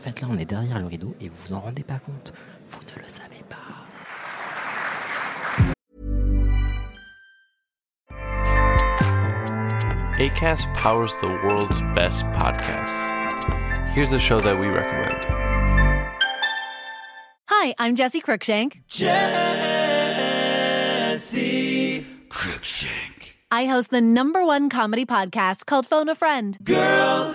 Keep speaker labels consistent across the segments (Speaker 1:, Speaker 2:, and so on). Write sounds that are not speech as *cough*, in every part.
Speaker 1: fait, là, on est derrière le rideau et vous vous en rendez pas compte. Vous ne le savez pas.
Speaker 2: ACAST powers the world's best podcasts. Here's a show that we recommend.
Speaker 3: Hi, I'm Jesse Cruikshank.
Speaker 4: Jesse Cruikshank.
Speaker 3: I host the number one comedy podcast called Phone a Friend.
Speaker 4: Girl,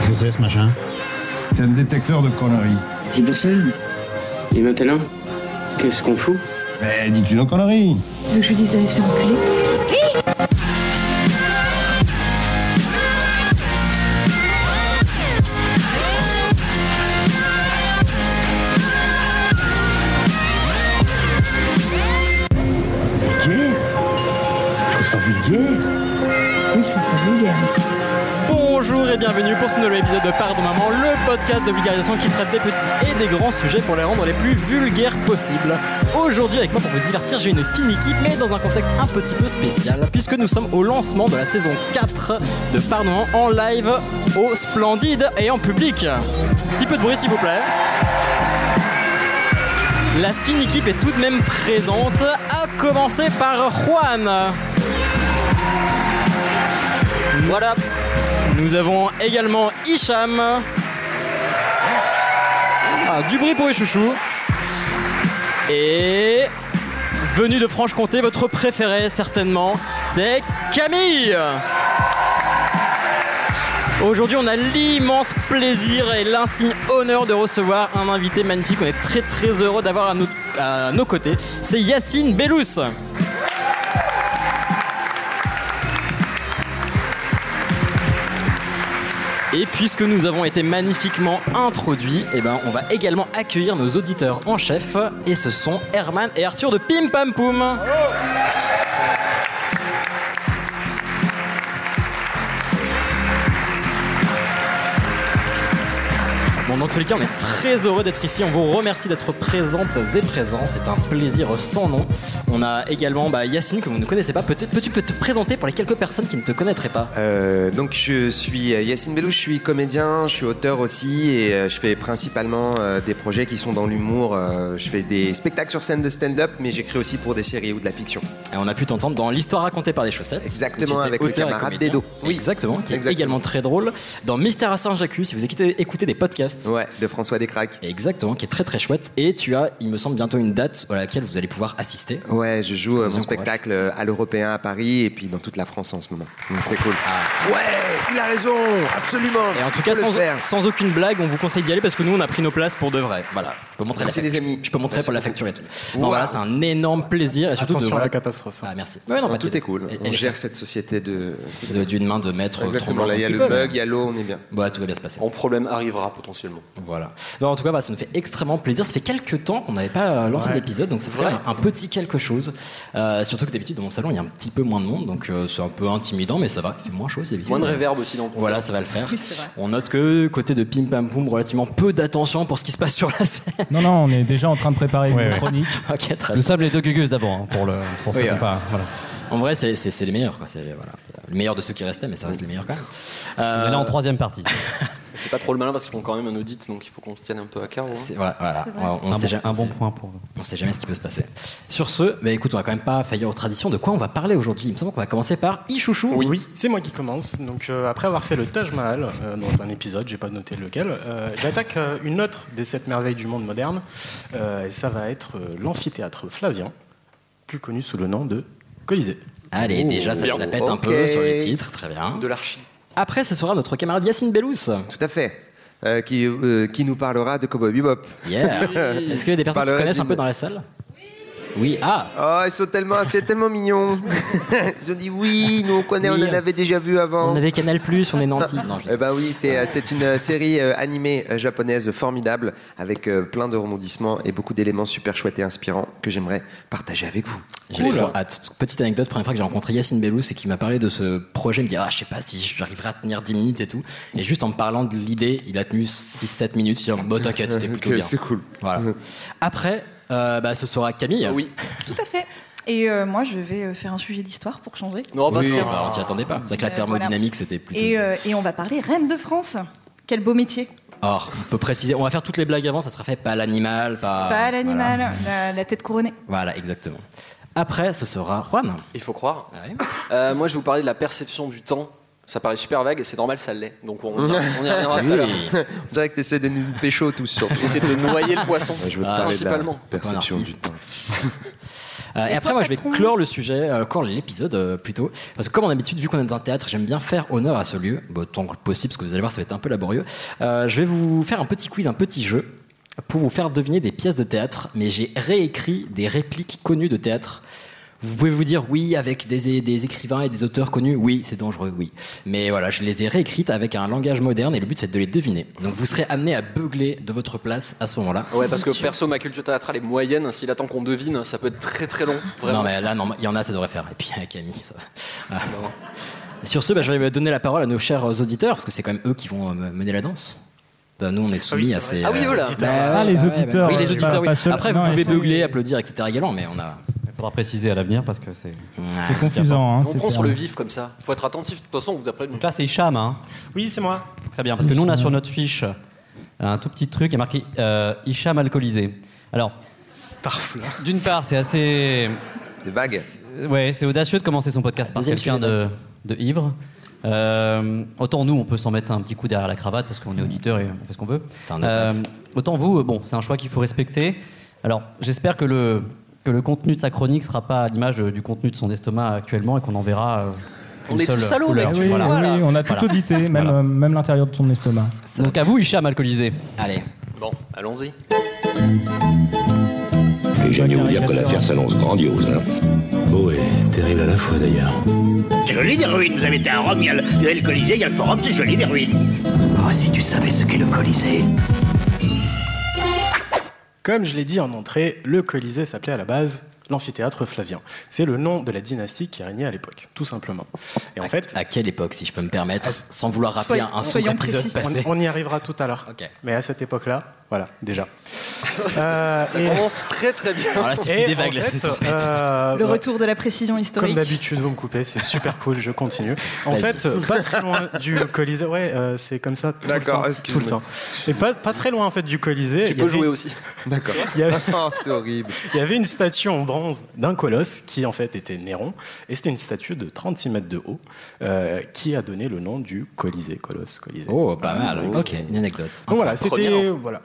Speaker 5: Qu'est-ce que c'est ce machin
Speaker 6: C'est un détecteur de conneries.
Speaker 7: C'est pour ça. Et maintenant, qu'est-ce qu'on fout
Speaker 6: Mais dis-tu nos conneries
Speaker 8: que je lui dise d'aller se faire enculer
Speaker 6: Vulgaire Je
Speaker 8: Oui,
Speaker 6: trouve ça vulgaire
Speaker 8: je trouve ça vulgaire.
Speaker 9: Bonjour et bienvenue pour ce nouvel épisode de Pardon Maman, le podcast de vulgarisation qui traite des petits et des grands sujets pour les rendre les plus vulgaires possibles. Aujourd'hui avec moi pour vous divertir, j'ai une fine équipe mais dans un contexte un petit peu spécial puisque nous sommes au lancement de la saison 4 de Pardon Maman en live au Splendide et en public. Petit peu de bruit s'il vous plaît. La fine équipe est tout de même présente, à commencer par Juan. Voilà. Nous avons également Hicham. Ah, du bruit pour les chouchous. Et venu de Franche-Comté, votre préféré certainement, c'est Camille. Aujourd'hui, on a l'immense plaisir et l'insigne honneur de recevoir un invité magnifique. On est très très heureux d'avoir à, nos- à nos côtés. C'est Yacine Bellous. Et puisque nous avons été magnifiquement introduits, eh ben, on va également accueillir nos auditeurs en chef. Et ce sont Herman et Arthur de Pim Pam Poum. Bon, dans tous les cas, on est très heureux d'être ici. On vous remercie d'être présentes et présents. C'est un plaisir sans nom. On a également bah, Yacine, que vous ne connaissez pas. Peut-être peux-tu te présenter pour les quelques personnes qui ne te connaîtraient pas
Speaker 10: Euh, donc je suis euh, Yacine Bellou, je suis comédien, je suis auteur aussi et euh, je fais principalement euh, des projets qui sont dans l'humour. Euh, je fais des spectacles sur scène de stand-up, mais j'écris aussi pour des séries ou de la fiction.
Speaker 9: Et on a pu t'entendre dans l'histoire racontée par les chaussettes. où
Speaker 10: Exactement,
Speaker 9: tu étais
Speaker 10: avec le
Speaker 9: auteur et
Speaker 10: camarade
Speaker 9: comédien.
Speaker 10: Dedo. Oui.
Speaker 9: exactement, qui est
Speaker 10: Exactement.
Speaker 9: également très drôle. Dans Mystère à Saint-Jacques, si vous écoutez, écoutez des podcasts.
Speaker 10: Ouais, de François Descraques.
Speaker 9: Exactement, qui est très très chouette. Et tu as, il me semble, bientôt une date à laquelle vous allez pouvoir assister.
Speaker 10: Ouais, je joue euh,
Speaker 9: Vous
Speaker 10: mon
Speaker 9: encourage.
Speaker 10: spectacle euh, à l'Européen à Paris et puis dans toute la France en ce moment. Donc c'est cool. Ouais, il a raison, absolument.
Speaker 9: Et en tout
Speaker 10: Faut
Speaker 9: cas,
Speaker 10: le
Speaker 9: sans,
Speaker 10: faire.
Speaker 9: sans aucune blague, on vous conseille d'y aller parce que nous, on a pris nos places pour de vrai. Voilà, je peux montrer
Speaker 10: Merci
Speaker 9: la fac-
Speaker 10: les Ah, amis.
Speaker 9: Je peux montrer
Speaker 10: Merci
Speaker 9: pour la
Speaker 10: beaucoup.
Speaker 9: facture et tout. Non,
Speaker 10: Wow.
Speaker 9: voilà, c'est un énorme plaisir et surtout de
Speaker 5: Attention à
Speaker 9: voilà-
Speaker 5: la catastrophe.
Speaker 9: Ah, merci. Ouais, non,
Speaker 10: Non,
Speaker 9: bah,
Speaker 10: tout est cool.
Speaker 9: Elle-
Speaker 10: On
Speaker 9: elle
Speaker 10: gère cette société de.
Speaker 9: de- d'une main de maître
Speaker 10: Exactement,
Speaker 9: tremblante
Speaker 10: là,
Speaker 9: un
Speaker 10: il y a
Speaker 9: petit
Speaker 10: le
Speaker 9: peu, mais-
Speaker 10: bug, il y a l'eau, on est bien.
Speaker 9: Bah, tout va bien se passer.
Speaker 11: Mon problème arrivera potentiellement.
Speaker 9: Voilà. Non, en tout cas, voilà, ça nous fait extrêmement plaisir. Ça fait quelques temps qu'on n'avait pas euh, lancé
Speaker 5: Ouais.
Speaker 9: d'épisode, donc ça fait quand même un petit quelque chose. Euh, surtout que d'habitude, dans mon salon, il y a un petit peu moins de monde, donc euh, c'est un peu intimidant, mais ça va, il fait moins chaud, c'est
Speaker 11: Moins de réverb aussi dans le
Speaker 9: Voilà, ça va le faire. On note que côté de Pim Pam Poum, relativement peu d'attention pour ce qui se passe sur la scène. *laughs*
Speaker 12: Non, non, on est déjà en train de préparer
Speaker 5: Ouais,
Speaker 12: une
Speaker 5: ouais.
Speaker 12: chronique.
Speaker 9: ok, très
Speaker 12: Nous
Speaker 9: bien.
Speaker 12: sommes les deux gugus d'abord hein, pour le pour
Speaker 9: Oui,
Speaker 12: ce
Speaker 9: ouais.
Speaker 12: départ, voilà.
Speaker 9: En vrai, c'est- c'est c'est les meilleurs. quoi. C'est voilà, le meilleur de ceux qui restaient, mais ça reste les meilleurs quand même.
Speaker 12: On
Speaker 9: Euh,
Speaker 12: est là en troisième partie.
Speaker 11: C'est pas trop le malin parce qu'ils font quand même un audit, donc il faut qu'on se tienne un peu à carreau. hein.
Speaker 9: c'est- voilà, voilà. On, on
Speaker 12: un,
Speaker 9: sait
Speaker 12: bon,
Speaker 9: jamais-
Speaker 12: un
Speaker 9: on
Speaker 12: bon
Speaker 9: sait-
Speaker 12: point pour vous.
Speaker 9: On sait jamais ce qui peut se passer. Sur ce, bah écoute, on va quand même pas faillir aux traditions. De quoi on va parler aujourd'hui Il me semble qu'on va commencer par Ichouchou.
Speaker 13: Oui, c'est moi qui commence. Donc, euh, après avoir fait le Taj Mahal euh, dans un épisode, j'ai pas noté lequel, euh, j'attaque euh, une autre des sept merveilles du monde moderne. euh, et ça va être euh, l'amphithéâtre Flavien, plus connu sous le nom de Colisée.
Speaker 9: Allez, déjà, ça
Speaker 11: bien.
Speaker 9: se la pète un
Speaker 10: Ok.
Speaker 9: peu sur le titre. Très bien.
Speaker 11: De l'archi.
Speaker 9: Après, ce sera notre camarade Yacine Bellous.
Speaker 10: Tout à fait. Euh, qui, euh, qui nous parlera de Cowboy Bebop.
Speaker 9: Yeah. Est-ce qu'il y a des personnes qui
Speaker 10: Parlera
Speaker 9: connaissent un
Speaker 10: d'une-
Speaker 9: peu dans la salle
Speaker 10: Oui, ah Oh, ils sont tellement, c'est tellement mignon. *laughs* ils ont dit oui, nous on connaît,
Speaker 14: Oui.
Speaker 10: on en avait déjà vu avant.
Speaker 14: On avait Canal Plus, on est nantis. Non,
Speaker 10: Eh ben oui, c'est euh, c'est une euh, série euh, animée euh, japonaise formidable avec euh, plein de remondissements et beaucoup d'éléments super chouettes et inspirants que j'aimerais partager avec vous.
Speaker 9: J'ai trop hâte. Parce que Petite anecdote, première fois que j'ai rencontré Yacine Bellous et qui m'a parlé de ce projet, il me dit Ah, je sais pas si j'arriverai à tenir 10 minutes et tout. Et juste en me parlant de l'idée, il a tenu 6-7 minutes. Je dis Bon, t'inquiète, c'était plutôt
Speaker 10: Ok,
Speaker 9: bien.
Speaker 10: c'est cool.
Speaker 9: Voilà. Après, euh, bah, ce sera Camille. Oui.
Speaker 15: Tout à fait. Et euh, moi, je vais euh, faire un sujet d'histoire pour changer.
Speaker 9: bah, on s'y attendait pas. C'est vrai que la
Speaker 15: Euh, voilà.
Speaker 9: thermodynamique, c'était plutôt.
Speaker 15: Et, euh, et on va parler Reine de France. Quel beau métier.
Speaker 9: Or, on peut préciser, on va faire toutes les blagues avant, ça sera fait pas l'animal, pas.
Speaker 15: Pas l'animal,
Speaker 9: Voilà.
Speaker 15: la, la tête couronnée.
Speaker 9: Voilà, exactement. Après, ce sera Juan.
Speaker 11: Il faut croire. Euh, moi, je vais vous parler de la perception du temps. Ça paraît super vague et c'est normal, ça l'est. Donc on, y- on y reviendra tout à l'heure.
Speaker 10: On dirait que tu essaies de nous pécho tous sur.
Speaker 11: J'essaie de noyer le poisson,
Speaker 10: Ouais, je veux te
Speaker 11: Ah,
Speaker 10: parler de la
Speaker 11: principalement.
Speaker 10: perception
Speaker 11: Un
Speaker 10: du temps.
Speaker 9: *laughs* Euh, et après, moi, je vais clore le sujet, euh, clore l'épisode euh, plutôt. Parce que, comme en habitude, vu qu'on est dans un théâtre, j'aime bien faire honneur à ce lieu, bah, tant que possible, parce que vous allez voir, ça va être un peu laborieux. Euh, je vais vous faire un petit quiz, un petit jeu, pour vous faire deviner des pièces de théâtre, mais j'ai réécrit des répliques connues de théâtre. Vous pouvez vous dire oui avec des, des écrivains et des auteurs connus, oui, c'est dangereux, oui. Mais voilà, je les ai réécrites avec un langage moderne et le but c'est de les deviner. Donc vous serez amené à beugler de votre place à ce moment-là.
Speaker 11: Ouais, parce que perso, ma culture théâtrale est moyenne. S'il attend qu'on devine, ça peut être très très long. Vraiment.
Speaker 9: Non, mais là, non, il y en a, ça devrait faire. Et puis, Camille, ça va. Ah. Sur ce, bah, je vais donner la parole à nos chers euh, auditeurs, parce que c'est quand même eux qui vont euh, mener la danse. Bah, nous, on est soumis à ces. euh, Bah,
Speaker 11: Ah oui, eux, là. Ah, les auditeurs,
Speaker 9: Oui, les
Speaker 11: euh,
Speaker 9: auditeurs, oui.
Speaker 4: pas seuls.
Speaker 9: Après, vous
Speaker 4: Non, ils
Speaker 9: pouvez
Speaker 4: sont-
Speaker 9: beugler, applaudir, etc. également, mais on a.
Speaker 4: Il faudra préciser à l'avenir parce que c'est c'est
Speaker 11: Mais
Speaker 4: confusant. hein,
Speaker 11: on
Speaker 4: c'est
Speaker 11: prend sur
Speaker 4: clair.
Speaker 11: le vif comme ça. Faut être attentif. De toute façon, on vous a prévenu.
Speaker 4: Donc là, c'est Hicham. Hein.
Speaker 5: Oui, c'est moi.
Speaker 4: Très bien, parce que nous, on a sur notre fiche un tout petit truc, il y a marqué euh, Hicham alcoolisé. Alors, d'une part, c'est assez.
Speaker 10: C'est vague.
Speaker 4: Ouais, c'est audacieux de commencer son podcast par
Speaker 9: Deuxième
Speaker 4: quelqu'un
Speaker 9: sujet,
Speaker 4: de, de ivre. Euh, autant nous, on peut s'en mettre un petit coup derrière la cravate parce qu'on est auditeur et on fait ce qu'on veut. Euh, autant vous, euh, bon, c'est un choix qu'il faut respecter. Alors, j'espère que le, que le contenu de sa chronique sera pas à l'image de- du contenu de son estomac actuellement et qu'on en verra. euh,
Speaker 11: On
Speaker 4: une
Speaker 11: est tous
Speaker 4: seule euh,
Speaker 11: salauds,
Speaker 4: couleur.
Speaker 11: mec, tu
Speaker 4: Oui,
Speaker 11: vois.
Speaker 4: oui,
Speaker 11: Voilà.
Speaker 4: oui,
Speaker 11: on a
Speaker 4: tout Voilà.
Speaker 5: *laughs*
Speaker 11: audité, même,
Speaker 6: euh,
Speaker 4: même
Speaker 16: l'intérieur de son estomac.
Speaker 4: Donc à vous, Hicham alcoolisé.
Speaker 9: Allez.
Speaker 11: Bon, allons-y.
Speaker 17: Et j'aime mieux vous dire que l'affaire s'annonce grandiose. Hein. Beau et terrible à la fois d'ailleurs.
Speaker 18: C'est joli des ruines, vous avez été à Rome, il y a le, il y a le Colisée, il y a le Forum, c'est joli des ruines.
Speaker 9: Oh, si tu savais ce qu'est le Colisée.
Speaker 5: Comme je l'ai dit en entrée, le Colisée s'appelait à la base l'amphithéâtre Flavien. C'est le nom de la dynastie qui régnait à l'époque, tout simplement. Et en fait,
Speaker 9: À quelle époque, si je peux me permettre, sans vouloir rappeler un un
Speaker 5: soyons
Speaker 9: sombre épisode
Speaker 5: précis.
Speaker 9: passé
Speaker 5: On, on y arrivera tout à l'heure. Mais à cette époque-là, voilà,
Speaker 11: *laughs*
Speaker 5: déjà. Euh,
Speaker 11: Ça
Speaker 5: et-
Speaker 11: commence très très bien.
Speaker 5: Et en fait, euh,
Speaker 15: Le
Speaker 5: bah,
Speaker 15: retour de la précision
Speaker 5: Comme
Speaker 15: historique.
Speaker 5: d'habitude, vous me coupez, c'est super cool, je continue. En
Speaker 15: Vas-y.
Speaker 5: fait, euh, pas très loin du Colisée, ouais, euh, c'est comme ça tout le temps. Tout le temps. Et pas, pas très loin en fait du Colisée.
Speaker 11: Tu
Speaker 5: il y
Speaker 11: peux
Speaker 5: avait-
Speaker 11: jouer aussi.
Speaker 10: D'accord.
Speaker 5: Il y avait-
Speaker 10: c'est horrible.
Speaker 5: Il y avait une statue en bronze d'un colosse qui en fait était Néron, et c'était une statue de 36 mètres de haut euh, qui a donné le nom du Colisée, colosse, Colisée.
Speaker 9: Oh, pas mal.
Speaker 5: Voilà.
Speaker 9: Ok, une anecdote.
Speaker 5: Donc voilà, c'était
Speaker 9: Première,
Speaker 5: voilà,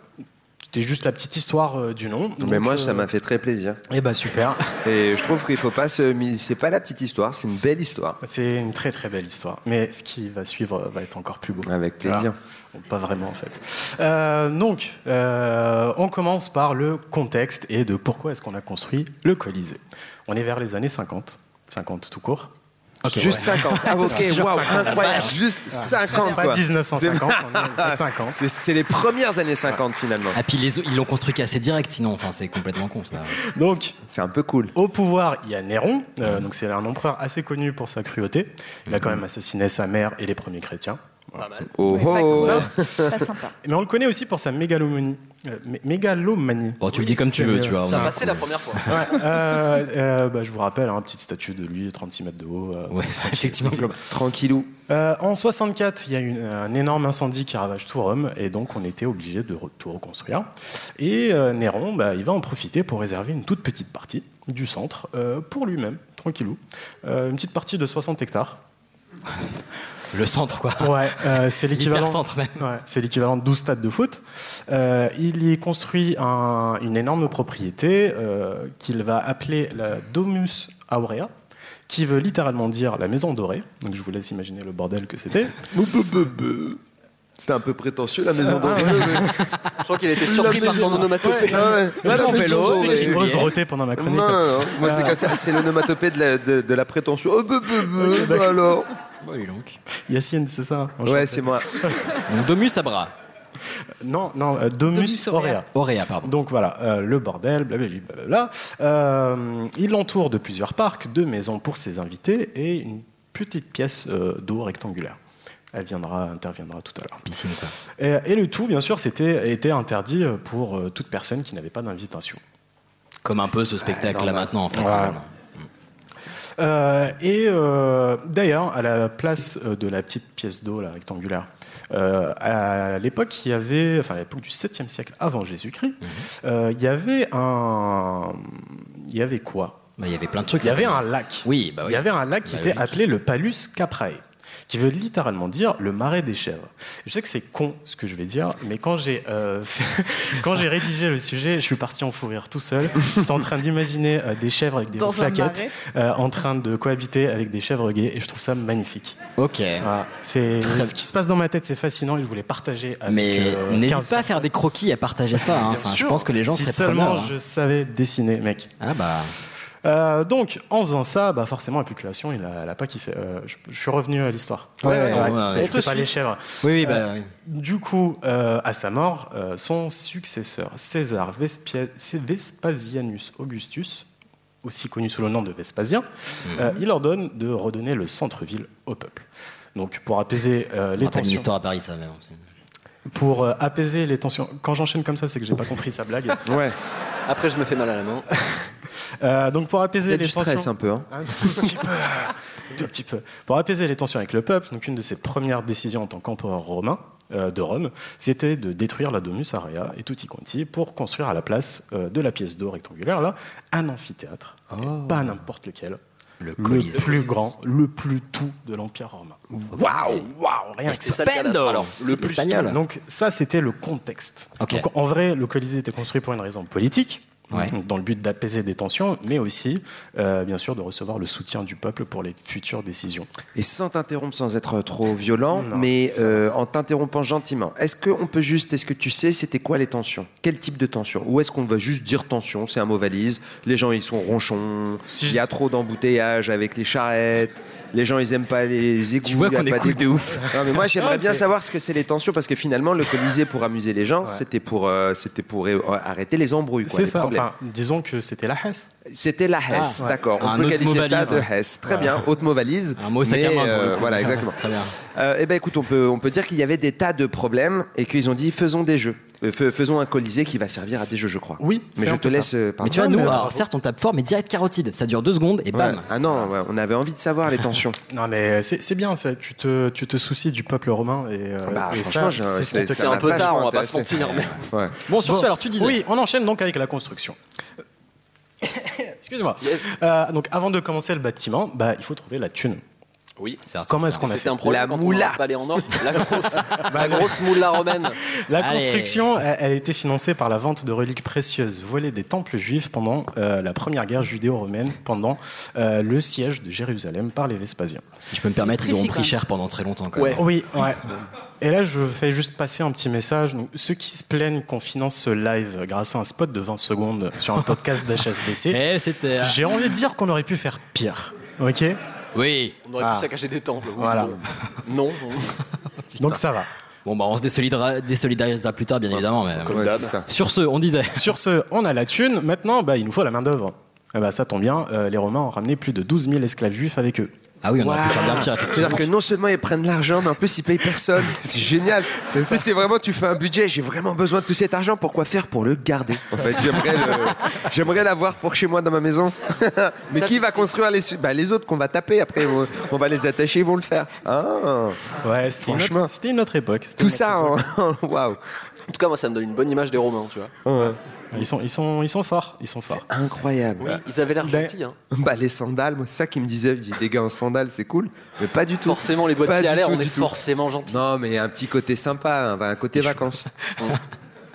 Speaker 5: c'était juste la petite histoire euh, du nom.
Speaker 10: Mais
Speaker 5: Donc,
Speaker 10: moi,
Speaker 5: euh,
Speaker 10: ça m'a fait très plaisir.
Speaker 5: Eh ben super.
Speaker 10: Et je trouve qu'il faut pas se. mi- C'est pas la petite histoire, c'est une belle histoire.
Speaker 5: *laughs* C'est une très très belle histoire. Mais ce qui va suivre euh, va être encore plus beau.
Speaker 10: Avec plaisir.
Speaker 5: Bon, pas vraiment en fait. Euh, donc, euh, on commence par le contexte et de pourquoi est-ce qu'on a construit le Colisée. On est vers les années 50. 50 tout court.
Speaker 10: Ok, Juste ouais. 50. Ah, ok, waouh, incroyable. Juste 50,
Speaker 5: Ah, Pas hein.
Speaker 10: quoi.
Speaker 5: 1950, *laughs* on est à
Speaker 10: C'est-
Speaker 5: 50. *laughs*
Speaker 10: C'est c'est les premières années 50 finalement.
Speaker 9: Et Ah, puis les autres, ils l'ont construit assez direct, sinon, enfin, c'est complètement con, ça.
Speaker 5: Donc,
Speaker 10: c'est un peu cool.
Speaker 5: Au pouvoir, il y a Néron, euh, donc c'est un empereur assez connu pour sa cruauté. Il a quand
Speaker 9: Mhm.
Speaker 5: même assassiné sa mère et les premiers chrétiens. Voilà.
Speaker 10: Oh, Ouais, pas oh.
Speaker 15: comme ça. Pas sympa.
Speaker 5: Mais on le connaît aussi pour sa mégalomanie. Euh, mé- mégalomanie.
Speaker 9: Bon, Oh, tu le dis comme tu
Speaker 5: C'est,
Speaker 9: veux,
Speaker 5: euh,
Speaker 9: tu vois.
Speaker 5: c'est
Speaker 9: on
Speaker 5: un
Speaker 9: a-
Speaker 5: coup. Ouais, euh, euh, bah, je vous rappelle, hein, petite statue de lui, 36 mètres de haut. euh,
Speaker 9: Ouais,
Speaker 5: *laughs* tranquille.
Speaker 9: effectivement.
Speaker 10: Tranquillou.
Speaker 5: Euh, en 64, il y a eu un énorme incendie qui ravage tout Rome, et donc on était obligé de re- tout reconstruire. Et euh, Néron, bah, il va en profiter pour réserver une toute petite partie du centre euh, pour lui-même, tranquillou. Euh, une petite partie de 60 hectares.
Speaker 9: Le centre, quoi.
Speaker 5: Ouais, euh, c'est l'équivalent.
Speaker 9: L'hypercentre, même.
Speaker 5: Ouais, c'est l'équivalent de 12 stades de foot. Euh, il y construit un- une énorme propriété euh, qu'il va appeler la Domus Aurea, qui veut littéralement dire la maison dorée. Donc je vous laisse imaginer le bordel que c'était.
Speaker 16: C'était un peu prétentieux
Speaker 5: Ah,
Speaker 16: la maison d'Anglais.
Speaker 11: Je crois qu'il était surpris par son onomatopée.
Speaker 5: Même en vélo,
Speaker 16: maison d'Anglais.
Speaker 5: je me suis roté pendant ma chronique.
Speaker 16: Non, non, non. Moi, c'est
Speaker 5: Ah.
Speaker 16: comme ça. C'est l'onomatopée de la, de, de la prétention. Oh, bah, bah, bah,
Speaker 5: Ok, d'accord.
Speaker 16: bah, alors.
Speaker 5: Oh, Yacine, c'est ça
Speaker 16: Ouais, c'est moi.
Speaker 9: Domus Abra.
Speaker 5: Non, non, euh, Domus,
Speaker 9: Domus
Speaker 5: Aurea.
Speaker 9: Aurea. pardon.
Speaker 5: Donc voilà, euh, le bordel, blablabla. blablabla. Euh, il l'entoure de plusieurs parcs, deux maisons pour ses invités et une petite pièce euh, d'eau rectangulaire. Elle viendra, interviendra tout à l'heure.
Speaker 9: Piscine, quoi.
Speaker 5: Et, et le tout, bien sûr, c'était, était interdit pour euh, toute personne qui n'avait pas d'invitation.
Speaker 9: Comme un
Speaker 5: Ah,
Speaker 9: peu ce spectacle-là maintenant, en fait.
Speaker 5: Voilà.
Speaker 9: globalement.
Speaker 5: Euh, et euh, d'ailleurs, à la place euh, de la petite pièce d'eau là, rectangulaire, euh, à l'époque, il y avait, enfin à l'époque du 7e siècle avant Jésus-Christ, euh, il y avait un, il y avait quoi
Speaker 9: Bah, Il y avait plein de trucs.
Speaker 5: Il y avait
Speaker 9: certainement.
Speaker 5: un lac.
Speaker 9: Oui, bah oui.
Speaker 5: Il y avait un lac qui
Speaker 9: Bah
Speaker 5: était
Speaker 9: oui.
Speaker 5: appelé le Palus Caprae, qui veut littéralement dire le marais des chèvres. Je sais que c'est con ce que je vais dire, mais quand j'ai euh, *laughs* fait- quand j'ai rédigé le sujet, je suis parti en fou rire tout seul. J'étais en train d'imaginer euh, des chèvres avec des
Speaker 15: Dans
Speaker 5: roues
Speaker 15: un
Speaker 5: flaquettes, euh, en train de cohabiter avec des chèvres gays, et je trouve ça magnifique.
Speaker 9: Ok.
Speaker 5: Voilà. C'est
Speaker 9: Très-
Speaker 5: ce qui se passe dans ma tête, c'est fascinant. et Je voulais partager avec.
Speaker 9: Mais
Speaker 5: euh,
Speaker 9: n'hésite
Speaker 5: 15
Speaker 9: pas à faire des croquis et à partager ça. hein.
Speaker 5: Bien
Speaker 9: Enfin, je
Speaker 5: sûr.
Speaker 9: pense que les gens
Speaker 5: si
Speaker 9: seraient
Speaker 5: seulement
Speaker 9: preneurs, hein.
Speaker 5: je savais dessiner, mec.
Speaker 9: Ah bah.
Speaker 5: Euh, donc, en faisant ça, bah forcément, la population, elle a, elle a pas kiffé. Euh, je, je suis revenu à l'histoire.
Speaker 9: Ouais, ouais, ouais, ouais,
Speaker 5: c'est-
Speaker 9: ouais.
Speaker 5: c'est pas les chèvres.
Speaker 9: Oui, oui, bah, oui.
Speaker 5: Du coup, euh, à sa mort, euh, son successeur, César Vespia- c'est Vespasianus Augustus, aussi connu sous le nom de Vespasien, euh, il ordonne de redonner le centre-ville au peuple. Donc, pour apaiser euh, les
Speaker 9: rappelle une
Speaker 5: tensions.
Speaker 9: histoire à Paris, ça, même.
Speaker 5: Pour euh, apaiser les tensions. Quand j'enchaîne comme ça, c'est que j'ai pas compris sa blague.
Speaker 16: Ouais.
Speaker 11: *laughs* Après, je me fais mal à la main.
Speaker 5: Euh, donc pour apaiser
Speaker 11: Il y a
Speaker 5: les
Speaker 11: du stress
Speaker 5: tensions-
Speaker 11: un peu, hein.
Speaker 5: Un tout petit peu, tout petit peu. Pour apaiser les tensions avec le peuple, donc une de ses premières décisions en tant qu'empereur romain euh, de Rome, c'était de détruire la Domus Aurea et tutti quanti pour construire à la place euh, de la pièce d'eau rectangulaire là un amphithéâtre, Et pas n'importe lequel.
Speaker 9: Le,
Speaker 11: Colisée.
Speaker 5: plus grand, le plus tout de l'Empire romain. Waouh, waouh, rien que ça.
Speaker 9: Stupendo Alors,
Speaker 5: Le plus
Speaker 9: espagnol.
Speaker 5: tout. Donc ça, c'était le contexte.
Speaker 9: Ok.
Speaker 5: Donc en vrai, le Colisée était construit pour une raison politique,
Speaker 9: Ouais.
Speaker 5: donc dans le but d'apaiser des tensions, mais aussi, euh, bien sûr, de recevoir le soutien du peuple pour les futures décisions.
Speaker 10: Et sans t'interrompre, sans être trop violent,
Speaker 5: Non,
Speaker 10: mais euh, en t'interrompant gentiment, est-ce qu'on peut juste, est-ce que tu sais c'était quoi les tensions Quel type de tension Ou est-ce qu'on va juste dire tension, c'est un mot valise, les gens ils sont ronchons, il y a trop d'embouteillages avec les charrettes, les gens ils aiment pas les égouts.
Speaker 9: Tu vois
Speaker 10: il y a
Speaker 9: qu'on
Speaker 10: pas
Speaker 9: est cool
Speaker 10: d'égouts.
Speaker 9: de ouf.
Speaker 10: Non, mais moi j'aimerais
Speaker 9: Non,
Speaker 10: bien
Speaker 9: c'est-
Speaker 10: savoir ce que c'est les tensions, parce que finalement le Colisée pour amuser les gens, c'était pour, euh, c'était pour euh, arrêter les embrouilles. quoi,
Speaker 5: C'est
Speaker 10: les
Speaker 5: ça,
Speaker 10: problèmes.
Speaker 5: enfin, disons que c'était la Hesse.
Speaker 10: C'était la Hesse,
Speaker 5: Ah, ouais.
Speaker 10: d'accord. On
Speaker 5: Un
Speaker 10: peut
Speaker 5: autre
Speaker 10: qualifier
Speaker 5: mot
Speaker 10: ça
Speaker 5: valise,
Speaker 10: de
Speaker 5: ouais.
Speaker 10: Hesse. Très
Speaker 5: Voilà.
Speaker 10: bien, haute mot valise.
Speaker 9: Un mot sac
Speaker 10: mais,
Speaker 9: à main, pour le
Speaker 10: euh,
Speaker 9: coup. *laughs*
Speaker 10: Voilà, exactement.
Speaker 9: Très bien.
Speaker 10: Euh, eh ben écoute, on peut, on peut dire qu'il y avait des tas de problèmes et qu'ils ont dit faisons des jeux. Euh, fais- faisons un colisée qui va servir à des jeux, je crois.
Speaker 5: Oui,
Speaker 10: mais
Speaker 9: c'est
Speaker 10: je
Speaker 9: un
Speaker 10: te
Speaker 9: peu ça.
Speaker 10: laisse. euh, pardon.
Speaker 9: Mais tu vois, nous, alors certes, on tape fort, mais direct carotide. Ça dure deux secondes et bam.
Speaker 10: Ouais. Ah non, ouais, on avait envie de savoir les
Speaker 9: *laughs*
Speaker 10: tensions.
Speaker 5: Non mais c'est c'est bien, ça. Tu, te, tu te soucies du peuple romain et, euh,
Speaker 10: Bah,
Speaker 5: et ça,
Speaker 10: franchement, je-
Speaker 5: c'est ce
Speaker 10: c'est-
Speaker 5: qui te
Speaker 10: ça
Speaker 5: fait
Speaker 10: m'a vachement intéressé.
Speaker 5: sentir mais...
Speaker 10: Ouais.
Speaker 9: Bon, sur ce, alors, tu disais.
Speaker 5: Oui, on enchaîne donc avec la construction. *coughs* Excusez-moi. Euh, donc avant de commencer le bâtiment, bah, il faut trouver la thune.
Speaker 11: Oui,
Speaker 9: Ah,
Speaker 5: Comment
Speaker 9: hein.
Speaker 5: est-ce qu'on a fait Bah,
Speaker 11: C'était un problème
Speaker 5: La
Speaker 11: quand
Speaker 5: moula.
Speaker 11: on a pas les en
Speaker 5: *laughs*
Speaker 11: or. La grosse, la grosse moula romaine.
Speaker 5: La construction, elle, elle a été financée par la vente de reliques précieuses voilées des temples juifs pendant euh, la première guerre judéo-romaine, pendant euh, le siège de Jérusalem par les Vespasiens.
Speaker 9: Si je peux me permettre, ils auront pris cher pendant très longtemps quand même.
Speaker 5: Oui, ouais. Et là, je fais juste passer un petit message. Donc, ceux qui se plaignent qu'on finance ce live grâce à un spot de 20 secondes sur un
Speaker 9: *laughs*
Speaker 5: podcast d'HSBC,
Speaker 9: c'était.
Speaker 5: j'ai envie de dire qu'on aurait pu faire pire. Ok
Speaker 9: Oui.
Speaker 11: On aurait
Speaker 5: Ah.
Speaker 11: pu saccager des temples. oui,
Speaker 5: Voilà.
Speaker 11: bon. Non. non.
Speaker 5: Donc ça va.
Speaker 9: Bon, bah, on se désolidera- désolidarisera plus tard, bien évidemment. Mais...
Speaker 10: Comme d'hab. c'est ça.
Speaker 9: Sur ce, on disait.
Speaker 5: Sur ce, on a la thune. Maintenant, bah, il nous faut la main-d'œuvre. Eh bah, ça tombe bien, euh, les Romains ont ramené plus de 12 000 esclaves juifs avec eux.
Speaker 9: Ah oui, on aurait pu
Speaker 10: Waouh.
Speaker 9: faire bien pire, effectivement.
Speaker 10: C'est-à-dire que non seulement ils prennent l'argent, mais en plus ils payent personne. *laughs* C'est génial. C'est
Speaker 5: ça.
Speaker 10: c'est vraiment, tu fais un budget, j'ai vraiment besoin de tout cet argent, pourquoi faire pour le garder En fait, j'aimerais le- *laughs* j'aimerais l'avoir pour chez moi dans ma maison. *laughs* mais qui va construire les, su- bah, les autres qu'on va taper après on, on va les attacher, ils vont le faire. Ah.
Speaker 5: Ouais, c'était une,
Speaker 10: Franchement.
Speaker 5: autre- c'était une autre époque. c'était
Speaker 10: Tout
Speaker 5: une autre
Speaker 10: ça, *laughs* en- waouh.
Speaker 11: En tout cas, moi, ça me donne une bonne image des Romains, tu vois.
Speaker 5: Ils sont, ils sont, ils sont forts, ils sont forts.
Speaker 10: Incroyable.
Speaker 11: Oui, ils avaient l'air
Speaker 5: Ben,
Speaker 11: gentils. Hein.
Speaker 10: Bah, les sandales, moi, c'est ça qui me disait, je dis, des gars en sandales, c'est cool, mais pas du tout.
Speaker 11: Forcément, les doigts de
Speaker 10: Pas
Speaker 11: pied à
Speaker 10: du
Speaker 11: l'air,
Speaker 10: tout,
Speaker 11: on est
Speaker 10: du tout.
Speaker 11: forcément gentils.
Speaker 10: bah, Non, mais un petit côté sympa, hein, un côté vacances.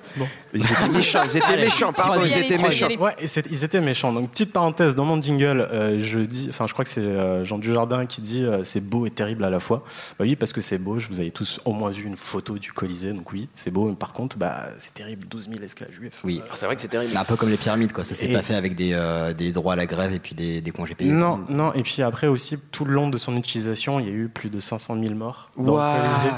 Speaker 5: C'est bon.
Speaker 10: *laughs* Ils étaient méchants, ils étaient Allez, méchants, pardon, ils étaient méchants.
Speaker 5: Ouais, et c'est- ils étaient méchants. Donc, petite parenthèse, dans mon jingle, euh, je dis, enfin, je crois que c'est euh, Jean Dujardin qui dit euh, c'est beau et terrible à la fois. Bah oui, parce que c'est beau, je vous avez tous au moins vu une photo du Colisée, donc oui, c'est beau, mais par contre, bah, c'est terrible, 12 000 esclaves juifs.
Speaker 9: Oui.
Speaker 11: Ah, c'est vrai que c'est terrible.
Speaker 9: Un peu comme les pyramides, quoi. Ça s'est
Speaker 5: Et-
Speaker 9: pas fait avec des, euh, des droits à la grève et puis des, des congés payés.
Speaker 5: Non, non, et puis après aussi, tout le long de son utilisation, il y a eu plus de 500 000 morts. dans le
Speaker 9: Ouah.
Speaker 5: Colisée.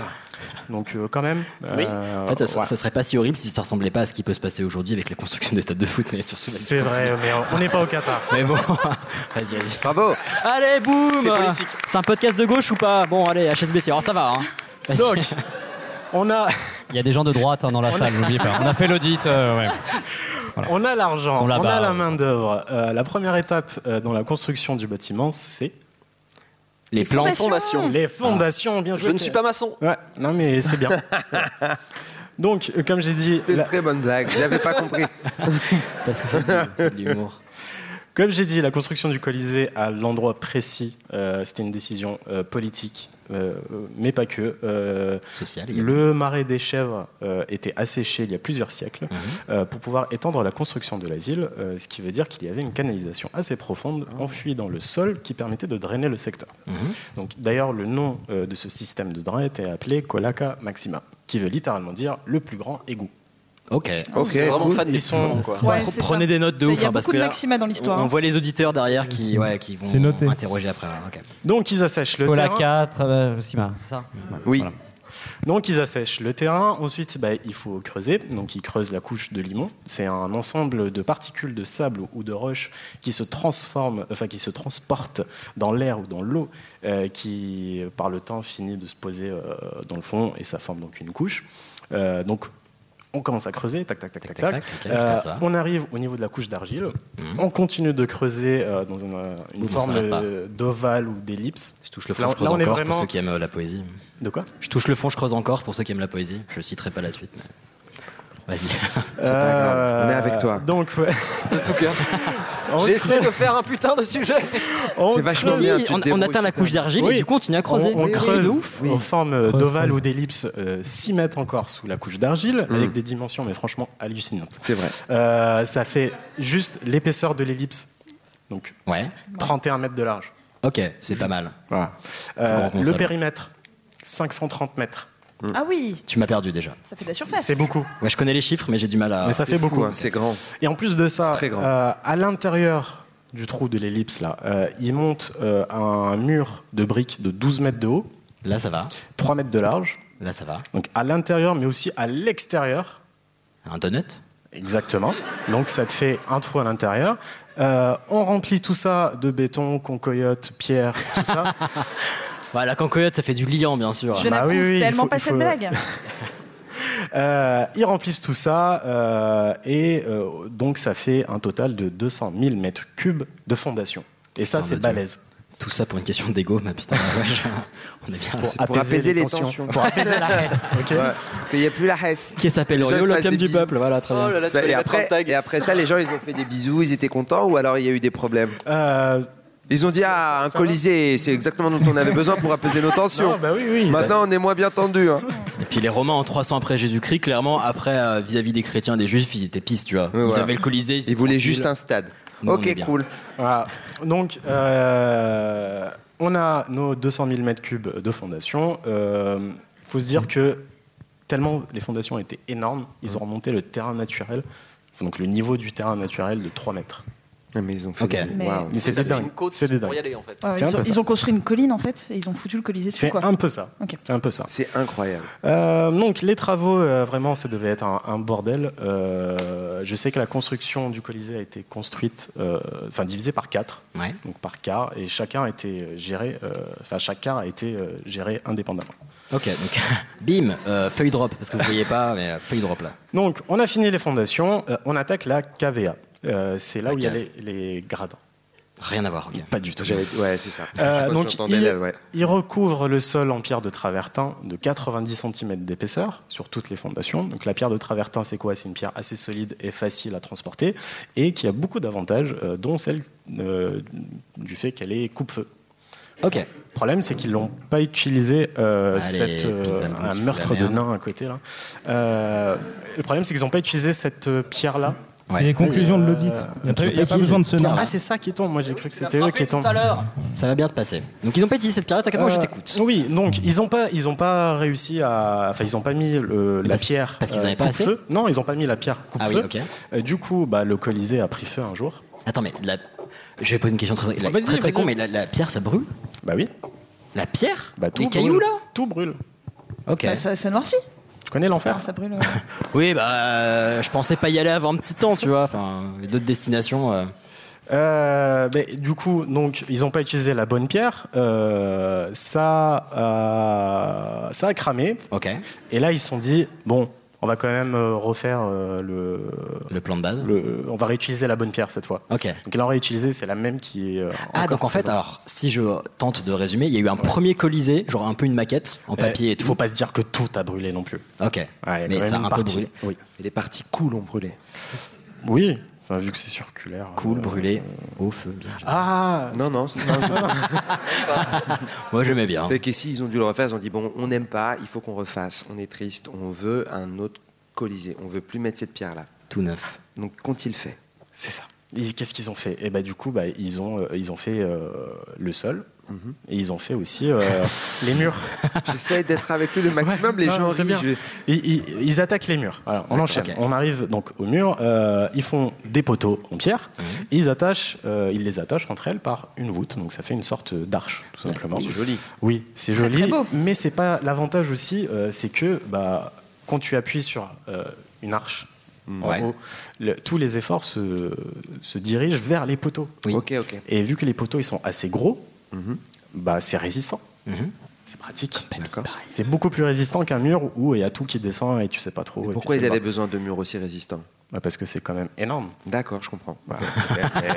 Speaker 5: Donc, euh, quand même. euh,
Speaker 9: en fait, ça, serait-
Speaker 5: ouais.
Speaker 9: ça serait pas si horrible si ça ressemblait pas à ce qui peut se passer aujourd'hui avec les constructions des stades de foot, mais sur ce
Speaker 5: C'est vrai, mais on n'est pas au Qatar.
Speaker 9: Mais bon, *laughs* vas-y, vas-y.
Speaker 10: Bravo
Speaker 9: Allez, boum
Speaker 5: C'est politique.
Speaker 9: C'est un podcast de gauche ou pas Bon, allez, HSBC, alors ça va, hein. Vas-y.
Speaker 5: Donc,
Speaker 9: *laughs*
Speaker 5: on a.
Speaker 4: Il y a des gens de droite hein, dans la
Speaker 5: On a-
Speaker 4: salle, n'oubliez pas. On a fait l'audit. euh, ouais.
Speaker 5: On a l'argent,
Speaker 4: Ils sont
Speaker 5: on
Speaker 4: là-bas,
Speaker 5: a la
Speaker 4: ouais.
Speaker 5: main d'œuvre. Euh, la première étape euh, dans la construction du bâtiment, c'est
Speaker 9: les
Speaker 11: plans. fondations.
Speaker 4: Ah.
Speaker 5: Les fondations, bien
Speaker 11: Je
Speaker 5: joué.
Speaker 11: ne suis pas maçon.
Speaker 5: Ouais, non mais
Speaker 11: *laughs*
Speaker 5: c'est bien. Donc, euh, comme j'ai dit,
Speaker 10: C'était une très bonne blague,
Speaker 5: *laughs*
Speaker 10: je l'avais pas compris.
Speaker 9: Parce que ça, c'est de l'humour.
Speaker 5: comme j'ai dit, la construction du Colisée à l'endroit précis, euh, c'était une décision euh, politique, euh, euh, mais pas que. Euh,
Speaker 9: Social, également.
Speaker 5: le marais des chèvres euh, était asséché il y a plusieurs siècles euh, pour pouvoir étendre la construction de la ville, euh, ce qui veut dire qu'il y avait une canalisation assez profonde enfuie dans le sol qui permettait de drainer le secteur. Donc d'ailleurs le nom euh, de ce système de drain était appelé Colaca Maxima, qui veut littéralement dire le plus grand égout.
Speaker 9: Ok.
Speaker 10: Ok,
Speaker 11: Je suis vraiment
Speaker 10: cool.
Speaker 11: fan des
Speaker 5: Eh, Ils sont-
Speaker 11: sons, quoi.
Speaker 15: Ouais,
Speaker 9: Pre-
Speaker 15: c'est
Speaker 9: Prenez
Speaker 15: ça.
Speaker 9: des notes de
Speaker 15: C'est-
Speaker 9: ouf,
Speaker 15: Il y a
Speaker 9: hein, parce
Speaker 15: beaucoup
Speaker 9: que
Speaker 15: de
Speaker 9: là,
Speaker 15: maxima dans
Speaker 9: on,
Speaker 15: l'histoire. hein.
Speaker 9: voit les auditeurs derrière qui, ouais, qui vont
Speaker 4: C'est noté.
Speaker 9: interroger après. hein, ok.
Speaker 5: Donc ils assèchent le
Speaker 4: Cola
Speaker 5: terrain.
Speaker 4: 4, euh, Sima, c'est ça
Speaker 10: Oui.
Speaker 5: Donc ils assèchent le terrain, ensuite bah, il faut creuser, donc ils creusent la couche de limon. C'est un ensemble de particules de sable ou de roche qui se transforment, enfin qui se transportent dans l'air ou dans l'eau, euh, qui par le temps finit de se poser euh, dans le fond et ça forme donc une couche. Euh, donc on commence à creuser, tac tac tac tac tac. Euh,
Speaker 9: tac, ok, jusqu'à ça. Mhm.
Speaker 5: on arrive au niveau de la couche d'argile, on continue de creuser euh, dans une, euh, une
Speaker 9: Ouh, on
Speaker 5: forme
Speaker 9: s'arrête pas.
Speaker 5: euh, d'ovale ou d'ellipse.
Speaker 9: Je touche le fond,
Speaker 5: Là,
Speaker 9: je creuse
Speaker 5: là, on est
Speaker 9: encore
Speaker 5: vraiment-
Speaker 9: pour ceux qui aiment euh, la poésie.
Speaker 5: De quoi
Speaker 9: Je touche le fond, je creuse encore pour ceux qui aiment la poésie. Je citerai pas la suite. mais- Vas-y.
Speaker 10: C'est pas grave, on est avec toi.
Speaker 5: Euh, Donc,
Speaker 10: *laughs*
Speaker 5: ouais.
Speaker 11: De tout
Speaker 9: *laughs*
Speaker 11: cœur.
Speaker 5: On
Speaker 11: J'essaie de faire un putain de sujet.
Speaker 5: On
Speaker 10: C'est vachement bien,
Speaker 9: Si,
Speaker 10: tu te
Speaker 9: on, on
Speaker 10: débrouilles,
Speaker 9: atteint la
Speaker 10: tu
Speaker 9: couche d'argile
Speaker 5: Oui.
Speaker 9: et du coup on continue à creuser.
Speaker 5: On, on
Speaker 9: Oui, oui,
Speaker 5: creuse
Speaker 9: de ouf.
Speaker 5: en forme euh,
Speaker 4: Creuse,
Speaker 5: d'ovale
Speaker 4: creuse.
Speaker 5: ou d'ellipse, euh, 6 mètres encore sous la couche d'argile, avec des dimensions, mais franchement hallucinantes.
Speaker 10: Mm. C'est vrai.
Speaker 5: Euh, ça fait juste l'épaisseur de l'ellipse, donc
Speaker 9: Ouais.
Speaker 5: 31 mètres de large.
Speaker 9: Ok, c'est pas mal.
Speaker 5: Voilà. Euh,
Speaker 9: Grand
Speaker 5: le
Speaker 9: concept.
Speaker 5: périmètre, 530 mètres.
Speaker 15: Ah oui,
Speaker 9: Tu m'as perdu déjà.
Speaker 15: ça fait de la surface.
Speaker 5: C'est beaucoup.
Speaker 9: Ouais, je connais les chiffres, mais j'ai du mal à.
Speaker 5: Mais ça fait
Speaker 10: C'est fou,
Speaker 5: beaucoup.
Speaker 10: hein, c'est grand.
Speaker 5: Et en plus de ça,
Speaker 10: C'est très grand.
Speaker 5: euh, à l'intérieur du trou de l'ellipse, là, euh, il monte euh, un mur de briques de 12 mètres de haut,
Speaker 9: Là, ça va.
Speaker 5: 3 mètres de large.
Speaker 9: Là, ça va.
Speaker 5: Donc à l'intérieur, mais aussi à l'extérieur.
Speaker 9: Un donut.
Speaker 5: Exactement. Donc ça te fait un trou à l'intérieur. Euh, on remplit tout ça de béton, concoyote, pierre, tout ça.
Speaker 9: Voilà, la cancoyote, ça fait du liant, bien sûr.
Speaker 15: Je
Speaker 5: Bah
Speaker 15: n'approuve
Speaker 5: oui, oui, il
Speaker 15: tellement
Speaker 5: faut-
Speaker 15: pas
Speaker 5: il
Speaker 15: cette
Speaker 5: faut-
Speaker 15: blague.
Speaker 5: Euh, ils remplissent tout ça euh, et euh, donc ça fait un total de 200 000 mètres cubes de fondation. Et ça,
Speaker 9: Putain de
Speaker 5: c'est
Speaker 9: Dieu.
Speaker 5: balèze.
Speaker 9: Tout ça pour une question d'ego, ma putain. la vache. *laughs* on est bien.
Speaker 10: C'est pour apaiser les tensions.
Speaker 5: Pour
Speaker 9: *laughs*
Speaker 5: apaiser la haine. Ok.
Speaker 10: Ouais. Qu'il n'y ait plus la haisse.
Speaker 9: Qui s'appelle
Speaker 10: Les gens
Speaker 9: Oriol,
Speaker 10: se passent
Speaker 9: l'opium
Speaker 10: des
Speaker 9: du
Speaker 10: bisous.
Speaker 9: peuple. Voilà, très
Speaker 11: Oh
Speaker 9: bien.
Speaker 11: là là,
Speaker 5: Bah,
Speaker 11: tu vas
Speaker 10: Et
Speaker 11: lui mettre un
Speaker 10: après,
Speaker 11: tag.
Speaker 10: et après ça, les gens, ils ont fait des bisous, ils étaient contents ou alors il y a eu des problèmes
Speaker 5: Euh,
Speaker 10: Ils ont dit Ah, un colisée, c'est exactement dont on avait besoin pour apaiser nos tensions.
Speaker 5: non, bah oui, oui. ils-
Speaker 10: Maintenant, on est moins bien tendu. Hein.
Speaker 9: Et puis les Romains en 300 après Jésus-Christ, clairement, après, euh, vis-à-vis des chrétiens et des juifs, ils étaient pistes, tu vois. ils
Speaker 10: voilà.
Speaker 9: avaient le Colisée. étaient
Speaker 10: Ils voulaient
Speaker 9: tranquilles.
Speaker 10: juste un stade.
Speaker 9: Nous, on est
Speaker 10: ok,
Speaker 9: bien.
Speaker 10: cool.
Speaker 5: Voilà. Donc, euh, on a nos 200 000 mètres cubes de fondation. Il faut se dire que tellement les fondations étaient énormes, ils ont remonté le terrain naturel, donc le niveau du terrain naturel de 3 mètres.
Speaker 10: Ah, Mais ils ont fait.
Speaker 9: Ok.
Speaker 10: des-
Speaker 15: Mais-
Speaker 10: Waouh.
Speaker 5: Mais c'est
Speaker 11: Ça fait
Speaker 5: dingue.
Speaker 11: une côte
Speaker 5: C'est des
Speaker 11: pour y
Speaker 5: dingues.
Speaker 11: aller en fait.
Speaker 15: Ouais,
Speaker 5: C'est
Speaker 15: ils,
Speaker 5: un
Speaker 15: ont,
Speaker 5: peu ça.
Speaker 15: ils ont construit une colline en fait et ils ont foutu le Colisée dessus
Speaker 5: C'est
Speaker 15: quoi.
Speaker 5: un peu ça.
Speaker 15: Ok.
Speaker 5: C'est un peu ça.
Speaker 10: C'est incroyable.
Speaker 5: Euh, donc les travaux, euh, vraiment, ça devait être un, un bordel. Euh, je sais que la construction du Colisée a été construite, euh, enfin divisée par quatre,
Speaker 9: Ouais.
Speaker 5: donc par quart, et chacun a été géré, euh, enfin chaque quart a été euh, géré indépendamment.
Speaker 9: Ok, donc *laughs* bim, euh, feuille drop, parce que vous voyez pas, mais euh, feuille drop là.
Speaker 5: Donc on a fini les fondations, euh, on attaque la cavea. Euh, c'est là
Speaker 9: La
Speaker 5: où il y a
Speaker 9: cave.
Speaker 5: les, les gradins.
Speaker 9: Rien à voir, ok.
Speaker 5: Pas du tout.
Speaker 10: J'avais- Ouais, c'est ça.
Speaker 5: Euh,
Speaker 10: Je-
Speaker 5: donc,
Speaker 10: j'entendais
Speaker 5: il,
Speaker 10: le- ouais.
Speaker 5: il recouvre le sol en pierre de travertin de 90 cm d'épaisseur sur toutes les fondations. Donc, la pierre de travertin, c'est quoi C'est une pierre assez solide et facile à transporter et qui a beaucoup d'avantages, euh, dont celle euh, du fait qu'elle est coupe-feu.
Speaker 9: Ok.
Speaker 5: Le problème, c'est qu'ils l'ont pas utilisé euh,
Speaker 9: Allez,
Speaker 5: cette, euh,
Speaker 9: pim, pam,
Speaker 5: un
Speaker 9: pouf,
Speaker 5: meurtre
Speaker 9: la
Speaker 5: de
Speaker 9: merde.
Speaker 5: nain à côté là. Euh, le problème, c'est qu'ils n'ont pas utilisé cette euh, pierre là.
Speaker 6: C'est Ouais. les conclusions de l'audit. Il y a pas-
Speaker 9: euh,
Speaker 6: il y a pas besoin de ce nain.
Speaker 5: Ah, c'est ça qui tombe. Moi, j'ai cru que c'était eux qui tombent.
Speaker 9: Ça va bien se passer. Donc ils n'ont pas utilisé cette pierre, t'inquiète, moi je
Speaker 5: Euh,
Speaker 9: t'écoute.
Speaker 5: Oui, donc ils n'ont pas, ils ont pas réussi à, enfin ils n'ont pas mis le- la pierre
Speaker 9: parce qu'ils
Speaker 5: euh,
Speaker 9: avaient pas
Speaker 5: coupe-feu.
Speaker 9: assez
Speaker 5: Non, ils n'ont pas mis la pierre coupe feu.
Speaker 9: Ah oui,
Speaker 5: du coup, bah, le Colisée a pris feu un jour.
Speaker 9: Attends, mais la... je vais poser une question très, la-
Speaker 5: Ah, vas-y,
Speaker 9: très, très
Speaker 5: vas-y.
Speaker 9: con, mais la, la pierre ça brûle
Speaker 5: Bah oui.
Speaker 9: La pierre
Speaker 5: Bah, tout
Speaker 9: Les
Speaker 5: brûle.
Speaker 9: cailloux là
Speaker 5: Tout brûle.
Speaker 9: Ok.
Speaker 15: Bah, ça, ça noircit.
Speaker 5: Tu connais l'enfer
Speaker 15: Ça brûle.
Speaker 9: Oui, bah euh, je pensais pas y aller avant un petit temps, tu vois. Enfin, d'autres destinations. euh.
Speaker 5: Euh, mais du coup, donc, ils n'ont pas utilisé la bonne pierre. Euh, ça, euh, ça a cramé. Et là, ils se sont dit bon, on va quand même euh, refaire euh, le,
Speaker 9: le plan de base.
Speaker 5: on va réutiliser la bonne pierre cette fois.
Speaker 9: Ok.
Speaker 5: Donc, ils l'ont réutilisé, c'est la même qui est. euh,
Speaker 9: Ah,
Speaker 5: encore
Speaker 9: donc en fait,
Speaker 5: présente.
Speaker 9: alors, si je tente de résumer, il y a eu un premier colisée, genre un peu une maquette en papier et tout.
Speaker 5: Eh, Faut pas se dire que tout a brûlé non plus.
Speaker 9: Ok.
Speaker 5: Ouais, il y
Speaker 9: mais
Speaker 5: a quand
Speaker 9: ça a
Speaker 5: même une
Speaker 9: un peu
Speaker 5: partie.
Speaker 9: brûlé.
Speaker 5: Oui.
Speaker 10: Et les parties cool ont brûlé.
Speaker 5: Oui, enfin, vu que c'est circulaire. euh,
Speaker 9: Cool, brûlé, au feu, bien.
Speaker 5: Ah
Speaker 10: Non, non. c'est- non, je-
Speaker 9: Moi j'aimais bien.
Speaker 10: C'est que si ils ont dû le refaire, ils ont dit bon, on n'aime pas, il faut qu'on refasse, on est triste, on veut un autre Colisée, on veut plus mettre cette pierre là.
Speaker 9: Tout
Speaker 5: Ah,
Speaker 9: neuf.
Speaker 10: Donc
Speaker 5: *laughs*
Speaker 10: qu'ont-ils fait
Speaker 5: C'est ça. Et Qu'est-ce qu'ils ont fait Et bah du coup, bah, ils ont euh, ils ont fait euh, le sol et ils ont fait aussi euh,
Speaker 9: *laughs*
Speaker 5: les murs.
Speaker 10: J'essaie d'être avec eux le maximum, les
Speaker 5: non,
Speaker 10: gens
Speaker 5: c'est
Speaker 10: rient,
Speaker 5: bien.
Speaker 10: je-
Speaker 5: Ils, ils- ils attaquent les murs. Alors, on
Speaker 10: D'accord.
Speaker 5: enchaîne.
Speaker 10: Ok.
Speaker 5: On arrive donc au mur. euh, ils font des poteaux en pierre.
Speaker 10: Mhm.
Speaker 5: Ils attachent, euh, ils les attachent entre elles par une voûte. Donc ça fait une sorte d'arche, tout simplement.
Speaker 10: c'est joli.
Speaker 5: Oui, c'est
Speaker 10: Très,
Speaker 5: joli.
Speaker 10: très beau.
Speaker 5: Mais c'est pas l'avantage aussi, euh, c'est que bah, quand tu appuies sur euh, une arche. en
Speaker 9: Ouais.
Speaker 5: haut, le- tous les efforts se, se dirigent vers les poteaux.
Speaker 10: Ok, ok.
Speaker 5: Et vu que les poteaux ils sont assez gros,
Speaker 10: Mhm.
Speaker 5: bah, c'est résistant.
Speaker 9: Mhm.
Speaker 5: C'est pratique.
Speaker 10: Bah,
Speaker 5: C'est beaucoup plus résistant qu'un mur où il y a tout qui descend et tu sais pas trop. et
Speaker 10: Pourquoi
Speaker 5: puis
Speaker 10: ils
Speaker 5: c'est
Speaker 10: avaient
Speaker 5: pas-
Speaker 10: besoin de murs aussi résistants
Speaker 5: Bah, Parce que c'est quand même énorme.
Speaker 10: D'accord, je comprends.
Speaker 5: Bah. *laughs*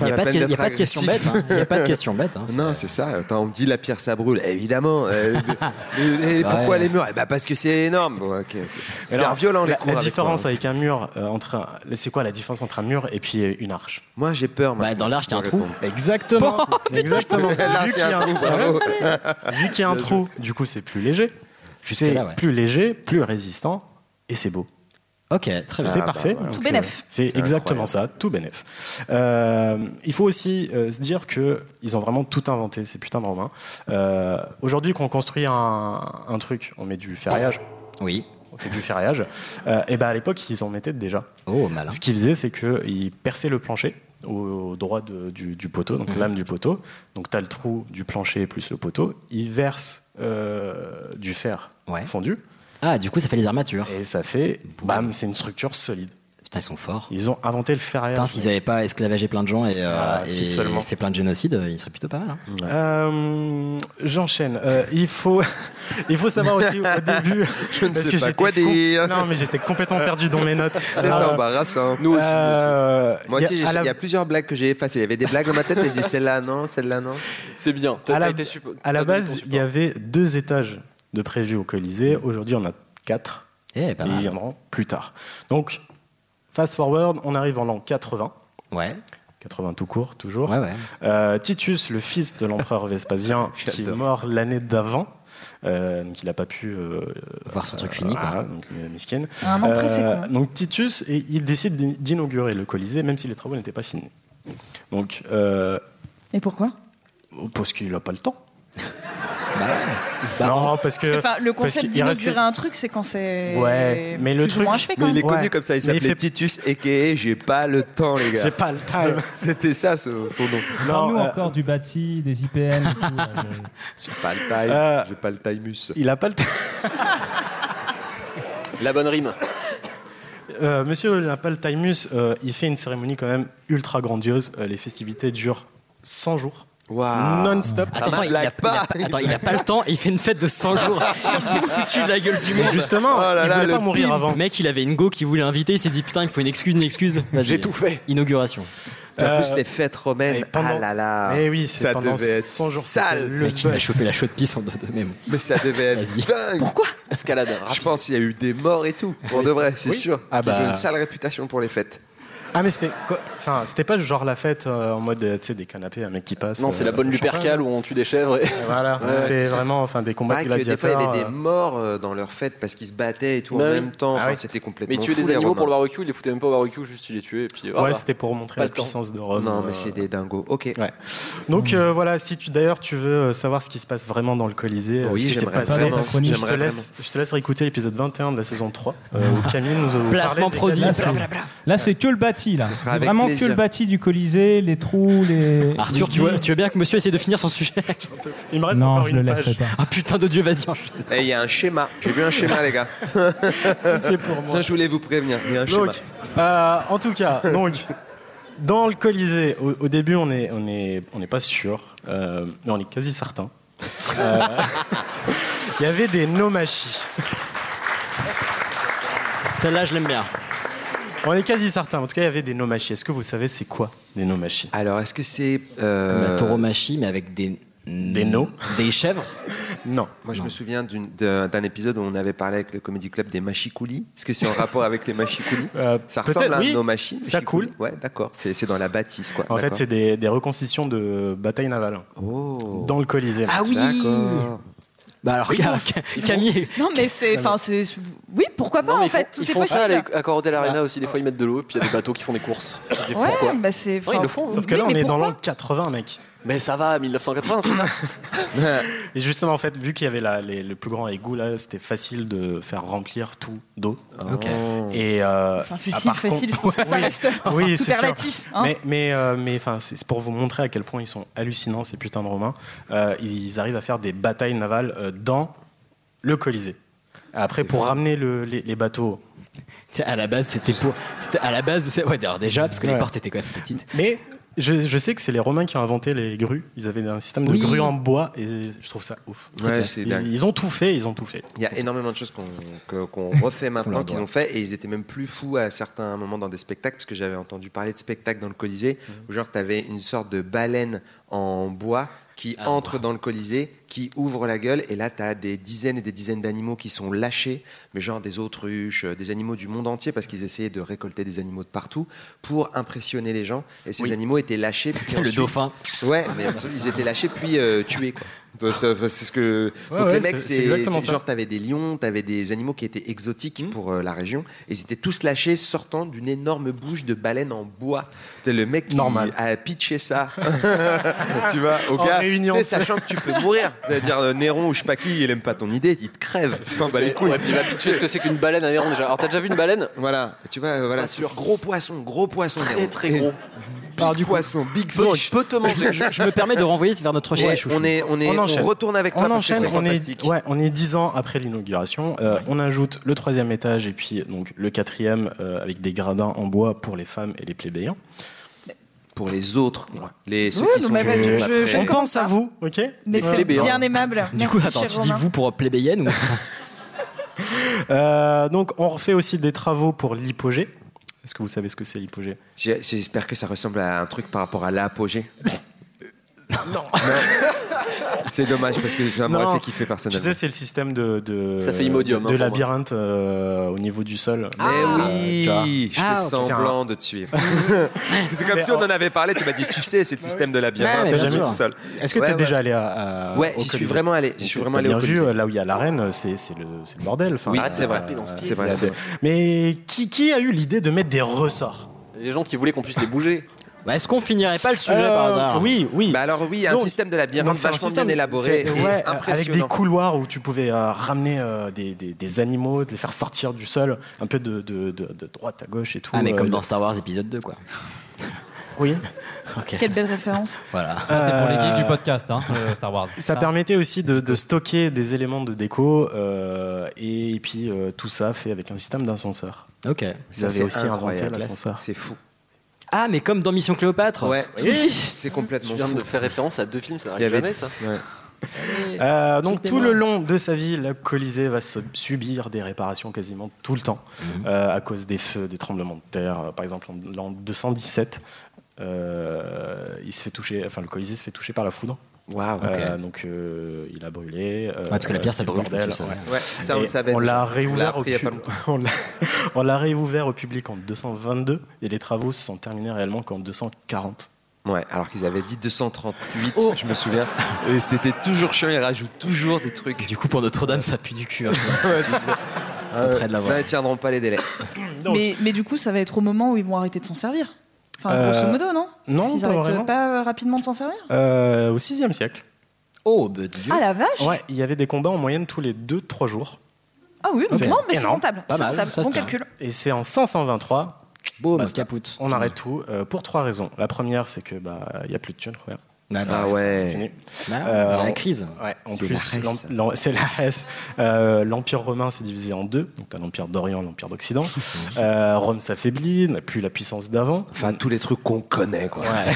Speaker 9: Il n'y a, pas de que- y a pas de question bête. hein. Il y a pas de question bête.
Speaker 5: *laughs*
Speaker 9: hein.
Speaker 10: non, c'est ça. Attends, on me dit la pierre, ça brûle. Évidemment. Euh, euh, et
Speaker 5: Ouais.
Speaker 10: pourquoi les murs Eh ben, Parce que c'est énorme. Bon, ok, c'est
Speaker 5: Mais
Speaker 10: hyper violent, les
Speaker 5: la,
Speaker 10: cours.
Speaker 5: la
Speaker 10: avec
Speaker 5: différence
Speaker 10: moi.
Speaker 5: avec un mur, euh, entre un- c'est quoi la différence entre un mur et puis euh, une arche
Speaker 10: Moi, j'ai peur.
Speaker 5: Bah,
Speaker 9: Bah,
Speaker 5: dans l'arche, il y a un
Speaker 10: trou. *laughs*
Speaker 5: Exactement. Exactement.
Speaker 10: Oh, putain, je pensais-
Speaker 5: Vu qu'il y a
Speaker 10: L'arche, il y a un
Speaker 5: un-
Speaker 10: trou, bravo.
Speaker 5: Vu qu'il y a un
Speaker 10: Bien
Speaker 5: trou, du coup, c'est plus léger. C'est
Speaker 9: Jusque-là, ouais.
Speaker 5: plus léger, plus résistant, et c'est beau.
Speaker 9: *laughs* Ok,
Speaker 10: Ah,
Speaker 9: très bien.
Speaker 10: bah
Speaker 5: C'est parfait.
Speaker 9: voilà.
Speaker 5: Donc,
Speaker 15: Tout bénef.
Speaker 5: euh, C'est
Speaker 9: C'est
Speaker 5: exactement ça, tout bénef. Euh, il faut aussi euh, se dire que ils ont vraiment tout inventé, ces putains de Romains. Euh, Aujourd'hui, quand on construit un, un truc, on met du ferraillage.
Speaker 9: Oui.
Speaker 5: On fait du ferraillage. et ben à l'époque, ils en mettaient déjà.
Speaker 9: Oh, malin.
Speaker 5: Ce qu'ils faisaient, c'est qu'ils perçaient le plancher au, au droit de- du, du poteau, donc
Speaker 9: Mhm.
Speaker 5: l'âme du poteau. Donc tu as le trou du plancher plus le poteau. Ils versent euh, du fer fondu.
Speaker 9: Ah, du coup, ça fait les armatures.
Speaker 5: Et ça fait, bam, c'est une structure solide.
Speaker 9: Putain, ils sont forts.
Speaker 5: Ils ont inventé le ferraillage.
Speaker 9: Putain, s'ils n'avaient pas esclavagé plein de gens et, euh,
Speaker 5: Ah,
Speaker 9: et
Speaker 5: si seulement. Mm.
Speaker 9: fait plein de génocides, euh, ils seraient plutôt pas mal. hein.
Speaker 5: Euh, J'enchaîne. Euh, il faut, *laughs* il faut savoir aussi
Speaker 10: *laughs*
Speaker 5: au début.
Speaker 10: Je ne
Speaker 5: parce
Speaker 10: sais
Speaker 5: que
Speaker 10: pas
Speaker 5: j'étais
Speaker 10: quoi
Speaker 5: com-
Speaker 10: dire.
Speaker 5: Non, mais j'étais complètement perdu dans mes notes.
Speaker 10: C'est
Speaker 5: Euh,
Speaker 10: embarrassant. Nous aussi.
Speaker 5: Euh,
Speaker 10: Moi
Speaker 5: y a-
Speaker 10: aussi, j'ai-
Speaker 5: à
Speaker 10: il
Speaker 5: la-
Speaker 10: y a plusieurs blagues que j'ai effacées. Il y avait des blagues dans ma tête et je
Speaker 5: *laughs*
Speaker 10: dis celle-là, non, celle-là, non.
Speaker 11: C'est bien.
Speaker 5: à la, à la base, il y avait deux étages de prévu au Colisée. Aujourd'hui, on a quatre.
Speaker 9: Eh, pas
Speaker 5: et
Speaker 9: mal.
Speaker 5: ils viendront plus tard. Donc, fast forward, on arrive en l'an 80.
Speaker 9: Ouais.
Speaker 5: 80 tout court, toujours.
Speaker 9: Ouais, ouais.
Speaker 5: Euh, Titus, le fils de l'empereur *laughs* Vespasien, qui est
Speaker 9: J'adore.
Speaker 5: mort l'année d'avant, euh, donc il n'a pas pu euh, voir son truc fini, donc euh, miskin.
Speaker 15: Un an pressé, quoi.
Speaker 5: donc Titus, et il décide d'in- d'inaugurer le Colisée, même si les travaux n'étaient pas finis. Donc, euh,
Speaker 15: Et pourquoi
Speaker 5: parce qu'il n'a pas le temps.
Speaker 9: Bah,
Speaker 5: non, parce
Speaker 15: Parce que
Speaker 5: que
Speaker 15: enfin, le
Speaker 5: parce
Speaker 15: concept
Speaker 5: qu'il
Speaker 15: d'inaugurer
Speaker 5: restait-
Speaker 15: un truc, c'est quand c'est.
Speaker 5: Ouais, mais le
Speaker 15: plus ou
Speaker 5: truc-
Speaker 15: moins achevé,
Speaker 10: Mais
Speaker 15: quand
Speaker 10: il est
Speaker 15: même.
Speaker 10: connu
Speaker 5: Ouais.
Speaker 10: comme ça, il
Speaker 5: Mais il
Speaker 10: s'appelait
Speaker 5: fait-
Speaker 10: Titus, a.k.a. J'ai pas le temps, les gars.
Speaker 5: J'ai pas le time.
Speaker 10: *laughs* Euh,
Speaker 5: *laughs*
Speaker 10: C'était ça, ce- son nom.
Speaker 6: Parle-nous
Speaker 5: euh,
Speaker 6: encore du bâti, des IPN. et tout, là,
Speaker 10: J'ai pas le time,
Speaker 5: Euh,
Speaker 10: j'ai pas le timus.
Speaker 5: Il a pas le temps.
Speaker 11: La bonne rime.
Speaker 5: *laughs* Euh, Monsieur Lapaltaimus, euh, il fait une cérémonie quand même ultra grandiose. Euh, les festivités durent 100 jours.
Speaker 10: Ah.
Speaker 5: Non-stop.
Speaker 9: Attends, attends, il a, il a pas- attends, il a *laughs* pas le temps et il fait une fête de 100 jours. *laughs* Il s'est foutu de la gueule du
Speaker 5: Mais
Speaker 9: monde.
Speaker 5: justement, Oh là il là, voulait pas le mourir pimp. avant.
Speaker 9: Le mec, il avait une go qui voulait inviter. Il s'est dit putain, il faut une excuse, une excuse. Vas-y.
Speaker 10: J'ai tout fait.
Speaker 9: Inauguration.
Speaker 10: Puis en plus,
Speaker 5: Euh,
Speaker 10: les fêtes romaines, ah là là.
Speaker 5: Eh oui, c'est
Speaker 10: ça
Speaker 5: pendant
Speaker 10: devait être
Speaker 5: 100 jours,
Speaker 10: sale.
Speaker 5: c'était
Speaker 9: Le mec, il a chopé la chaude pisse en deux de même.
Speaker 10: Mais ça devait être dingue. Pourquoi
Speaker 11: Escalade.
Speaker 10: Je pense qu'il y a eu des morts et tout, pour de vrai, c'est
Speaker 5: Oui.
Speaker 10: sûr.
Speaker 5: Ah
Speaker 10: Parce qu'ils
Speaker 5: bah.
Speaker 10: ont une sale réputation pour les fêtes.
Speaker 5: Ah mais c'était quoi enfin c'était pas genre la fête euh, en mode euh, tu sais des canapés un mec qui passe.
Speaker 11: Non, c'est la bonne
Speaker 5: percale
Speaker 11: Lupercale où on tue des chèvres.
Speaker 10: *laughs*
Speaker 11: Et...
Speaker 5: voilà,
Speaker 11: Ouais,
Speaker 5: c'est
Speaker 11: c'est ça.
Speaker 5: vraiment enfin des combats
Speaker 10: Pareil Ah, que des fois, il y avait
Speaker 5: gladiateurs.
Speaker 10: des morts euh, dans leur fête parce qu'ils se battaient et tout
Speaker 11: Bah
Speaker 10: en
Speaker 11: oui.
Speaker 10: même temps.
Speaker 11: Ah
Speaker 10: Enfin,
Speaker 11: oui.
Speaker 10: c'était complètement
Speaker 11: Mais tuer
Speaker 10: fou,
Speaker 11: des
Speaker 10: les
Speaker 11: animaux pour le
Speaker 10: Romains.
Speaker 11: barbecue, il les foutait même pas au barbecue, juste il les tuait. Et puis,
Speaker 5: Ouais, c'était pour montrer la puissance de Rome.
Speaker 10: Non,
Speaker 5: euh,
Speaker 10: mais c'est des dingos. Ok.
Speaker 5: Donc euh, voilà, si tu d'ailleurs tu veux euh, savoir ce qui se passe vraiment dans le Colisée, euh,
Speaker 10: Oui,
Speaker 5: ce qui s'est
Speaker 10: j'aimerais
Speaker 5: passé,
Speaker 10: vraiment,
Speaker 5: je te
Speaker 10: j'aimerais
Speaker 5: laisse, je te laisse réécouter l'épisode 21 de la saison 3 euh, où Camille nous a parlé
Speaker 6: Placement produit,
Speaker 5: des
Speaker 6: blablabla. Là, c'est que le bâti, là.
Speaker 5: Ce sera
Speaker 6: C'est
Speaker 5: avec
Speaker 6: vraiment
Speaker 5: plaisir.
Speaker 6: que le bâti du Colisée, les trous, les.
Speaker 9: *laughs* Arthur, tu veux, tu veux bien que monsieur essaie de finir son sujet *laughs*
Speaker 5: Il me reste
Speaker 6: Non, encore je une le laisserai page. pas.
Speaker 9: Ah putain de Dieu, vas-y.
Speaker 10: Et Eh, il y a un schéma. J'ai vu un schéma, les gars.
Speaker 5: C'est pour moi.
Speaker 10: Non, je voulais vous prévenir. Il y a un
Speaker 5: Donc,
Speaker 10: schéma.
Speaker 5: euh, en tout cas, donc, dans le Colisée, au, au début, on n'est on est, on est pas sûr, euh, mais on est quasi certain. Euh, *laughs* Il y avait des nomachis.
Speaker 9: Celle-là, je l'aime bien.
Speaker 5: On est quasi certain. En tout cas, il y avait des nomachis. Est-ce que vous savez c'est quoi des nomachis
Speaker 10: Alors, est-ce que c'est. euh,
Speaker 9: Comme la tauromachie, mais avec des. Euh, Des
Speaker 5: nos
Speaker 9: Des chèvres
Speaker 5: Non.
Speaker 10: Moi, je me souviens d'une- d'un d'un épisode où on avait parlé avec le Comedy Club des machicoulis. Est-ce que c'est en rapport avec les machicoulis Ça
Speaker 5: peut-être,
Speaker 10: ressemble à
Speaker 5: oui.
Speaker 10: nos machines.
Speaker 5: Ça
Speaker 10: machicoulis. Ouais, d'accord. C'est c'est dans la bâtisse, quoi.
Speaker 5: En fait,
Speaker 10: D'accord.
Speaker 5: c'est des, des reconstitutions de batailles navales dans le Colisée.
Speaker 9: Ah oui
Speaker 10: D'accord.
Speaker 9: Bah alors,
Speaker 5: Oui,
Speaker 9: Ca- Camille.
Speaker 15: Non, mais c'est. Enfin, c'est. Oui, pourquoi pas, en fait Tout
Speaker 11: Ils
Speaker 15: est
Speaker 11: font ça à
Speaker 15: possible.
Speaker 11: la- à Cordel Arena aussi, des fois ils mettent de l'eau, puis il y a des bateaux qui font des
Speaker 10: *laughs*
Speaker 11: courses. Je dis, pourquoi
Speaker 15: Ouais, bah c'est.
Speaker 11: Ouais, ils le font. hein.
Speaker 5: Sauf que là, on est dans l'an 80, mec.
Speaker 11: Mais ça va, 1980, c'est *laughs* ça
Speaker 5: Et justement, en fait, vu qu'il y avait la- les- le plus grand égout, là, c'était facile de faire remplir tout d'eau.
Speaker 9: Ok.
Speaker 5: Et, euh,
Speaker 15: Enfin,
Speaker 5: ah,
Speaker 15: facile,
Speaker 5: par
Speaker 15: facile,
Speaker 5: *laughs* contre-
Speaker 15: je pense que ça
Speaker 5: Oui.
Speaker 15: reste-
Speaker 5: Oui,
Speaker 15: tout
Speaker 5: c'est
Speaker 15: est
Speaker 5: sûr.
Speaker 15: relatif, hein.
Speaker 5: Mais, mais, euh, mais, enfin, c'est c'est pour vous montrer à quel point ils sont hallucinants, ces putains de Romains. Euh, ils arrivent à faire des batailles navales euh, dans le Colisée. Après, pour ramener le- les, les bateaux.
Speaker 9: Tu sais, *laughs* À la base, c'était pour. c'était- À la base, c'est- ouais, d'ailleurs, déjà, parce que les
Speaker 5: Ouais.
Speaker 9: portes étaient quand même petites.
Speaker 5: Mais je, je sais que c'est les Romains qui ont inventé les grues. Ils avaient un système
Speaker 9: Oui.
Speaker 5: de grues en bois et je trouve ça ouf.
Speaker 10: Ouais,
Speaker 5: classe.
Speaker 10: c'est dingue.
Speaker 5: ils, ils ont tout fait, ils ont tout fait.
Speaker 10: Il y a énormément de choses qu'on que- *laughs* qu'on refait maintenant,
Speaker 5: leur
Speaker 10: qu'ils
Speaker 5: doit.
Speaker 10: ont fait, et ils étaient même plus fous à certains moments dans des spectacles, parce que j'avais entendu parler de spectacles dans le Colisée, où genre t'avais une sorte de baleine en bois qui entre dans le Colisée, qui ouvre la gueule, et là t'as des dizaines et des dizaines d'animaux qui sont lâchés, mais genre des autruches, euh, des animaux du monde entier, parce qu'ils essayaient de récolter des animaux de partout, pour impressionner les gens, et ces
Speaker 9: Oui.
Speaker 10: animaux étaient *laughs* lâchés. puis
Speaker 9: Le
Speaker 10: ensuite-
Speaker 9: dauphin.
Speaker 10: Ouais, mais ils étaient lâchés, puis euh, tués, *laughs* quoi. Donc, C'est c'est ce que...
Speaker 5: Ouais,
Speaker 10: Donc
Speaker 5: ouais,
Speaker 10: les mecs,
Speaker 5: c'est- c'est
Speaker 10: c'est
Speaker 5: exactement
Speaker 10: c'est
Speaker 5: ça.
Speaker 10: genre t'avais des lions, t'avais des animaux qui étaient exotiques pour euh, la région, et ils étaient tous lâchés sortant d'une énorme bouche de baleine en bois. T'es le mec qui
Speaker 5: Normal.
Speaker 10: a pitché ça, *laughs* tu vois, au
Speaker 5: En
Speaker 10: gars,
Speaker 5: réunion,
Speaker 10: tu sais,
Speaker 5: c'est-
Speaker 10: sachant que tu peux mourir. C'est-à-dire euh, Néron ou je sais pas qui, il aime pas ton idée, il te crève, il s'en bat les couilles.
Speaker 11: Ouais, puis il va pitcher ce que c'est qu'une baleine à Néron déjà. Alors t'as déjà vu une baleine
Speaker 10: Voilà, tu vois, euh, voilà, sur gros poisson, gros poisson,
Speaker 11: Très
Speaker 10: Néron.
Speaker 11: très gros.
Speaker 10: Big poisson, big
Speaker 9: Bon,
Speaker 10: fish.
Speaker 9: je peux te manger. Je, je me permets de renvoyer vers notre chien
Speaker 10: Ouais,
Speaker 9: à chouchou.
Speaker 10: on est, on est,
Speaker 5: On
Speaker 10: on,
Speaker 5: enchaîne.
Speaker 10: retourne avec toi
Speaker 5: on
Speaker 10: parce que
Speaker 5: enchaîne,
Speaker 10: c'est
Speaker 5: on
Speaker 10: fantastique.
Speaker 5: est, ouais, on est 10 ans après l'inauguration. Euh, On ajoute le troisième étage et puis donc le quatrième euh, avec des gradins en bois pour les femmes et les plébéiens.
Speaker 10: Pour les autres, quoi. les ceux
Speaker 15: Ouais,
Speaker 10: qui
Speaker 15: non,
Speaker 10: sont
Speaker 15: mais
Speaker 10: venus
Speaker 15: je-
Speaker 10: après.
Speaker 15: je-
Speaker 5: On pense à vous, ok
Speaker 15: Mais
Speaker 5: Et
Speaker 15: c'est bien aimable.
Speaker 9: Du coup,
Speaker 15: Merci,
Speaker 9: attends,
Speaker 15: cher
Speaker 9: tu dis
Speaker 15: Romain.
Speaker 9: vous pour plébéienne ou
Speaker 5: Euh, donc on refait aussi des travaux pour l'hypogée. Est-ce que vous savez ce que c'est l'hypogée
Speaker 10: J'ai- J'espère que ça ressemble à un truc par rapport à l'apogée. *laughs*
Speaker 5: Non.
Speaker 10: C'est dommage parce que ça
Speaker 5: Non.
Speaker 10: m'aurait fait kiffer
Speaker 5: Tu
Speaker 10: personnellement.
Speaker 5: sais, c'est le système de, de-
Speaker 11: Ça fait Imodium,
Speaker 5: de,
Speaker 11: hein,
Speaker 5: de
Speaker 11: pour moi.
Speaker 5: labyrinthe euh, au niveau du sol.
Speaker 10: mais
Speaker 5: Euh, tu vois.
Speaker 10: Eh oui, je fais
Speaker 9: Ah, ok.
Speaker 10: semblant de te suivre. c'est comme
Speaker 5: C'est-
Speaker 10: si on en avait parlé. Tu m'as dit, tu sais, c'est
Speaker 5: Ah
Speaker 10: le système de
Speaker 9: Ouais,
Speaker 10: labyrinthe.
Speaker 9: mais
Speaker 10: t'as
Speaker 9: bien
Speaker 10: jamais
Speaker 9: sûr.
Speaker 10: tout seul.
Speaker 5: Est-ce que
Speaker 10: Ouais,
Speaker 5: t'es
Speaker 10: ouais.
Speaker 5: déjà allé à, à-
Speaker 10: Ouais,
Speaker 5: au
Speaker 10: j'y suis
Speaker 5: Colisée
Speaker 10: vraiment allé. J'y suis
Speaker 5: T'as
Speaker 10: vraiment allé
Speaker 5: bien
Speaker 10: au
Speaker 5: vu,
Speaker 10: Colisée.
Speaker 5: euh, là où il y a l'arène, c'est c'est le, c'est le bordel. Enfin,
Speaker 10: Oui,
Speaker 5: euh,
Speaker 10: c'est vrai.
Speaker 11: rapide en speed.
Speaker 10: C'est vrai.
Speaker 5: c'est
Speaker 10: c'est
Speaker 5: assez- Mais qui, qui a eu l'idée de mettre des ressorts
Speaker 11: Les gens qui voulaient qu'on puisse les *laughs* bouger.
Speaker 9: Bah, Est-ce qu'on finirait pas le sujet par
Speaker 5: Euh,
Speaker 9: hasard
Speaker 5: Oui, oui.
Speaker 10: Bah alors oui, il y a un
Speaker 5: Donc-
Speaker 10: système de labyrinthe
Speaker 5: Donc, c'est un
Speaker 10: vachement
Speaker 5: système-
Speaker 10: bien élaboré
Speaker 5: c'est- ouais,
Speaker 10: et
Speaker 5: euh, avec des
Speaker 10: impressionnant.
Speaker 5: couloirs où tu pouvais euh, ramener euh, des, des- des animaux, de les faire sortir du sol, un peu de, de- de- de droite à gauche et tout.
Speaker 9: Ah, mais
Speaker 5: euh,
Speaker 9: comme dans Star Wars épisode 2, quoi.
Speaker 5: Oui.
Speaker 9: Ok.
Speaker 15: Quelle belle référence.
Speaker 9: Voilà.
Speaker 4: Ça, c'est pour les geeks
Speaker 5: Euh,
Speaker 4: du podcast, hein, euh, Star Wars.
Speaker 5: Ça
Speaker 4: Ah.
Speaker 5: permettait aussi de, de stocker des éléments de déco euh, et, puis euh, tout ça fait avec un système d'ascenseur.
Speaker 9: Ok.
Speaker 5: Ils avaient aussi inventé l'ascenseur.
Speaker 10: C'est fou.
Speaker 9: Ah, mais comme dans Mission Cléopâtre
Speaker 10: Ouais.
Speaker 9: Oui.
Speaker 10: C'est
Speaker 11: Je
Speaker 10: complètement
Speaker 11: viens
Speaker 10: fou.
Speaker 11: de faire référence à deux films, ça
Speaker 10: Il y
Speaker 11: n'arrive jamais
Speaker 10: avait-
Speaker 11: ça.
Speaker 10: Ouais.
Speaker 5: Euh, donc tout
Speaker 9: Soutenez-moi.
Speaker 5: le long de sa vie, la Colisée va se- subir des réparations quasiment tout le temps
Speaker 9: Mhm.
Speaker 5: euh, à cause des feux, des tremblements de terre. Euh, Par exemple, en l'an 217, euh, il se fait toucher, enfin le Colisée se fait toucher par la foudre.
Speaker 10: Waouh, ok.
Speaker 5: Euh, donc euh, il a brûlé. euh,
Speaker 9: Ouais, parce que la pierre, ça
Speaker 5: c'était le
Speaker 9: brûle,
Speaker 5: bordel,
Speaker 9: je pense,
Speaker 5: ouais.
Speaker 9: ouais. Ouais, ça, on
Speaker 5: Et
Speaker 9: le savait
Speaker 5: On
Speaker 9: déjà.
Speaker 5: l'a
Speaker 9: On l'a
Speaker 5: réouvert, au
Speaker 9: appris il y a
Speaker 5: pub-
Speaker 9: pas longtemps.
Speaker 5: *laughs* on l'a- on l'a réouvert au public en 222 et les travaux se sont terminés réellement qu'en 240.
Speaker 10: Ouais, alors qu'ils avaient dit 238,
Speaker 5: Oh.
Speaker 10: je me souviens. Et c'était toujours chiant, ils rajoutent toujours des trucs.
Speaker 9: Du coup, pour Notre-Dame, ça pue du cul. hein.
Speaker 5: Ah
Speaker 10: Euh,
Speaker 9: près de l'avoir.
Speaker 10: bah, ils tiendront pas les délais.
Speaker 15: Mais, mais du coup, ça va être au moment où ils vont arrêter de s'en servir. Enfin,
Speaker 5: Euh,
Speaker 15: Ah, grosso modo, non
Speaker 5: non,
Speaker 15: Ils
Speaker 5: pas
Speaker 15: arrêtent
Speaker 5: vraiment.
Speaker 15: pas euh, rapidement de s'en servir
Speaker 5: Euh, au 6e siècle.
Speaker 9: Oh, bah, Dieu.
Speaker 15: Ah la vache
Speaker 5: Ouais, il y avait des combats en moyenne tous les 2-3 jours.
Speaker 15: Ah oui, donc
Speaker 5: C'est
Speaker 15: non, mais c'est
Speaker 5: énorme.
Speaker 15: rentable. C'est rentable. Bon calcul.
Speaker 5: Et c'est en 523.
Speaker 9: Boum,
Speaker 5: basta.
Speaker 9: caput.
Speaker 5: On arrête tout euh, pour trois raisons. La première, c'est que bah il y a plus de thunes, Robert.
Speaker 9: Ah bah,
Speaker 10: Ah ouais.
Speaker 5: C'est fini.
Speaker 9: Bah,
Speaker 5: Euh,
Speaker 9: c'est la
Speaker 5: en-
Speaker 9: crise.
Speaker 5: Ouais, en
Speaker 9: C'est
Speaker 5: plus,
Speaker 9: la reste.
Speaker 5: l'em- l'em- c'est la reste. Euh, L'Empire romain s'est divisé en deux. Donc, t'as l'Empire d'Orient, l'Empire
Speaker 10: *laughs*
Speaker 5: d'Occident. Euh, Rome s'affaiblit, n'a plus la puissance d'avant.
Speaker 10: Enfin, tous les trucs qu'on connaît, quoi.
Speaker 5: Ouais.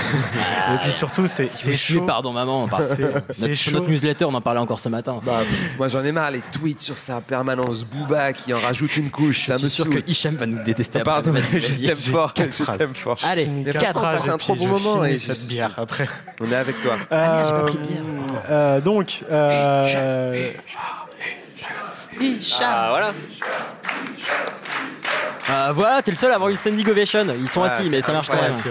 Speaker 5: Et puis surtout,
Speaker 10: Ah,
Speaker 9: *laughs*
Speaker 5: c'est
Speaker 9: Si
Speaker 5: c'est
Speaker 9: vous suivez,
Speaker 5: chaud.
Speaker 9: pardon maman, par-
Speaker 5: C'est-
Speaker 9: notre-
Speaker 5: c'est
Speaker 9: sur
Speaker 5: chaud.
Speaker 9: notre newsletter, on en parlait encore ce matin.
Speaker 10: Bah, Ah, Moi, j'en ai marre, les tweets sur sa permanence. Booba qui en rajoute une couche.
Speaker 9: je
Speaker 10: ça me
Speaker 9: suis sûr
Speaker 10: saoule.
Speaker 9: que Hicham va nous détester. après.
Speaker 10: Pardon,
Speaker 9: Vas-y,
Speaker 10: *laughs* je
Speaker 9: vas-y.
Speaker 10: t'aime
Speaker 9: J'ai
Speaker 10: fort,
Speaker 9: quatre
Speaker 10: je
Speaker 9: phrases.
Speaker 10: t'aime fort.
Speaker 9: Allez,
Speaker 5: Fini
Speaker 10: Mais
Speaker 5: quatre
Speaker 10: franchement, on
Speaker 5: phrases
Speaker 10: passe
Speaker 5: et
Speaker 10: un
Speaker 5: puis
Speaker 10: trop bon
Speaker 5: je
Speaker 10: moment
Speaker 5: finis
Speaker 10: et ça
Speaker 5: cette
Speaker 10: te-
Speaker 5: bière après.
Speaker 10: On est avec toi.
Speaker 5: Euh, euh, donc, euh,
Speaker 15: Hicham.
Speaker 11: voilà.
Speaker 9: Ah, voilà, t'es le seul à avoir une standing ovation. Ils sont
Speaker 5: Ouais,
Speaker 9: assis,
Speaker 5: c'est
Speaker 9: mais ça marche sans rien.
Speaker 5: incroyable, c'est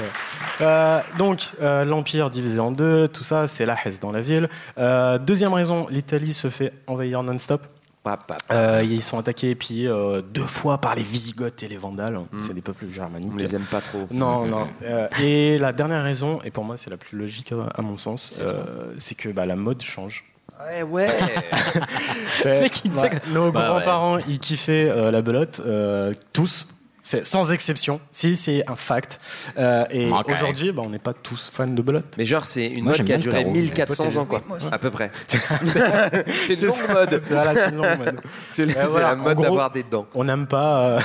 Speaker 5: vrai. Euh, donc, euh, l'Empire divisé en deux, tout ça, c'est la Hesse dans la ville. Euh, deuxième raison, l'Italie se fait envahir non-stop. Euh, ils sont attaqués et pillés euh, deux fois par les Visigoths et les Vandales.
Speaker 9: Mm.
Speaker 5: C'est des peuples germaniques.
Speaker 10: On les aime pas trop.
Speaker 5: Non, non. Euh, et la dernière raison, et pour moi c'est la plus logique hein, à, à mon sens, euh, c'est que bah, la mode change. *laughs*
Speaker 10: Ouais, ouais.
Speaker 5: Ouais.
Speaker 9: mec, il
Speaker 5: Ouais.
Speaker 9: sait que-
Speaker 5: Nos
Speaker 9: Bah ouais.
Speaker 5: grands-parents, ils kiffaient euh, la belote, euh, tous. C'est sans exception. Si, c'est un fact. Euh, et
Speaker 9: Ok.
Speaker 5: aujourd'hui, bah, on n'est pas tous fans de belote.
Speaker 10: Mais genre, c'est une
Speaker 9: Moi,
Speaker 10: mode
Speaker 9: j'aime
Speaker 10: qui a
Speaker 9: bien le
Speaker 10: duré
Speaker 9: tarot.
Speaker 10: 1400 ans, quoi.
Speaker 15: Moi aussi.
Speaker 10: À
Speaker 9: *laughs*
Speaker 10: peu près. *laughs*
Speaker 5: c'est
Speaker 10: une longue
Speaker 5: ça.
Speaker 10: mode.
Speaker 5: C'est voilà, c'est une longue mode.
Speaker 10: C'est
Speaker 5: Euh,
Speaker 10: c'est
Speaker 5: voilà,
Speaker 10: la
Speaker 5: en
Speaker 10: mode
Speaker 5: gros,
Speaker 10: d'avoir des dents.
Speaker 5: On n'aime pas. euh,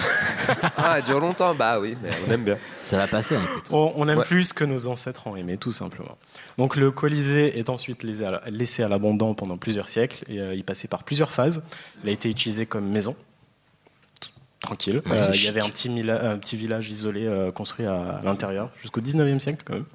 Speaker 10: Ah, elle dure longtemps Bah oui, mais on aime bien.
Speaker 9: Ça va passer. hein, écoute.
Speaker 5: Oh, On, on aime
Speaker 10: Ouais.
Speaker 5: plus que nos ancêtres ont aimé, tout simplement. Donc le Colisée est ensuite laissé à la- laissé à l'abandon pendant plusieurs siècles. Et, euh, il passait par plusieurs phases. Il a été utilisé comme maison. T- Tranquille.
Speaker 9: Ouais,
Speaker 5: Euh,
Speaker 9: c'est
Speaker 5: il
Speaker 9: chic.
Speaker 5: y avait un petit, mila- un petit village isolé euh, construit à, à l'intérieur, jusqu'au 19e siècle quand même.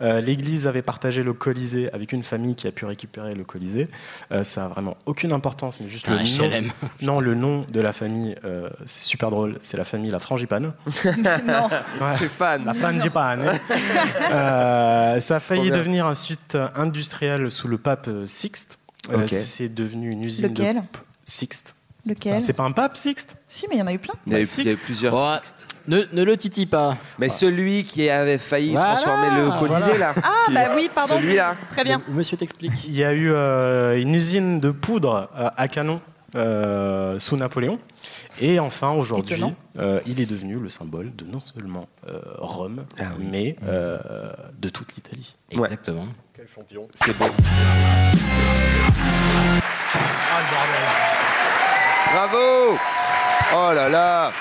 Speaker 5: Euh, L'Église avait partagé le Colisée avec une famille qui a pu récupérer le Colisée. Euh, ça a vraiment aucune importance, mais juste
Speaker 9: Putain,
Speaker 5: le
Speaker 9: HLM.
Speaker 5: nom. Non, le nom de la famille, euh, c'est super drôle. C'est la famille la Frangipane.
Speaker 15: non.
Speaker 5: Ouais.
Speaker 10: C'est fan.
Speaker 5: La Frangipane. hein. Euh, ça a
Speaker 10: C'est trop
Speaker 5: failli
Speaker 10: bien.
Speaker 5: devenir un site euh, industriel sous le pape euh, Sixte. Euh,
Speaker 10: Ok.
Speaker 5: c'est devenu une usine
Speaker 15: Lequel
Speaker 5: de p- Sixte.
Speaker 15: Lequel
Speaker 5: C'est pas un pape Sixte
Speaker 15: Si, mais il y en a eu plein.
Speaker 10: Il y a eu,
Speaker 5: Sixte.
Speaker 10: il y a eu plusieurs
Speaker 9: Ouais.
Speaker 10: Sixtes.
Speaker 9: Ne, ne le titille pas.
Speaker 10: Mais celui qui avait failli
Speaker 9: Voilà,
Speaker 10: transformer le Colisée, là.
Speaker 15: Ah
Speaker 10: Qui-
Speaker 15: bah oui, pardon.
Speaker 10: Celui-là.
Speaker 15: Très bien.
Speaker 9: Monsieur t'explique.
Speaker 5: Il y a eu euh, une usine de poudre euh, à Canon euh, sous Napoléon. Et enfin, aujourd'hui,
Speaker 15: Étonnant.
Speaker 5: euh, il est devenu le symbole de non seulement euh, Rome, mais euh, de toute l'Italie.
Speaker 10: Ouais.
Speaker 9: Exactement.
Speaker 10: C'est bon.
Speaker 5: Ah, le bordel
Speaker 10: Bravo Oh là là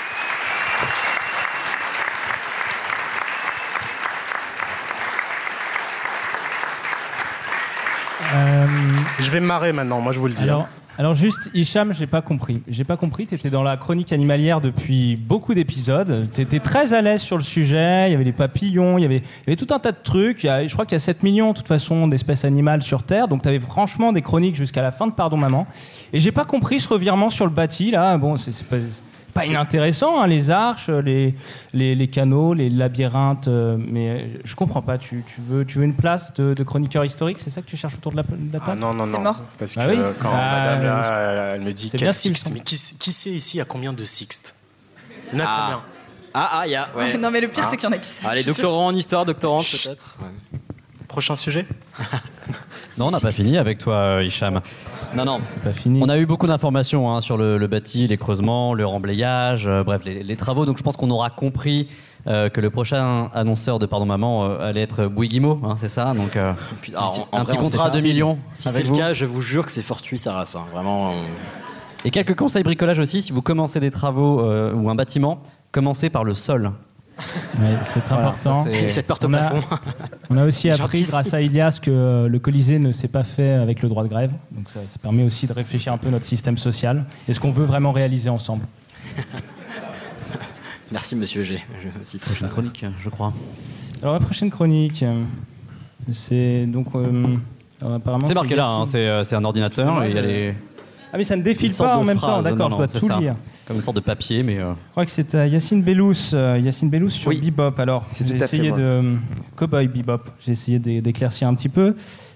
Speaker 6: Euh,
Speaker 5: Je vais me marrer maintenant, moi je vous le dis. hein.
Speaker 6: Alors, alors juste, Hicham, j'ai pas compris. J'ai pas compris, t'étais dans la chronique animalière depuis beaucoup d'épisodes. T'étais très à l'aise sur le sujet, il y avait les papillons, il y avait, il y avait tout un tas de trucs. Il y a- je crois qu'il y a 7 millions, de toute façon, d'espèces animales sur Terre. Donc t'avais franchement des chroniques jusqu'à la fin de Pardon Maman. Et j'ai pas compris ce revirement sur le bâti, là. Bon, c'est c'est pas... c'est Pas inintéressant, hein, les arches, les, les, les canaux, Oh, les labyrinthes, euh, mais euh, je comprends pas. Tu, tu veux, tu veux une place de, de chroniqueur historique C'est ça que tu cherches autour de la, de la
Speaker 5: Ah
Speaker 6: table
Speaker 5: non, non,
Speaker 15: C'est
Speaker 5: non.
Speaker 15: mort.
Speaker 5: Parce que
Speaker 6: Bah oui.
Speaker 5: euh, quand
Speaker 6: Bah,
Speaker 5: madame, là,
Speaker 6: euh,
Speaker 5: elle- elle me dit
Speaker 6: c'est
Speaker 5: quel
Speaker 6: bien s'ils
Speaker 5: sixte,
Speaker 6: font.
Speaker 5: mais qui, qui sait ici à combien de sixte Il y en a
Speaker 9: Ah.
Speaker 5: combien
Speaker 9: Ah, ah, il y a. Ouais.
Speaker 15: Non, mais le pire, c'est qu'il y en a qui savent.
Speaker 9: Ah, les
Speaker 15: je suis
Speaker 9: doctorants en histoire, doctorants peut-être. Ouais.
Speaker 5: Prochain sujet
Speaker 4: Non, on n'a pas fini avec toi, euh, Hicham. Non, non.
Speaker 6: C'est pas fini.
Speaker 4: On a eu beaucoup d'informations hein, sur le, le bâti, les creusements, le remblayage, euh, bref, les, les travaux. Donc je pense qu'on aura compris euh, que le prochain annonceur de Pardon Maman euh, allait être Bouyguimo, hein, c'est ça Donc euh,
Speaker 9: Puis, ah, en- en
Speaker 4: un
Speaker 9: vrai,
Speaker 4: petit
Speaker 9: on sait
Speaker 4: contrat à
Speaker 9: pas.
Speaker 4: 2 millions.
Speaker 9: Si
Speaker 4: avec
Speaker 9: c'est le
Speaker 4: vous.
Speaker 9: cas, je vous jure que c'est fortuit, sa race. hein. Vraiment. on-
Speaker 4: Et quelques conseils bricolage aussi, si vous commencez des travaux euh, ou un bâtiment, commencez par le sol.
Speaker 6: Ouais, c'est
Speaker 4: Voilà,
Speaker 6: important.
Speaker 4: ça,
Speaker 9: *laughs*
Speaker 4: c'est-
Speaker 9: Cette porte au
Speaker 6: on a-
Speaker 9: plafond.
Speaker 6: On a aussi appris
Speaker 9: Gentil.
Speaker 6: grâce à Ilias que euh, le Colisée ne s'est pas fait avec le droit de grève. Donc ça, ça permet aussi de réfléchir un peu notre système social et ce qu'on veut vraiment réaliser ensemble.
Speaker 9: Merci, monsieur G. Je cite très
Speaker 6: Euh,
Speaker 4: Prochaine chronique, je crois.
Speaker 6: Alors la prochaine chronique, euh, c'est donc euh, Alors, apparemment,
Speaker 4: C'est marqué là, hein,
Speaker 6: Yassine.
Speaker 4: c'est euh, c'est un ordinateur et il y a les.
Speaker 6: Ah, mais ça ne défile
Speaker 4: une sorte
Speaker 6: pas en
Speaker 4: de
Speaker 6: même temps,
Speaker 4: phrase.
Speaker 6: d'accord,
Speaker 4: Non,
Speaker 6: je dois
Speaker 4: non, c'est
Speaker 6: tout
Speaker 4: ça.
Speaker 6: lire.
Speaker 4: Comme une sorte de papier, mais. euh,
Speaker 6: Je crois que c'est euh, Yacine Bellous, euh, Yacine Bellous sur Bebop. Alors, j'ai
Speaker 4: tout à fait
Speaker 6: essayé
Speaker 4: moi.
Speaker 6: de Cowboy Bebop. J'ai essayé d'é- d'éclaircir un petit peu.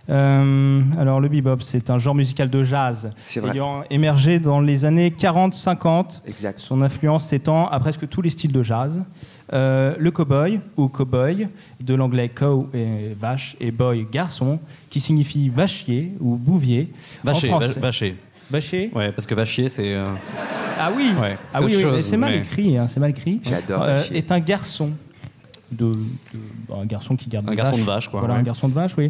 Speaker 6: Euh, alors, le bebop, c'est un genre musical de jazz
Speaker 10: C'est vrai.
Speaker 6: ayant émergé dans les années 40-50.
Speaker 10: Exact.
Speaker 6: Son influence s'étend à presque tous les styles de jazz. Euh, le cowboy ou cowboy, de l'anglais cow et vache et boy garçon, qui signifie vachier ou bouvier. en
Speaker 4: Vaché, va-
Speaker 6: français.
Speaker 4: vaché.
Speaker 6: Vaché
Speaker 4: Ouais, parce que vachier, c'est. euh,
Speaker 6: Ah oui,
Speaker 4: Ouais,
Speaker 6: ah
Speaker 4: c'est
Speaker 6: oui,
Speaker 4: autre
Speaker 6: oui, mais
Speaker 4: chose,
Speaker 6: c'est mal
Speaker 4: mais-
Speaker 6: écrit, hein, c'est mal écrit.
Speaker 4: J'adore
Speaker 6: Euh,
Speaker 4: Vachier.
Speaker 6: est un garçon. De, de- un garçon qui garde
Speaker 4: Un
Speaker 6: des
Speaker 4: garçon
Speaker 6: vaches.
Speaker 4: de vache, quoi,
Speaker 6: Voilà,
Speaker 4: ouais.
Speaker 6: un garçon de vache, oui.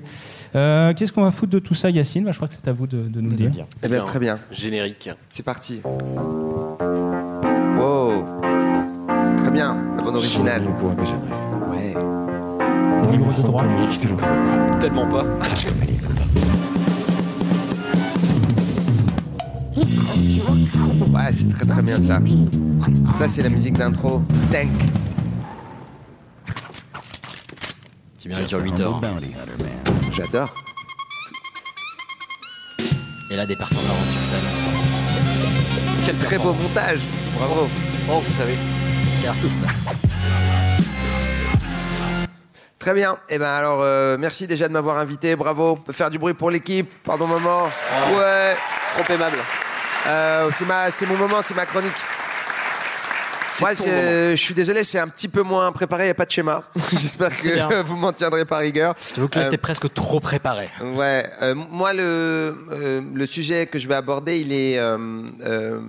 Speaker 6: Euh, Qu'est-ce qu'on va foutre de tout ça, Yacine Bah, Je crois que c'est à vous de, de nous le dire.
Speaker 10: Eh bien, très bien.
Speaker 11: Générique.
Speaker 10: C'est parti. Wow. C'est très bien, la bande originale. Ouais.
Speaker 6: de droit.
Speaker 11: Tellement pas.
Speaker 10: Ouais, c'est très très bien ça. Ça, c'est la musique d'intro. Tank.
Speaker 9: Tu viens de dire 8 heures.
Speaker 10: J'adore.
Speaker 9: Et là, des parfums marrants sur scène.
Speaker 10: Quel très beau montage. Bravo.
Speaker 11: Oh, vous savez.
Speaker 9: Quel artiste.
Speaker 10: Très bien. Eh ben alors, euh, merci déjà de m'avoir invité. Bravo. On peut faire du bruit pour l'équipe. Pardon, maman. Ouais.
Speaker 11: Trop aimable.
Speaker 10: Euh, c'est ma, c'est mon moment, c'est ma chronique.
Speaker 11: C'est
Speaker 10: Moi,
Speaker 11: ton
Speaker 10: c'est-
Speaker 11: moment.
Speaker 10: je suis désolé, c'est un petit peu moins préparé, il n'y a pas de schéma. *laughs* J'espère
Speaker 9: C'est bien.
Speaker 10: que *laughs* vous m'en tiendrez par rigueur.
Speaker 9: J'avoue que là,
Speaker 10: Euh,
Speaker 9: j'étais presque trop préparé.
Speaker 10: Ouais, euh, moi le, euh, le sujet que je vais aborder, il est euh, euh,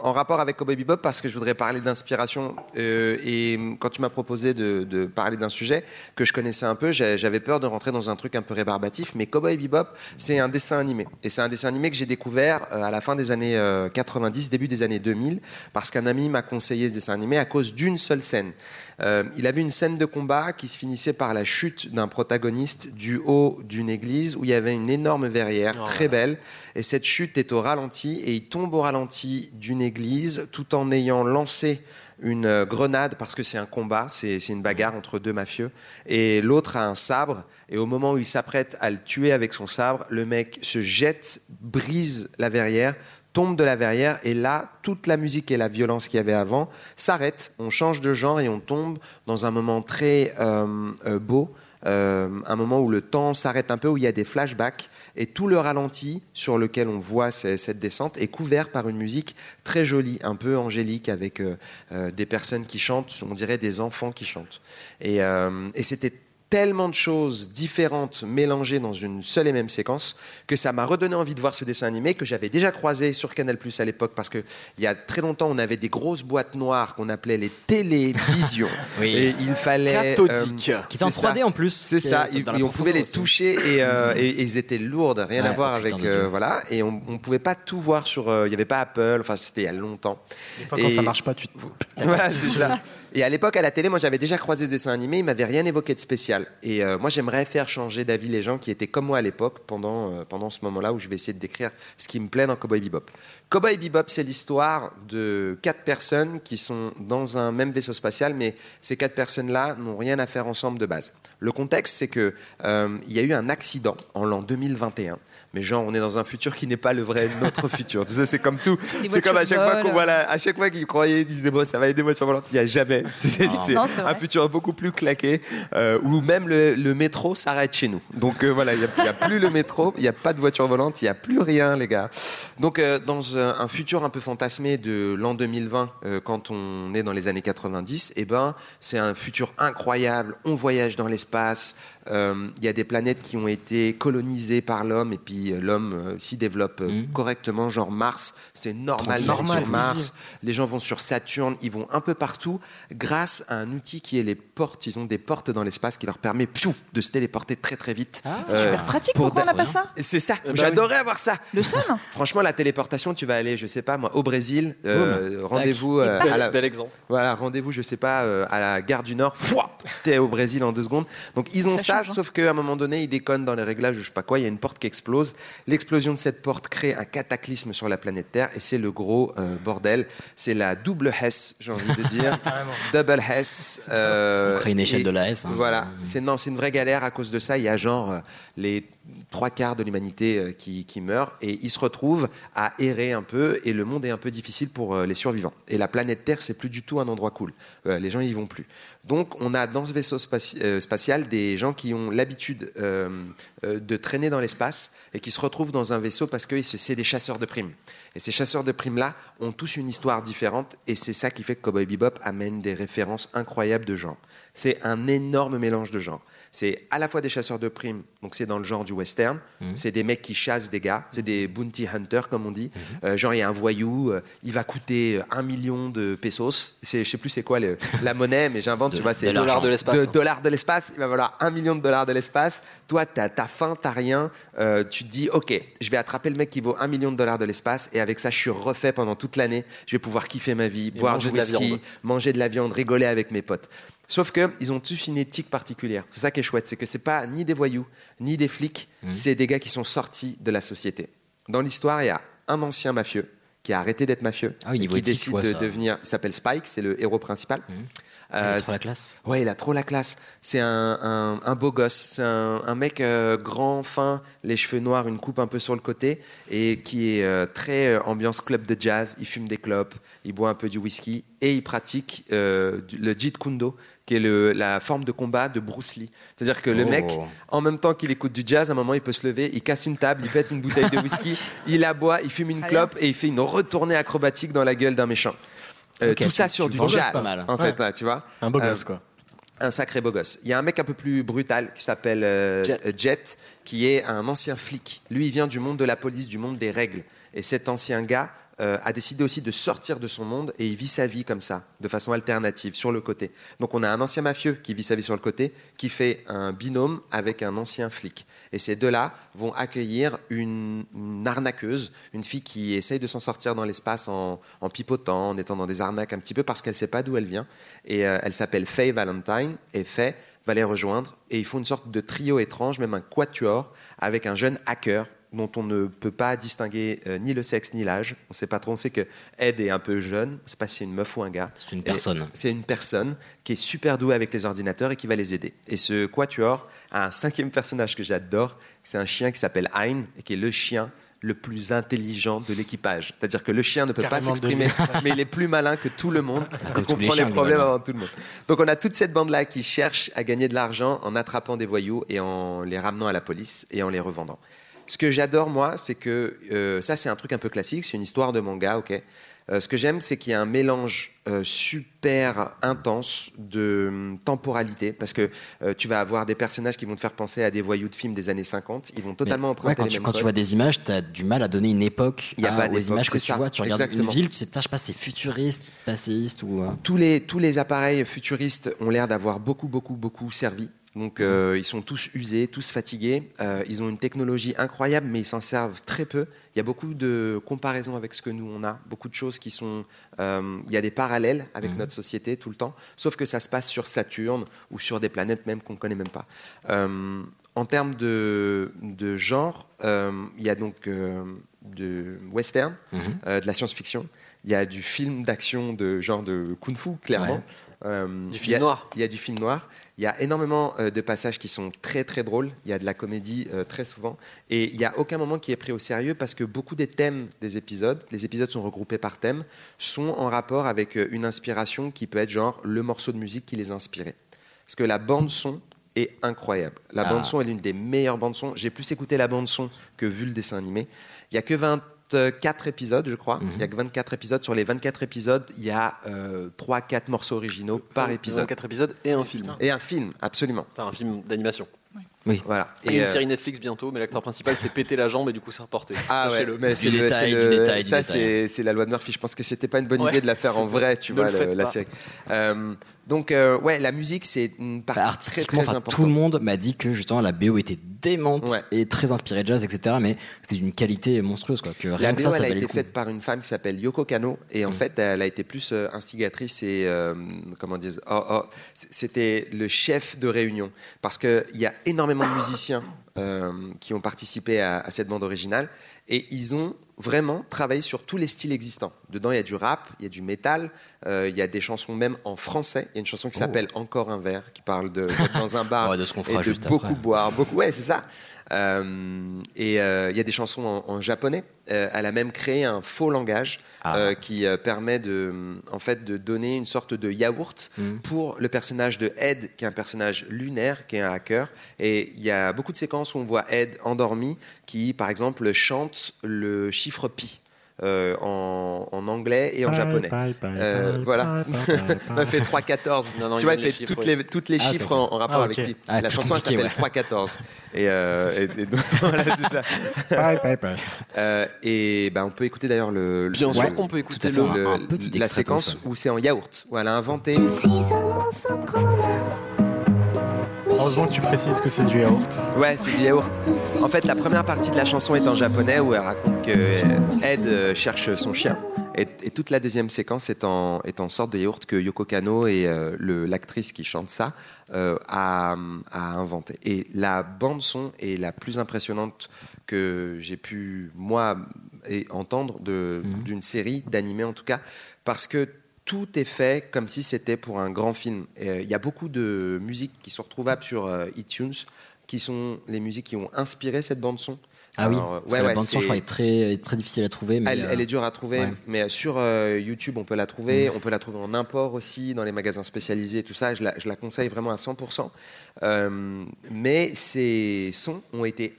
Speaker 10: en rapport avec Cowboy Bebop parce que je voudrais parler d'inspiration. euh, et quand tu m'as proposé de, de parler d'un sujet que je connaissais un peu, j'a- j'avais peur de rentrer dans un truc un peu rébarbatif. Mais Cowboy Bebop, c'est un dessin animé. Et c'est un dessin animé que j'ai découvert euh, à la fin des années euh, 90, début des années 2000, parce qu'un ami m'a conseillé ce dessin animé à cause d'une seule scène. Euh, il avait une scène de combat qui se finissait par la chute d'un protagoniste du haut d'une église où il y avait une énorme verrière très belle. Et cette chute est au ralenti et il tombe au ralenti d'une église tout en ayant lancé une euh, grenade parce que c'est un combat, c'est c'est une bagarre entre deux mafieux. Et l'autre a un sabre. Et au moment où il s'apprête à le tuer avec son sabre, le mec se jette, brise la verrière tombe de la verrière et là, toute la musique et la violence qu'il y avait avant s'arrête. On change de genre et on tombe dans un moment très euh, euh, beau, euh, un moment où le temps s'arrête un peu, où il y a des flashbacks et tout le ralenti sur lequel on voit ce- cette descente est couvert par une musique très jolie, un peu angélique, avec euh, euh, des personnes qui chantent, on dirait des enfants qui chantent. Et, euh, et c'était tellement de choses différentes mélangées dans une seule et même séquence que ça m'a redonné envie de voir ce dessin animé que j'avais déjà croisé sur Canal Plus à l'époque parce que il y a très longtemps on avait des grosses boîtes noires qu'on appelait les télévisions
Speaker 9: *laughs* Oui.
Speaker 10: et il fallait euh,
Speaker 9: Cathodique. Qui étaient en
Speaker 10: c'est
Speaker 9: 3D
Speaker 10: ça.
Speaker 9: en plus.
Speaker 10: c'est
Speaker 9: Qui est-
Speaker 10: ça
Speaker 9: dans
Speaker 10: et,
Speaker 9: la
Speaker 10: et on pouvait
Speaker 9: profondeur
Speaker 10: les
Speaker 9: aussi.
Speaker 10: toucher et, euh, et- et ils étaient lourds rien
Speaker 9: Ouais,
Speaker 10: à voir
Speaker 9: oh,
Speaker 10: avec
Speaker 9: putain de Dieu.
Speaker 10: euh, voilà et on, on pouvait pas tout voir sur euh, il y avait pas Apple enfin c'était il y a longtemps
Speaker 5: Des fois, quand ça marche pas, tu te.
Speaker 10: voilà, c'est ça. *laughs* Et à l'époque, à la télé, moi, j'avais déjà croisé ce dessin animé, il m'avait rien évoqué de spécial. Et euh, moi, j'aimerais faire changer d'avis les gens qui étaient comme moi à l'époque, pendant, euh, pendant ce moment-là où je vais essayer de décrire ce qui me plaît dans Cowboy Bebop. Cowboy Bebop, c'est l'histoire de quatre personnes qui sont dans un même vaisseau spatial, mais ces quatre personnes-là n'ont rien à faire ensemble de base. Le contexte, c'est que euh, il y a eu un accident en l'an 2021. Mais genre, on est dans un futur qui n'est pas le vrai notre *laughs* futur. Tu sais, c'est comme tout.
Speaker 16: Les
Speaker 10: C'est comme à chaque
Speaker 16: voitures
Speaker 10: fois qu'on
Speaker 16: volent.
Speaker 10: voit la- à chaque fois qu'ils croyaient, ils disaient bon, ça va aider moi sur volantes. Il n'y a jamais. *laughs* C'est
Speaker 16: Non.
Speaker 10: c'est
Speaker 16: Ah. Non, c'est
Speaker 10: un futur beaucoup plus claqué euh, où même le, le métro s'arrête chez nous. Donc euh, voilà, il n'y a, plus le métro, il n'y a pas de voiture volante, il n'y a plus rien, les gars. Donc euh, dans un, un futur un peu fantasmé de l'an 2020, euh, quand on est dans les années 90, eh ben c'est un futur incroyable. On voyage dans l'espace. euh, Il y a des planètes qui ont été colonisées par l'homme et puis euh, l'homme euh, s'y développe euh,
Speaker 15: Mhm.
Speaker 10: correctement, genre Mars, c'est normal,
Speaker 16: Tranquille,
Speaker 10: normal sur
Speaker 16: normal,
Speaker 10: Mars,
Speaker 16: plaisir.
Speaker 10: les gens vont sur Saturne, ils vont un peu partout grâce à un outil qui est les portes. Ils ont des portes dans l'espace qui leur permet pfiou, de se téléporter très très vite. Euh,
Speaker 15: C'est Ah, super pratique,
Speaker 10: pour
Speaker 15: pourquoi on n'a pas
Speaker 10: d'a-
Speaker 15: ça
Speaker 10: C'est ça,
Speaker 15: Eh ben
Speaker 10: j'adorais avoir ça.
Speaker 15: Le seul
Speaker 10: Franchement, la téléportation, tu vas aller, je sais pas moi, au Brésil, euh,
Speaker 11: Boum.
Speaker 10: rendez-vous
Speaker 11: Tac.
Speaker 10: euh,
Speaker 11: Bel-
Speaker 10: à la-
Speaker 11: bel exemple.
Speaker 10: Voilà, rendez-vous, je sais pas, euh, à la gare du Nord, fouah, t'es au Brésil en deux secondes. Donc ils ont
Speaker 16: Ça
Speaker 10: ça,
Speaker 16: change, hein.
Speaker 10: sauf qu'à un moment donné, ils déconnent dans les réglages ou je sais pas quoi, il y a une porte qui explose. L'explosion de cette porte crée un cataclysme sur la planète Terre et c'est le gros euh, bordel. C'est la double Hess, j'ai envie
Speaker 16: *laughs*
Speaker 10: de dire. double Hess. euh,
Speaker 9: On crée une échelle
Speaker 10: et-
Speaker 9: de la Hesse, hein.
Speaker 10: Voilà, c'est non, c'est une vraie galère à cause de ça. Il y a genre euh, les trois quarts de l'humanité euh, qui, qui meurt et ils se retrouvent à errer un peu et le monde est un peu difficile pour euh, les survivants. Et la planète Terre, c'est plus du tout un endroit cool. Euh, les gens y vont plus. Donc on a dans ce vaisseau spati- euh, spatial des gens qui ont l'habitude euh, euh, de traîner dans l'espace et qui se retrouvent dans un vaisseau parce que c'est c'est des chasseurs de primes. Et ces chasseurs de primes-là ont tous une histoire différente et c'est ça qui fait que Cowboy Bebop amène des références incroyables de genre. C'est un énorme mélange de genres. C'est à la fois des chasseurs de primes, donc c'est dans le genre du western,
Speaker 11: Mhm.
Speaker 10: c'est des mecs qui chassent des gars, c'est des bounty hunters comme on dit.
Speaker 11: Mhm.
Speaker 10: Euh, genre il y a un voyou, euh, il va coûter euh, un million de pesos, c'est, je sais plus c'est quoi le- la monnaie, mais j'invente, tu vois, c'est
Speaker 11: de l'argent. Dollars de l'espace.
Speaker 10: dollars de l'espace, il va falloir un million de dollars de l'espace. Toi, t'as, t'as faim, t'as rien. Euh, tu te dis, OK, je vais attraper le mec qui vaut un million de dollars de l'espace et avec ça, je suis refait pendant toute l'année. Je vais pouvoir kiffer ma vie, boire
Speaker 11: manger
Speaker 10: du
Speaker 11: de la
Speaker 10: whisky,
Speaker 11: viande.
Speaker 10: manger de la viande, rigoler avec mes potes. Sauf que ils ont tous une éthique particulière. C'est ça qui est chouette, c'est que c'est pas ni des voyous, ni des flics,
Speaker 9: Mmh.
Speaker 10: c'est des gars qui sont sortis de la société. Dans l'histoire, il y a un ancien mafieux qui a arrêté d'être mafieux,
Speaker 9: Ah oui,
Speaker 10: et
Speaker 9: niveau
Speaker 10: qui
Speaker 9: éthique,
Speaker 10: décide
Speaker 9: je vois
Speaker 10: de
Speaker 9: ça. Mmh.
Speaker 10: devenir. Il s'appelle Spike, c'est le héros principal.
Speaker 9: Il a
Speaker 10: Euh,
Speaker 9: trop la classe.
Speaker 10: Ouais, il a trop la classe. C'est un, un- un beau gosse. C'est un, un mec euh, grand, fin, les cheveux noirs, une coupe un peu sur le côté, et qui est euh, très euh, ambiance club de jazz. Il fume des clopes, il boit un peu du whisky, et il pratique euh, du- le Jeet Kundo, qui est le- la forme de combat de Bruce Lee. C'est-à-dire que le
Speaker 9: Oh.
Speaker 10: mec, en même temps qu'il écoute du jazz, à un moment, il peut se lever, il casse une table, il pète une bouteille
Speaker 9: *laughs*
Speaker 10: de whisky, il aboie, il fume une
Speaker 9: Très
Speaker 10: clope, et il fait une retournée acrobatique dans la gueule d'un méchant. Euh,
Speaker 9: Ok,
Speaker 10: tout ça
Speaker 9: tu-
Speaker 10: sur
Speaker 9: tu
Speaker 10: du
Speaker 9: venges
Speaker 10: jazz,
Speaker 9: pas mal.
Speaker 10: en
Speaker 9: Ouais.
Speaker 10: fait, là, tu vois.
Speaker 9: Un beau gosse,
Speaker 10: quoi. Un sacré beau gosse. Il y a un mec un peu plus brutal qui s'appelle euh, euh, Jet. qui est un ancien flic. Lui, il vient du monde de la police, du monde des règles. Et cet ancien gars euh, a décidé aussi de sortir de son monde et il vit sa vie comme ça, de façon alternative, sur le côté. Donc on a un ancien mafieux qui vit sa vie sur le côté, qui fait un binôme avec un ancien flic. Et ces deux-là vont accueillir une, une arnaqueuse, une fille qui essaye de s'en sortir dans l'espace en, en pipotant, en étant dans des arnaques un petit peu parce qu'elle ne sait pas d'où elle vient. Et euh, elle s'appelle Faye Valentine et Faye va les rejoindre et ils font une sorte de trio étrange, même un quatuor, avec un jeune hacker dont on ne peut pas distinguer euh, ni le sexe ni l'âge. On ne sait pas trop, on sait que Ed est un peu jeune, on ne sait pas si c'est une meuf ou un gars. C'est
Speaker 9: une personne.
Speaker 10: c'est une personne qui est super douée avec les ordinateurs et qui va les aider. Et ce quatuor a un cinquième personnage que j'adore, c'est un chien qui s'appelle Hein et qui est le chien le plus intelligent de l'équipage. C'est-à-dire que le chien ne peut pas
Speaker 9: Carrément
Speaker 10: s'exprimer,
Speaker 9: devenu.
Speaker 10: *laughs* mais il est plus malin que tout le monde.
Speaker 9: comme tous
Speaker 10: il
Speaker 9: les
Speaker 10: comprend les,
Speaker 9: chiens,
Speaker 10: problèmes
Speaker 9: globalement.
Speaker 10: avant tout le monde. Donc on a toute cette bande-là qui cherche à gagner de l'argent en attrapant des voyous et en les ramenant à la police et en les revendant. Ce que j'adore, moi, c'est que euh, ça, c'est un truc un peu classique, c'est une histoire de manga, ok. Euh, ce que j'aime, c'est qu'il y a un mélange euh, super intense de hum, temporalité, parce que euh, tu vas avoir des personnages qui vont te faire penser à des voyous de films des années 50, ils vont totalement
Speaker 9: Mais-
Speaker 10: emprunter
Speaker 9: ouais, quand,
Speaker 10: les
Speaker 9: tu,
Speaker 10: mêmes
Speaker 9: quand tu
Speaker 10: codes.
Speaker 9: vois des images, tu as du mal à donner une époque
Speaker 10: Il y a
Speaker 9: à-
Speaker 10: pas
Speaker 9: aux
Speaker 10: d'époque,
Speaker 9: images que
Speaker 10: c'est
Speaker 9: tu
Speaker 10: ça,
Speaker 9: vois. Tu regardes une
Speaker 10: exactement.
Speaker 9: ville, tu sais, putain, je sais pas, c'est futuriste, passéiste ou. euh,
Speaker 10: tous les, tous les appareils futuristes ont l'air d'avoir beaucoup, beaucoup, beaucoup servi. Donc, euh, ils sont tous usés, tous fatigués. Euh, ils ont une technologie incroyable, mais ils s'en servent très peu. Il y a beaucoup de comparaisons avec ce que nous, on a. Beaucoup de choses qui sont... euh, il y a des parallèles avec notre société tout le temps, sauf que ça se passe sur Saturne ou sur des planètes même qu'on ne connaît même pas. Euh, en termes de, de genre, euh, il y a donc euh, de western, euh, de la science-fiction. Il y a du film d'action de genre de kung-fu, clairement.
Speaker 11: Ouais.
Speaker 10: Euh,
Speaker 11: Du
Speaker 10: il y
Speaker 11: film
Speaker 10: a-
Speaker 11: noir.
Speaker 10: Il y a du film noir. Il y a énormément euh, de passages qui sont très très drôles. Il y a de la comédie euh, très souvent. Et il n'y a aucun moment qui est pris au sérieux parce que beaucoup des thèmes des épisodes, les épisodes sont regroupés par thème, sont en rapport avec euh, une inspiration qui peut être genre le morceau de musique qui les inspirait. Parce que la bande son est incroyable. La
Speaker 9: Ah.
Speaker 10: bande son est l'une des meilleures bandes son. J'ai plus écouté la bande son que vu le dessin animé. Il y a que 24 épisodes, je crois. Il y a que 24 épisodes. Sur les 24 épisodes, il y a 3-4 morceaux originaux
Speaker 11: Oh,
Speaker 10: par épisode.
Speaker 11: 4 épisodes et un film.
Speaker 10: Et un film, absolument.
Speaker 11: Enfin, un film d'animation.
Speaker 9: Oui.
Speaker 10: Voilà.
Speaker 11: Et Ah, une
Speaker 10: euh,
Speaker 11: série Netflix bientôt, mais l'acteur principal s'est pété la jambe et du coup c'est reporté.
Speaker 10: Ah ouais,
Speaker 11: Sachez-le.
Speaker 10: mais c'est le- c'est le- ça c'est c'est la loi de Murphy. Je pense que c'était pas une bonne
Speaker 11: Ouais,
Speaker 10: idée de la faire en
Speaker 11: c'est-
Speaker 10: vrai, tu
Speaker 11: ne
Speaker 10: vois,
Speaker 11: le
Speaker 10: le-
Speaker 11: faites
Speaker 10: la
Speaker 11: pas.
Speaker 10: série. Euh, donc euh, ouais, la musique c'est une partie très
Speaker 9: Bah, artistiquement,
Speaker 10: très
Speaker 9: enfin,
Speaker 10: importante.
Speaker 9: tout le monde m'a dit que justement la BO était démente et très inspirée de jazz, etc. Mais c'était d'une qualité monstrueuse, quoi. Que rien
Speaker 10: la
Speaker 9: que ça,
Speaker 10: BO,
Speaker 9: ça
Speaker 10: elle a
Speaker 9: valait
Speaker 10: été
Speaker 9: le coup. Mm.
Speaker 10: faite par une femme qui s'appelle Yoko Kano et en fait elle a été plus euh, instigatrice et euh, comment dire oh, oh, c- c'était le chef de réunion parce que il y a énormément de musiciens euh, qui ont participé à, à cette bande originale et ils ont vraiment travaillé sur tous les styles existants. Dedans, il y a du rap, il y a du métal, euh, il y a des chansons même en français. Il y a une chanson
Speaker 9: Oh.
Speaker 10: qui s'appelle Encore un verre qui parle de d'être dans un
Speaker 9: *laughs*
Speaker 10: bar
Speaker 9: Ouais, de ce qu'on
Speaker 10: et
Speaker 9: fera
Speaker 10: de
Speaker 9: juste
Speaker 10: beaucoup
Speaker 9: après.
Speaker 10: boire, beaucoup. Ouais, c'est ça. Euh, et euh, il y a des chansons en, en japonais. Euh, elle a même créé un faux langage
Speaker 16: Ah.
Speaker 10: euh, qui euh, permet de, en fait, de donner une sorte de yaourt
Speaker 16: Mm.
Speaker 10: pour le personnage de Ed, qui est un personnage lunaire, qui est un hacker. Et il y a beaucoup de séquences où on voit Ed endormi, qui, par exemple, chante le chiffre pi. euh, en, en anglais et en
Speaker 16: Pi,
Speaker 10: japonais.
Speaker 16: pi, pi,
Speaker 10: Euh,
Speaker 16: pi,
Speaker 10: voilà.
Speaker 16: pi, pi, pi.
Speaker 10: *laughs* Non, elle fait 3-14.
Speaker 16: Non, non, il
Speaker 10: tu vois,
Speaker 16: donne
Speaker 10: elle
Speaker 16: les
Speaker 10: fait
Speaker 16: chiffres,
Speaker 10: toutes
Speaker 16: oui.
Speaker 10: les, toutes les
Speaker 16: Ah,
Speaker 10: chiffres en,
Speaker 16: d'accord.
Speaker 10: en rapport
Speaker 16: Ah,
Speaker 10: avec
Speaker 16: ok.
Speaker 10: pi.
Speaker 16: Ah,
Speaker 10: La
Speaker 16: plus
Speaker 10: chanson, elle
Speaker 16: compliqué,
Speaker 10: s'appelle
Speaker 16: ouais.
Speaker 10: 3-14. Et, euh, et- et donc, *laughs* voilà, c'est ça. Euh, et bah, on peut écouter d'ailleurs le. le-
Speaker 11: Bien sûr
Speaker 10: ouais,
Speaker 11: qu'on peut
Speaker 10: tout à
Speaker 11: écouter
Speaker 10: fait,
Speaker 11: le- un petit
Speaker 10: la
Speaker 11: extrait
Speaker 10: séquence
Speaker 11: comme
Speaker 10: où c'est en yaourt, où elle a inventé.
Speaker 5: Heureusement que tu précises que c'est du yaourt.
Speaker 10: Ouais, c'est du yaourt. En fait, la première partie de la chanson est en japonais où elle raconte que euh, Ed euh, cherche son chien. Et, et toute la deuxième séquence est en, est en sorte de yaourt que Yoko Kano et euh, le- l'actrice qui chante ça euh, a, a inventé. Et la bande son est la plus impressionnante que j'ai pu, moi, et entendre de- d'une série, d'animé en tout cas, parce que tout est fait comme si c'était pour un grand film. Et, euh, Il y a beaucoup de musiques qui sont retrouvables sur euh, iTunes, qui sont les musiques qui ont inspiré cette bande son.
Speaker 9: Ah oui,
Speaker 10: Alors,
Speaker 9: parce que la bande son, je crois, est très, est très difficile à trouver. Mais
Speaker 10: elle,
Speaker 9: euh,
Speaker 10: elle est dure à trouver,
Speaker 9: ouais.
Speaker 10: mais euh, sur euh, YouTube, on peut la trouver. On peut la trouver en import aussi, dans les magasins spécialisés, et tout ça. Je la, je la conseille vraiment à 100%. Euh, mais ces sons ont été,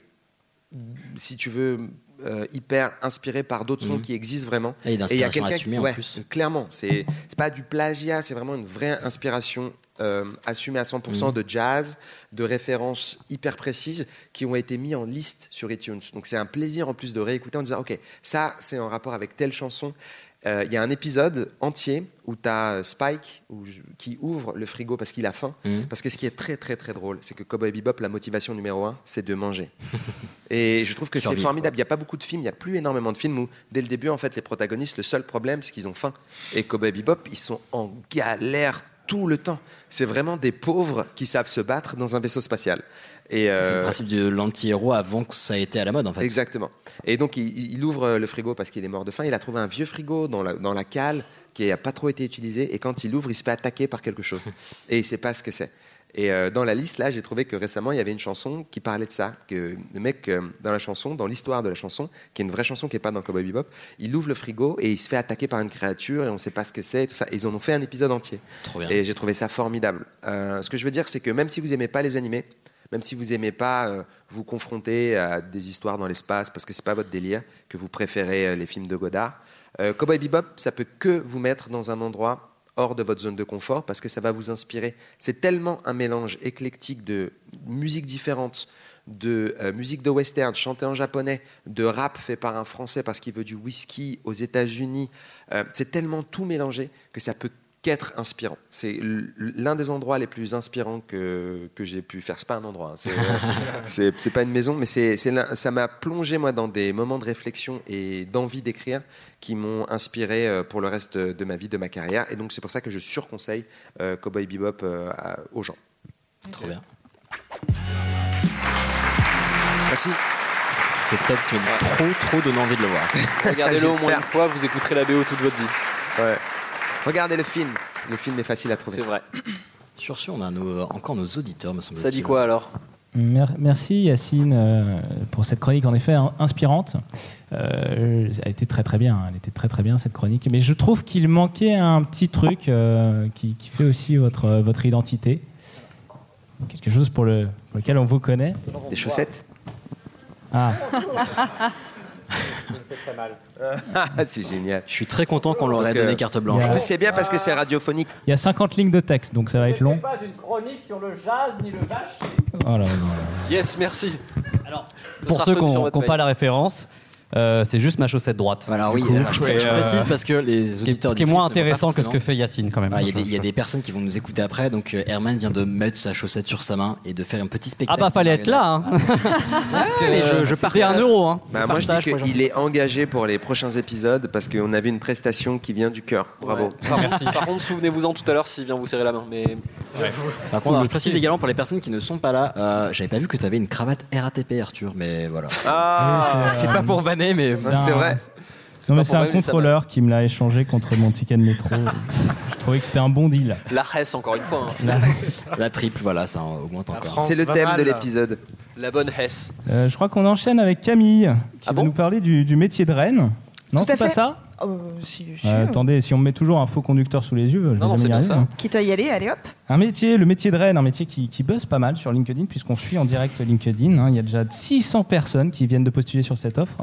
Speaker 10: si tu veux, euh, hyper inspirés par d'autres sons
Speaker 9: Mhm.
Speaker 10: qui existent vraiment.
Speaker 9: Et une
Speaker 10: il y a
Speaker 9: inspiration
Speaker 10: quelqu'un qui-
Speaker 9: assumée, en
Speaker 10: ouais, euh,
Speaker 9: plus.
Speaker 10: Clairement, c'est c'est pas du plagiat, c'est vraiment une vraie inspiration euh, assumée à 100%
Speaker 9: Mhm.
Speaker 10: de jazz, de références hyper précises qui ont été mis en liste sur iTunes. Donc c'est un plaisir en plus de réécouter en disant ok, ça c'est en rapport avec telle chanson. Euh, Il y a un épisode entier où tu as Spike où- qui ouvre le frigo parce qu'il a faim.
Speaker 9: Mhm.
Speaker 10: Parce que ce qui est très très très drôle, c'est que Cowboy Bebop, la motivation numéro un, c'est
Speaker 9: *laughs*
Speaker 10: de manger. Et je trouve que c'est
Speaker 9: Survie,
Speaker 10: formidable. Il n'y a pas beaucoup de films, il n'y a plus énormément de films où, dès le début, en fait, les protagonistes, le seul problème, c'est qu'ils ont faim. Et Cowboy Bebop, ils sont en galère tout le temps. C'est vraiment des pauvres qui savent se battre dans un vaisseau spatial.
Speaker 9: C'est
Speaker 10: Et
Speaker 9: le
Speaker 10: euh,
Speaker 9: principe de l'anti-héros avant que ça ait été à la mode, en fait.
Speaker 10: Exactement. Et donc, il, il ouvre euh, le frigo parce qu'il est mort de faim. Il a trouvé un vieux frigo dans la, dans la cale qui n'a pas trop été utilisé. Et quand il l'ouvre, il se fait attaquer par
Speaker 9: *laughs*
Speaker 10: quelque chose. Et il ne sait pas ce que c'est. Et euh, dans la liste, là, j'ai trouvé que récemment, il y avait une chanson qui parlait de ça. Que le mec, euh, dans la chanson, dans l'histoire de la chanson, qui est une vraie chanson qui n'est pas dans Cowboy Bebop, il ouvre le frigo et il se fait attaquer par une créature et on ne sait pas ce que c'est. et Tout ça. Et ils en ont fait un épisode entier.
Speaker 9: Trop bien.
Speaker 10: Et j'ai trouvé ça formidable. Euh, ce que je veux dire, c'est que même si vous n'aimez pas les animés, même si vous n'aimez pas euh, vous confronter à des histoires dans l'espace parce que c'est pas votre délire, que vous préférez euh, les films de Godard, euh, Cowboy Bebop, ça peut que vous mettre dans un endroit hors de votre zone de confort parce que ça va vous inspirer. C'est tellement un mélange éclectique de musiques différentes, de euh, musique de western chantée en japonais, de rap fait par un français parce qu'il veut du whisky aux États-Unis. Euh, c'est tellement tout mélangé que ça peut qu'être inspirant. C'est l- l'un des endroits les plus inspirants que, que j'ai pu faire. C'est pas un endroit, hein, c'est, c'est- c'est pas une maison, mais c'est, c'est l'un- ça m'a plongé moi dans des moments de réflexion et d'envie d'écrire qui m'ont inspiré euh, pour le reste de ma vie, de ma carrière. Et donc c'est pour ça que je surconseille euh, Cowboy Bebop euh, à- aux gens.
Speaker 9: Trop bien.
Speaker 10: Merci.
Speaker 9: C'était top, tu m'as dit trop, trop donné envie de le voir.
Speaker 11: Regardez-le au moins
Speaker 10: J'espère.
Speaker 11: une fois, vous écouterez la BO toute votre vie.
Speaker 10: Regardez le film. Le film est facile à trouver.
Speaker 11: C'est vrai.
Speaker 9: Sur ce, on a nos- encore nos auditeurs, me semble-t-il.
Speaker 11: Ça dit quoi alors
Speaker 6: Mer- merci Yacine euh, pour cette chronique en effet in- inspirante. Euh, elle était très très bien, elle était très très bien cette chronique. Mais je trouve qu'il manquait un petit truc euh, qui, qui fait aussi votre, euh, votre identité. Quelque chose pour, le, pour lequel on vous connaît.
Speaker 10: Des chaussettes
Speaker 6: Ah,
Speaker 10: Ah, c'est génial.
Speaker 9: Je suis très content qu'on leur ait
Speaker 10: Donc, euh,
Speaker 9: donné carte blanche.
Speaker 6: Yeah.
Speaker 10: Mais c'est bien parce que c'est radiophonique.
Speaker 6: il y a 50 lignes de texte, donc ça va être long.
Speaker 14: pas une chronique sur le jazz ni le vache.
Speaker 6: Oh là là.
Speaker 11: Yes, merci.
Speaker 14: Alors,
Speaker 4: Pour ceux qui n'ont pas la référence, euh, c'est juste ma chaussette droite.
Speaker 9: Alors
Speaker 4: Du
Speaker 9: oui,
Speaker 4: coup,
Speaker 9: alors, je,
Speaker 4: et,
Speaker 9: je
Speaker 4: euh,
Speaker 9: précise parce que les auditeurs.
Speaker 4: ce qui est- ce qui est
Speaker 9: auditrices
Speaker 4: moins
Speaker 9: ne voient pas
Speaker 4: intéressant que ce
Speaker 9: forcément.
Speaker 4: que fait Yacine quand même.
Speaker 9: Ah, Il y, a des- il y a des personnes qui vont nous écouter après. Donc euh, Herman vient de mettre sa chaussette sur sa main et de faire un petit spectacle.
Speaker 4: Ah bah fallait être là. hein. *laughs* Parce
Speaker 10: Ah,
Speaker 4: que,
Speaker 9: mais
Speaker 4: euh,
Speaker 9: je- je
Speaker 4: c'était
Speaker 9: partage.
Speaker 4: un euro. hein.
Speaker 10: Bah, moi, je dis qu'il est engagé pour les prochains épisodes parce qu'on a vu une prestation qui vient du cœur. Bravo.
Speaker 11: Ouais. Par, contre, Ah. par contre, souvenez-vous-en tout à l'heure s'il vient vous serrer la main. Mais
Speaker 9: Par contre, alors, je précise également pour les personnes qui ne sont pas là, euh, j'avais pas vu que tu avais une cravate RATP, Arthur, mais voilà.
Speaker 10: Ah
Speaker 9: C'est pas pour vanner, mais
Speaker 6: C'est vrai. Non, mais c'est un contrôleur qui me l'a échangé contre mon ticket de
Speaker 10: *laughs*
Speaker 6: métro. je trouvais que c'était un bon deal.
Speaker 11: la reste encore une fois. hein.
Speaker 9: La triple, voilà, ça augmente encore.
Speaker 11: France C'est le va thème mal. de l'épisode. La bonne Hesse.
Speaker 6: Euh, je crois qu'on enchaîne avec Camille, qui va nous parler du, du métier de reine. Non,
Speaker 10: Ah Tout à
Speaker 6: c'est pas
Speaker 10: fait.
Speaker 6: ça
Speaker 10: Oh, si, je suis,
Speaker 6: Euh,
Speaker 10: euh,
Speaker 6: Attendez, si on me met toujours un faux conducteur sous les yeux, je vais jamais
Speaker 10: non, c'est
Speaker 6: y
Speaker 10: bien
Speaker 6: arriver,
Speaker 10: ça.
Speaker 6: hein.
Speaker 10: Quitte à y aller, allez hop.
Speaker 6: Un métier, le métier de reine, un métier qui, qui buzz pas mal sur LinkedIn, puisqu'on suit en direct LinkedIn. hein. Il y a déjà 600 personnes qui viennent de postuler sur cette offre.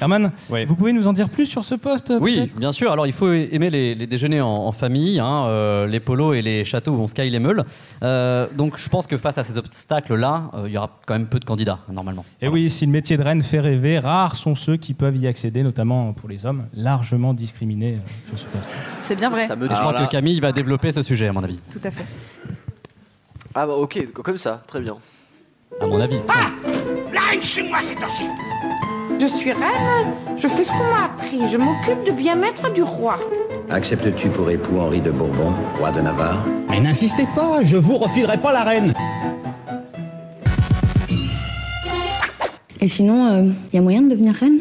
Speaker 6: Herman, vous pouvez nous en dire plus sur ce poste
Speaker 4: Oui,
Speaker 6: peut-être
Speaker 4: bien sûr. Alors, il faut aimer les, les déjeuners en, en famille, hein, euh, les polos et les châteaux où on sky les meules. Euh, donc, je pense que face à ces obstacles-là, euh, il y aura quand même peu de candidats, normalement.
Speaker 9: Eh
Speaker 6: Et Eh oui, si le métier de reine fait rêver, rares sont ceux qui peuvent y accéder, notamment pour les hommes, largement discriminés euh, sur ce poste.
Speaker 10: C'est bien
Speaker 11: Ça,
Speaker 10: vrai.
Speaker 11: ça me
Speaker 9: Ah,
Speaker 4: Et je crois que Camille va développer ce sujet, à mon avis.
Speaker 10: Tout à fait.
Speaker 11: Ah bah ok, comme ça, très bien.
Speaker 4: À mon avis.
Speaker 19: Là, chez moi, c'est aussi.
Speaker 3: Je suis reine, je fais ce qu'on m'a appris, je m'occupe du bien-être du roi.
Speaker 20: Acceptes-tu pour époux Henri de Bourbon, roi de Navarre
Speaker 21: Mais n'insistez pas, je vous refilerai pas la reine.
Speaker 3: Et sinon, il y a moyen de devenir reine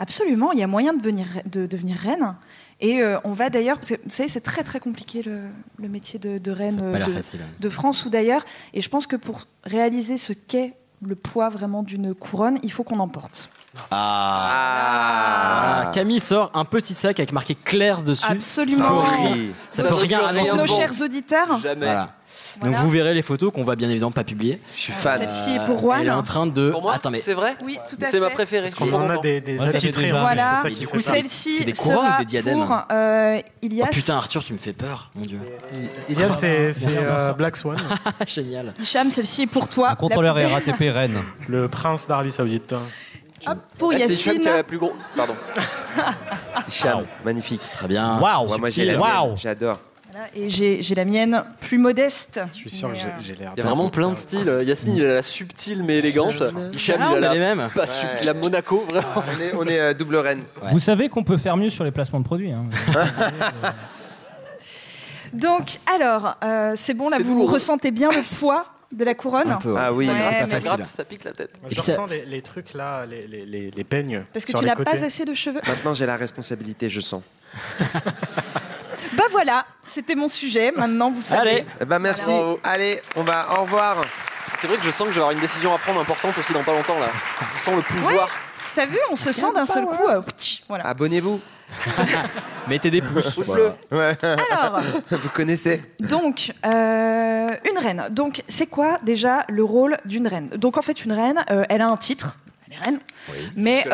Speaker 10: Absolument, il y a moyen de, venir, de devenir reine. Et euh, on va d'ailleurs, parce que vous savez, c'est très très compliqué le, le métier de, de reine
Speaker 9: Ça a
Speaker 10: euh,
Speaker 9: pas l'air
Speaker 10: de,
Speaker 9: facile.
Speaker 10: de France ou d'ailleurs. Et je pense que pour réaliser ce qu'est le poids vraiment d'une couronne, il faut qu'on en porte.
Speaker 9: Ah. Voilà. Camille sort un petit sac avec marqué Claire's dessus.
Speaker 10: Absolument.
Speaker 9: Ça peut- Ça, peut rien annoncer.
Speaker 10: Nos
Speaker 9: de bon.
Speaker 10: chers auditeurs.
Speaker 9: Voilà.
Speaker 10: Voilà.
Speaker 9: Donc vous verrez les photos qu'on va bien évidemment pas publier. Je suis
Speaker 10: fan. Celle-ci est pour Juan.
Speaker 9: Elle est en train de. Attends mais.
Speaker 11: C'est vrai
Speaker 10: Oui, tout à fait.
Speaker 11: C'est ma préférée.
Speaker 9: Parce qu'on en a des- des Ouais, attitrés, c'est des hein, vagues.
Speaker 10: Voilà.
Speaker 9: c'est ça qui
Speaker 10: Du
Speaker 9: fait
Speaker 10: coup,
Speaker 9: ça.
Speaker 10: celle-ci
Speaker 9: C'est des couronnes
Speaker 10: sera
Speaker 9: ou des diadèmes
Speaker 10: pour euh, Ilias.
Speaker 9: Oh putain Arthur tu me fais peur mon dieu.
Speaker 5: Il y a c'est c'est, euh,
Speaker 9: Black
Speaker 5: Swan.
Speaker 9: Génial.
Speaker 10: Hicham, celle-ci est pour toi. La
Speaker 5: Contrôleur
Speaker 10: plus belle.
Speaker 5: RATP Rennes. Le prince d'Arabie Saoudite.
Speaker 10: Hop, pour
Speaker 11: Ah, c'est Hicham qui a
Speaker 10: Yacine.
Speaker 11: la plus grosse. Pardon.
Speaker 22: Hicham, magnifique. Très
Speaker 9: bien.
Speaker 5: Waouh,
Speaker 22: moi, j'ai
Speaker 5: subtil,
Speaker 22: la
Speaker 5: waouh.
Speaker 22: mienne, J'adore.
Speaker 10: Voilà, Et j'ai j'ai la mienne plus modeste. Je suis
Speaker 5: sûr que j'ai- j'ai l'air.
Speaker 11: Il y a vraiment plein de styles. Euh, Yacine, il a la subtile mais élégante. Hicham,
Speaker 22: Ah,
Speaker 11: il
Speaker 22: on
Speaker 11: a
Speaker 22: a
Speaker 11: la
Speaker 22: les mêmes.
Speaker 11: Pas subtile, la Monaco, vraiment.
Speaker 22: On est, on est, euh, double reine.
Speaker 6: Vous savez qu'on peut faire mieux sur les placements de produits. hein.
Speaker 10: Donc, alors, euh, c'est bon, là,
Speaker 11: C'est
Speaker 10: vous
Speaker 11: douloureux.
Speaker 10: ressentez bien le poids de la couronne
Speaker 5: Un peu, ouais. Ah oui,
Speaker 10: Ouais,
Speaker 5: c'est pas
Speaker 10: mais
Speaker 5: facile.
Speaker 10: bon.
Speaker 11: Gratte, ça pique la tête.
Speaker 5: Je ressens les, les trucs là, les, les, les, les peignes.
Speaker 10: Parce que
Speaker 5: sur
Speaker 10: tu
Speaker 5: les
Speaker 10: n'as
Speaker 5: côtés.
Speaker 10: pas assez de cheveux.
Speaker 22: Maintenant, j'ai la responsabilité, je sens.
Speaker 10: *laughs* Bah voilà, c'était mon sujet. Maintenant, vous savez.
Speaker 22: Eh ben, merci. Allez, on va. Au revoir.
Speaker 11: C'est vrai que je sens que je vais avoir une décision à prendre importante aussi dans pas longtemps là. Je sens le pouvoir.
Speaker 10: T'as vu, on se sent d'un seul coup. euh, ptch, voilà.
Speaker 22: Abonnez-vous.
Speaker 9: Mettez des pouces.
Speaker 22: bleus.
Speaker 10: Alors.
Speaker 22: *laughs* Vous connaissez
Speaker 10: Donc, euh, une reine. Donc, c'est quoi déjà le rôle d'une reine Donc, en fait, une reine, euh, elle a un titre. Elle est reine. Mais
Speaker 11: Jusque-là,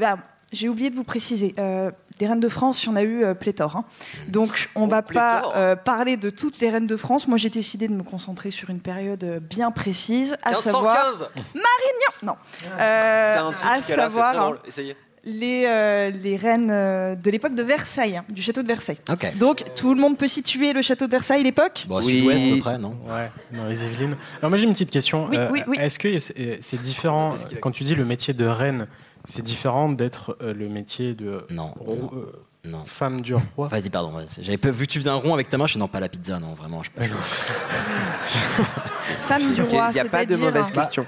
Speaker 11: ça
Speaker 10: euh, bah, j'ai oublié de vous préciser. euh, des reines de France, il y en a eu euh, pléthore. hein. Donc, on
Speaker 11: Hmm.
Speaker 10: va
Speaker 11: Oh, pléthore.
Speaker 10: pas euh, parler de toutes les reines de France. Moi, j'ai décidé de me concentrer sur une période euh, bien précise, à savoir
Speaker 11: 1515
Speaker 10: Marignan. Non. Euh,
Speaker 11: C'est un titre
Speaker 10: à
Speaker 11: qu'elle a, c'est
Speaker 10: savoir hein.
Speaker 11: très drôle. Essayez. Eh
Speaker 10: les, euh, les reines euh, de l'époque de Versailles, hein, du château de Versailles.
Speaker 9: Ok.
Speaker 10: Donc tout le monde peut situer le château de Versailles, l'époque
Speaker 9: Bon, Bah, sud-ouest à peu près, non
Speaker 5: Ouais, dans les Yvelines. Alors moi j'ai une petite question. Euh,
Speaker 10: Oui, oui, oui.
Speaker 5: Est-ce que c'est c'est différent euh, quand tu dis le métier de reine, c'est différent d'être euh, le métier de
Speaker 9: non,
Speaker 5: ro- euh,
Speaker 9: Non.
Speaker 5: femme du roi
Speaker 9: Oh, Vas-y, pardon. vas-y. J'avais pas vu que tu faisais un rond avec ta main. Je suis non, pas la pizza, non, vraiment. Je
Speaker 10: Femme du
Speaker 9: Ok,
Speaker 10: roi,
Speaker 9: y a pas de
Speaker 11: ben,
Speaker 10: c'est-à-dire-
Speaker 9: mauvaise question.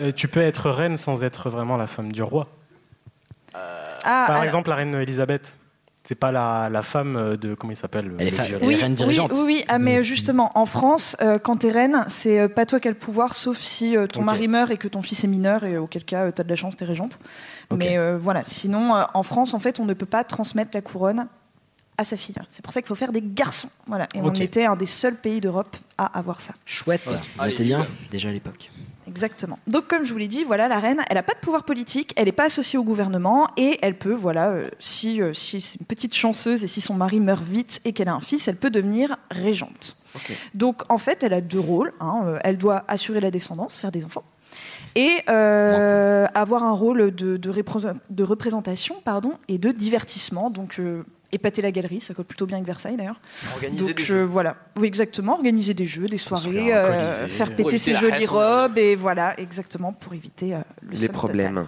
Speaker 5: Euh, tu peux être reine sans être vraiment la femme du roi.
Speaker 10: Ah,
Speaker 5: Par
Speaker 10: alors-
Speaker 5: exemple la reine Elisabeth, c'est pas la, la femme euh, de comment il s'appelle
Speaker 9: Elle est
Speaker 5: le
Speaker 9: fa-
Speaker 5: vieux
Speaker 9: elle est
Speaker 5: roi.
Speaker 9: reine dirigeante.
Speaker 10: Oui, oui, ah,
Speaker 11: Mm.
Speaker 10: mais justement, en France, euh, quand t'es reine, c'est euh, pas toi qui as le pouvoir, sauf si euh, ton
Speaker 5: Ok.
Speaker 10: mari meurt et que ton fils est mineur, et auquel cas euh, t'as de la chance, t'es régente. Mais euh, voilà, sinon, euh, en France, en fait, on ne peut pas transmettre la couronne à sa fille. C'est pour ça qu'il faut faire des garçons. Voilà, et
Speaker 9: Ok.
Speaker 10: on était un des seuls pays d'Europe à avoir ça.
Speaker 9: Chouette. Vous
Speaker 11: Allez,
Speaker 9: étiez bien déjà à l'époque.
Speaker 10: Exactement. Donc, comme je vous l'ai dit, voilà, la reine, elle n'a pas de pouvoir politique, elle n'est pas associée au gouvernement et elle peut, voilà, euh, si, euh, si c'est une petite chanceuse et si son mari meurt vite et qu'elle a un fils, elle peut devenir régente. Donc, en fait, elle a deux rôles. hein. Euh, Elle doit assurer la descendance, faire des enfants, et euh, avoir un rôle de, de réprésent- de représentation pardon, et de divertissement. Donc, euh, épater la galerie, ça colle plutôt bien avec Versailles d'ailleurs.
Speaker 11: Organiser
Speaker 10: Donc,
Speaker 11: des
Speaker 10: euh,
Speaker 11: jeux.
Speaker 10: voilà, oui, exactement, organiser des jeux, des soirées,
Speaker 22: un
Speaker 10: euh,
Speaker 22: Colisée.
Speaker 10: faire
Speaker 22: Pour
Speaker 10: péter
Speaker 22: éviter
Speaker 10: ses
Speaker 22: la
Speaker 10: jolies
Speaker 22: hassle.
Speaker 10: robes, et voilà, exactement, pour éviter euh, le
Speaker 22: Les
Speaker 10: somme
Speaker 22: problèmes.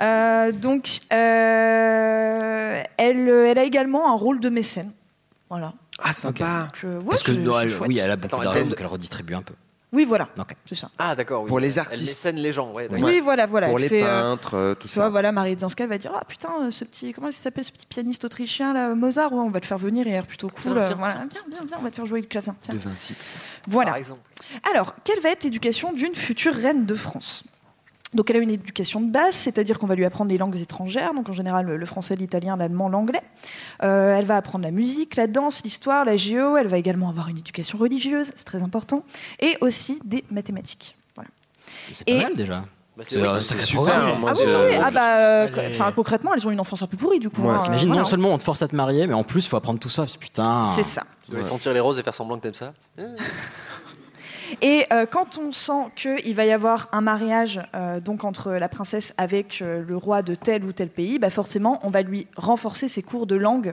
Speaker 10: total. Euh, donc, euh, elle, elle a également un rôle de mécène. Voilà.
Speaker 22: Ah, sympa.
Speaker 10: Donc, euh, ouais,
Speaker 9: Parce que
Speaker 10: c'est-
Speaker 9: non,
Speaker 10: c'est
Speaker 9: elle-
Speaker 10: chouette.
Speaker 9: oui, elle a beaucoup
Speaker 10: Attends,
Speaker 9: d'argent,
Speaker 10: elle-
Speaker 9: donc elle redistribue un peu.
Speaker 10: Oui, voilà. C'est ça.
Speaker 11: Ah, d'accord. Oui.
Speaker 4: Pour les artistes.
Speaker 11: Elle mécène les gens, ouais. d'accord.
Speaker 10: Oui, voilà, voilà.
Speaker 4: Pour
Speaker 10: elle
Speaker 4: les
Speaker 10: fait, euh,
Speaker 4: peintres, euh, tout
Speaker 10: tu vois,
Speaker 4: ça.
Speaker 10: voilà, Marie Zanska va dire Ah putain, euh, ce petit, comment il s'appelle ce petit pianiste autrichien, là, Mozart, ouais, on va le faire venir, il a l'air plutôt cool.
Speaker 4: Viens,
Speaker 10: euh,
Speaker 4: viens,
Speaker 10: voilà. viens, viens, viens, on va te faire jouer le clavecin. tiens.
Speaker 4: De Vinci.
Speaker 10: Voilà. Alors, quelle va être l'éducation d'une future reine de France donc elle a une éducation de base, c'est-à-dire qu'on va lui apprendre les langues étrangères, donc en général le français, l'italien, l'allemand, l'anglais. Euh, elle va apprendre la musique, la danse, l'histoire, la géo, elle va également avoir une éducation religieuse, c'est très important, et aussi des mathématiques. Voilà.
Speaker 9: C'est pas
Speaker 10: Et-
Speaker 9: mal déjà.
Speaker 11: Bah, c'est- oui, c'est
Speaker 9: sacré
Speaker 11: super,
Speaker 9: programme.
Speaker 10: Ah oui, oui, ah bah, euh, co- enfin, concrètement, elles ont une enfance un peu pourrie du coup. hein,
Speaker 9: T'imagines,
Speaker 10: voilà.
Speaker 9: non seulement on te force à te marier, mais en plus, faut apprendre tout ça. Putain.
Speaker 10: C'est ça.
Speaker 11: Tu dois aller sentir les roses et faire semblant que t'aimes ça.
Speaker 10: Et euh, quand on sent qu'il va y avoir un mariage euh, donc entre la princesse avec euh, le roi de tel ou tel pays, bah forcément, on va lui renforcer ses cours de langue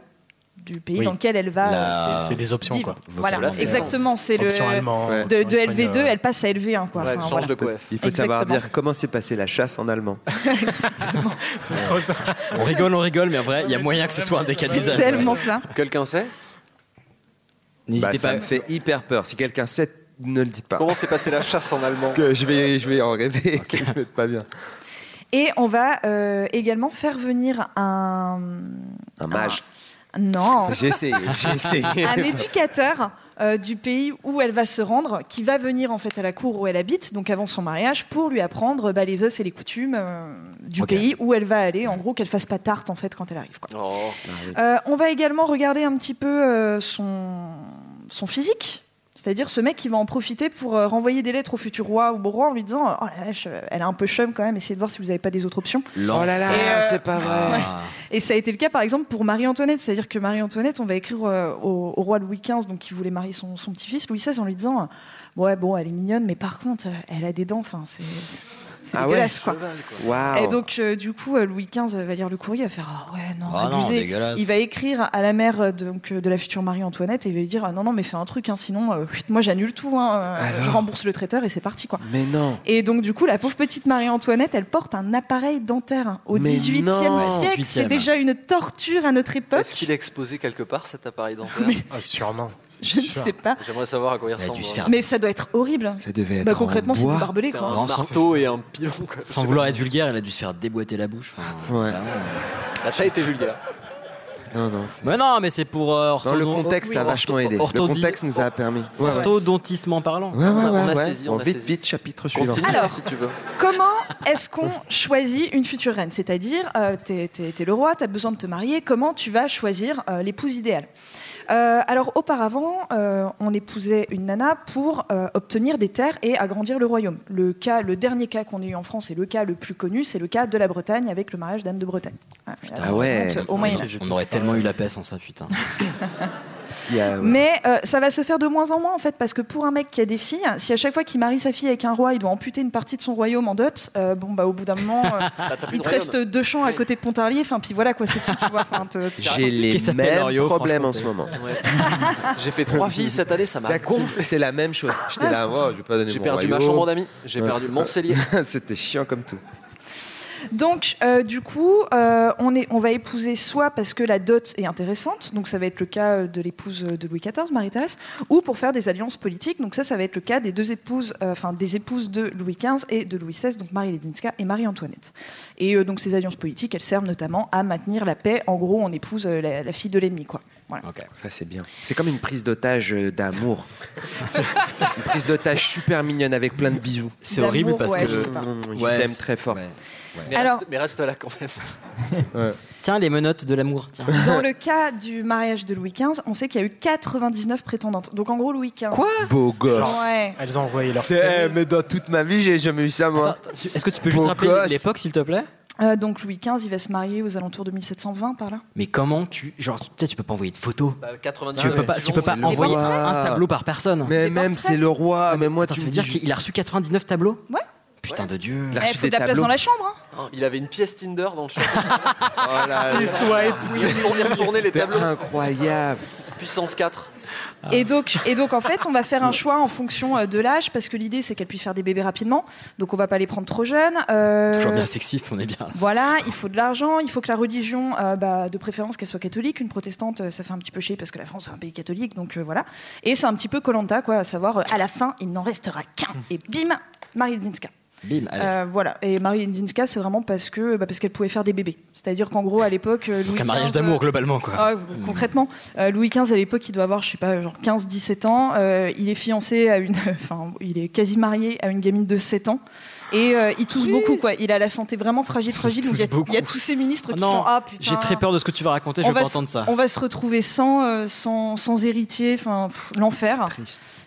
Speaker 10: du pays
Speaker 5: Oui.
Speaker 10: dans lequel elle va.
Speaker 5: La-
Speaker 10: euh,
Speaker 5: C'est des options,
Speaker 10: vivre.
Speaker 5: quoi.
Speaker 10: Voilà,
Speaker 5: Vocabulaire.
Speaker 10: exactement. C'est le
Speaker 5: Option allemande,
Speaker 10: de, de
Speaker 5: option
Speaker 10: LV2,
Speaker 5: espagnole.
Speaker 10: elle passe à LV1. Quoi. Enfin, voilà.
Speaker 4: Il faut savoir
Speaker 10: Exactement.
Speaker 4: dire comment s'est passée la chasse en allemand.
Speaker 9: On rigole, on rigole, mais en vrai, il y a moyen que ce soit un des cas d'usage.
Speaker 10: *laughs* Tellement ça.
Speaker 11: Quelqu'un sait
Speaker 9: N'hésitez
Speaker 4: Bah, ça
Speaker 9: pas.
Speaker 4: me fait hyper peur. Si quelqu'un sait, ne le dites pas.
Speaker 11: Comment s'est passée la chasse en allemand
Speaker 4: Parce que je vais, je vais en rêver. *laughs* je vais être pas bien.
Speaker 10: Et on va euh, également faire venir un.
Speaker 4: Un mage.
Speaker 10: Non.
Speaker 4: J'ai essayé, j'ai essayé.
Speaker 10: *laughs* Un éducateur euh, du pays où elle va se rendre, qui va venir en fait à la cour où elle habite, donc avant son mariage, pour lui apprendre bah, les os et les coutumes euh, du
Speaker 11: Ok.
Speaker 10: pays où elle va aller, en gros qu'elle fasse pas tarte en fait quand elle arrive. quoi.
Speaker 11: Oh.
Speaker 10: Euh, on va également regarder un petit peu euh, son, son physique. C'est-à-dire ce mec qui va en profiter pour euh, renvoyer des lettres au futur roi ou beau roi en lui disant Oh la vache, euh, elle est un peu chum quand même, essayez de voir si vous n'avez pas des autres options. euh,
Speaker 4: Oh là là, c'est pas
Speaker 9: Ah.
Speaker 4: vrai.
Speaker 10: Et ça a été le cas par exemple pour Marie-Antoinette, c'est-à-dire que Marie-Antoinette, on va écrire euh, au, au roi Louis XV, donc qui voulait marier son, son petit-fils, Louis XVI, en lui disant euh, Ouais, bon, elle est mignonne, mais par contre, euh, elle a des dents, enfin, c'est. c'est
Speaker 4: Ah ouais.
Speaker 10: dégueulasse, quoi.
Speaker 4: Waouh.
Speaker 10: Et donc, euh, du coup, euh, Louis XV va lire le courrier, va faire Ah ouais, non,
Speaker 4: Ah non,
Speaker 10: abusé.
Speaker 4: dégueulasse.
Speaker 10: Il va écrire à la mère euh, donc, euh, de la future Marie-Antoinette et il va lui dire Ah Non, non, mais fais un truc, hein, sinon, euh, pff, moi j'annule tout, hein, euh, je rembourse le traiteur et c'est parti, quoi.
Speaker 4: Mais non.
Speaker 10: Et donc, du coup, la pauvre petite Marie-Antoinette, elle porte un appareil dentaire au
Speaker 11: Mais
Speaker 10: 18e
Speaker 11: non.
Speaker 10: siècle. C'est
Speaker 11: 18e.
Speaker 10: déjà une torture à notre époque.
Speaker 11: Est-ce qu'il est exposé quelque part cet appareil dentaire
Speaker 5: Ah, Sûrement.
Speaker 10: Je ne sais pas.
Speaker 11: J'aimerais savoir à quoi il ressemble. hein.
Speaker 10: Mais ça doit être horrible.
Speaker 9: Ça devait
Speaker 10: Bah, concrètement, c'est du barbelé, quoi.
Speaker 11: un marteau et un pilon. Quoi.
Speaker 9: Sans vouloir être vulgaire, elle a dû se faire déboîter la bouche. ouais.
Speaker 11: Là, Ah, ça a été vulgaire.
Speaker 4: Non, non.
Speaker 9: Mais non, mais c'est pour. euh,
Speaker 4: Dans le
Speaker 9: orthodon-
Speaker 4: contexte a
Speaker 9: ortho-
Speaker 4: vachement aidé. Le
Speaker 9: orthodis-
Speaker 4: contexte nous a permis. Ouais, ouais.
Speaker 9: Orthodontiquement parlant.
Speaker 4: Ouais, ouais, ouais.
Speaker 11: on a
Speaker 4: ouais.
Speaker 11: saisi,
Speaker 4: Bon,
Speaker 11: on a
Speaker 4: vite,
Speaker 11: saisi.
Speaker 4: vite, chapitre suivant.
Speaker 11: Continue,
Speaker 10: Alors.
Speaker 11: si tu veux.
Speaker 10: Comment est-ce qu'on choisit une future reine C'est-à-dire, euh, t'es, t'es- t'es le roi, t'as besoin de te marier, comment tu vas choisir euh, l'épouse idéale Euh, Alors, auparavant, euh, on épousait une nana pour euh, obtenir des terres et agrandir le royaume. Le, cas, le dernier cas qu'on a eu en France et le cas le plus connu, c'est le cas de la Bretagne avec le mariage d'Anne de Bretagne. Ah,
Speaker 9: Ah ouais.
Speaker 10: Au Moyen Âge.
Speaker 9: On aurait tellement eu la paix sans ça, putain.
Speaker 10: Mais euh, ça va se faire de moins en moins en fait, parce que pour un mec qui a des filles, si à chaque fois qu'il marie sa fille avec un roi, il doit amputer une partie de son royaume en dot, euh, bon bah au bout d'un moment, euh, il te reste deux champs à côté de Pontarlier, enfin puis voilà quoi, c'est tout, tu vois. enfin, te- te-
Speaker 4: J'ai les
Speaker 9: Qu'est-ce que
Speaker 4: mêmes
Speaker 9: t'appelles, Loriot,
Speaker 4: problèmes en ce
Speaker 9: franchement,
Speaker 4: moment. *laughs*
Speaker 11: J'ai fait trois filles cette année, ça m'a.
Speaker 4: Ça gonfle, c'est la même chose. J'étais
Speaker 11: Ah,
Speaker 4: là,
Speaker 11: c'est-
Speaker 4: oh, je vais pas donner
Speaker 11: J'ai
Speaker 4: mon
Speaker 11: perdu ma
Speaker 4: royaume.
Speaker 11: chambre d'amis, j'ai perdu
Speaker 4: *laughs*
Speaker 11: mon cellier.
Speaker 4: C'était chiant comme tout.
Speaker 10: Donc euh, du coup, euh, on, est, on va épouser soit parce que la dot est intéressante, donc ça va être le cas euh, de l'épouse de Louis XIV, Marie-Thérèse, ou pour faire des alliances politiques, donc ça, ça va être le cas des deux épouses, euh, enfin des épouses de Louis XV et de Louis XVI, donc Marie Ledinska et Marie-Antoinette. Et euh, donc ces alliances politiques, elles servent notamment à maintenir la paix. En gros, on épouse euh, la, la fille de l'ennemi, quoi. Voilà.
Speaker 4: Ça, c'est bien. C'est comme une prise d'otage euh,
Speaker 10: *laughs*
Speaker 4: d'amour. C'est c'est une prise d'otage super mignonne avec plein de bisous. Mmh,
Speaker 9: C'est horrible parce que.
Speaker 4: Je
Speaker 9: Ouais,
Speaker 4: t'aime
Speaker 9: c'est-
Speaker 4: très fort. *laughs*
Speaker 11: Mais,
Speaker 10: Alors-
Speaker 11: reste, mais reste là quand
Speaker 9: *laughs*
Speaker 11: même.
Speaker 9: Tiens, les menottes de l'amour. Tiens.
Speaker 10: Dans le cas du mariage de Louis XV, on sait qu'il y a eu 99 prétendantes. Donc en gros, Louis XV. Quoi
Speaker 4: Beau gosse.
Speaker 10: Ouais.
Speaker 5: Elles ont envoyé leur
Speaker 4: C'est, mais dans toute ma vie, j'ai jamais eu ça, moi.
Speaker 9: Est-ce que tu peux juste
Speaker 4: Beau
Speaker 9: rappeler
Speaker 4: gosse.
Speaker 9: l'époque, s'il te plaît
Speaker 10: Euh, donc Louis XV, il va se marier aux alentours de 1720 par là.
Speaker 9: Mais comment tu. Genre, tu sais, tu peux pas envoyer de photos.
Speaker 11: Bah, 99,
Speaker 9: Tu peux pas, tu peux pas
Speaker 4: Ah c'est le
Speaker 9: envoyer
Speaker 4: roi.
Speaker 9: un tableau par personne.
Speaker 4: Mais même, c'est le roi. Ah, Mais moi,
Speaker 9: Attends,
Speaker 4: tu
Speaker 9: ça
Speaker 4: me
Speaker 9: veut dire
Speaker 4: dis-
Speaker 9: qu'il a reçu 99 tableaux
Speaker 10: Ouais.
Speaker 9: Putain de Dieu.
Speaker 4: Il a
Speaker 10: Eh,
Speaker 4: reçu
Speaker 10: faut
Speaker 4: des
Speaker 10: de la place
Speaker 4: tableaux.
Speaker 10: dans la chambre. hein.
Speaker 11: Hein, Il avait une pièce Tinder dans
Speaker 4: *laughs*
Speaker 11: le chat.
Speaker 4: Oh là là.
Speaker 11: Il retournait les
Speaker 4: C'était
Speaker 11: tableaux.
Speaker 4: incroyable.
Speaker 11: Puissance 4.
Speaker 10: *laughs* Et donc, et donc, en fait, on va faire un choix en fonction euh, de l'âge, parce que l'idée, c'est qu'elle puisse faire des bébés rapidement. Donc, on va pas les prendre trop jeunes. Euh,
Speaker 9: Toujours bien sexiste, on est bien.
Speaker 10: Voilà, il faut de l'argent, il faut que la religion, euh, bah, de préférence qu'elle soit catholique. Une protestante, euh, ça fait un petit peu chier parce que la France est un pays catholique, donc euh, voilà. Et c'est un petit peu Colanta, quoi, à savoir, euh, à la fin, il n'en restera qu'un. Et bim, Marie Linska.
Speaker 9: Bim, Mmh. allez.
Speaker 10: Euh, voilà. Et Marie Linska, c'est vraiment parce que bah, parce qu'elle pouvait faire des bébés. C'est-à-dire qu'en gros, à l'époque, euh, Louis
Speaker 9: Donc un mariage
Speaker 10: XV,
Speaker 9: d'amour,
Speaker 10: euh,
Speaker 9: globalement, quoi.
Speaker 10: ah, concrètement, euh, Louis XV à l'époque, il doit avoir, je sais pas, genre 15-17 ans. Euh, il est fiancé à une, *laughs* enfin, il est quasi marié à une gamine de 7 ans. Et euh, il tousse beaucoup, quoi. Il a la santé vraiment fragile, fragile. donc Il, y a- il y a, tous ces ministres qui font ah putain.
Speaker 9: Oh J'ai très peur de ce que tu vas raconter, je
Speaker 10: on
Speaker 9: vais
Speaker 10: va
Speaker 9: pas
Speaker 10: se-
Speaker 9: entendre ça.
Speaker 10: On va se retrouver sans, euh, sans, sans héritier, enfin pff,
Speaker 9: Ah,
Speaker 10: l'enfer.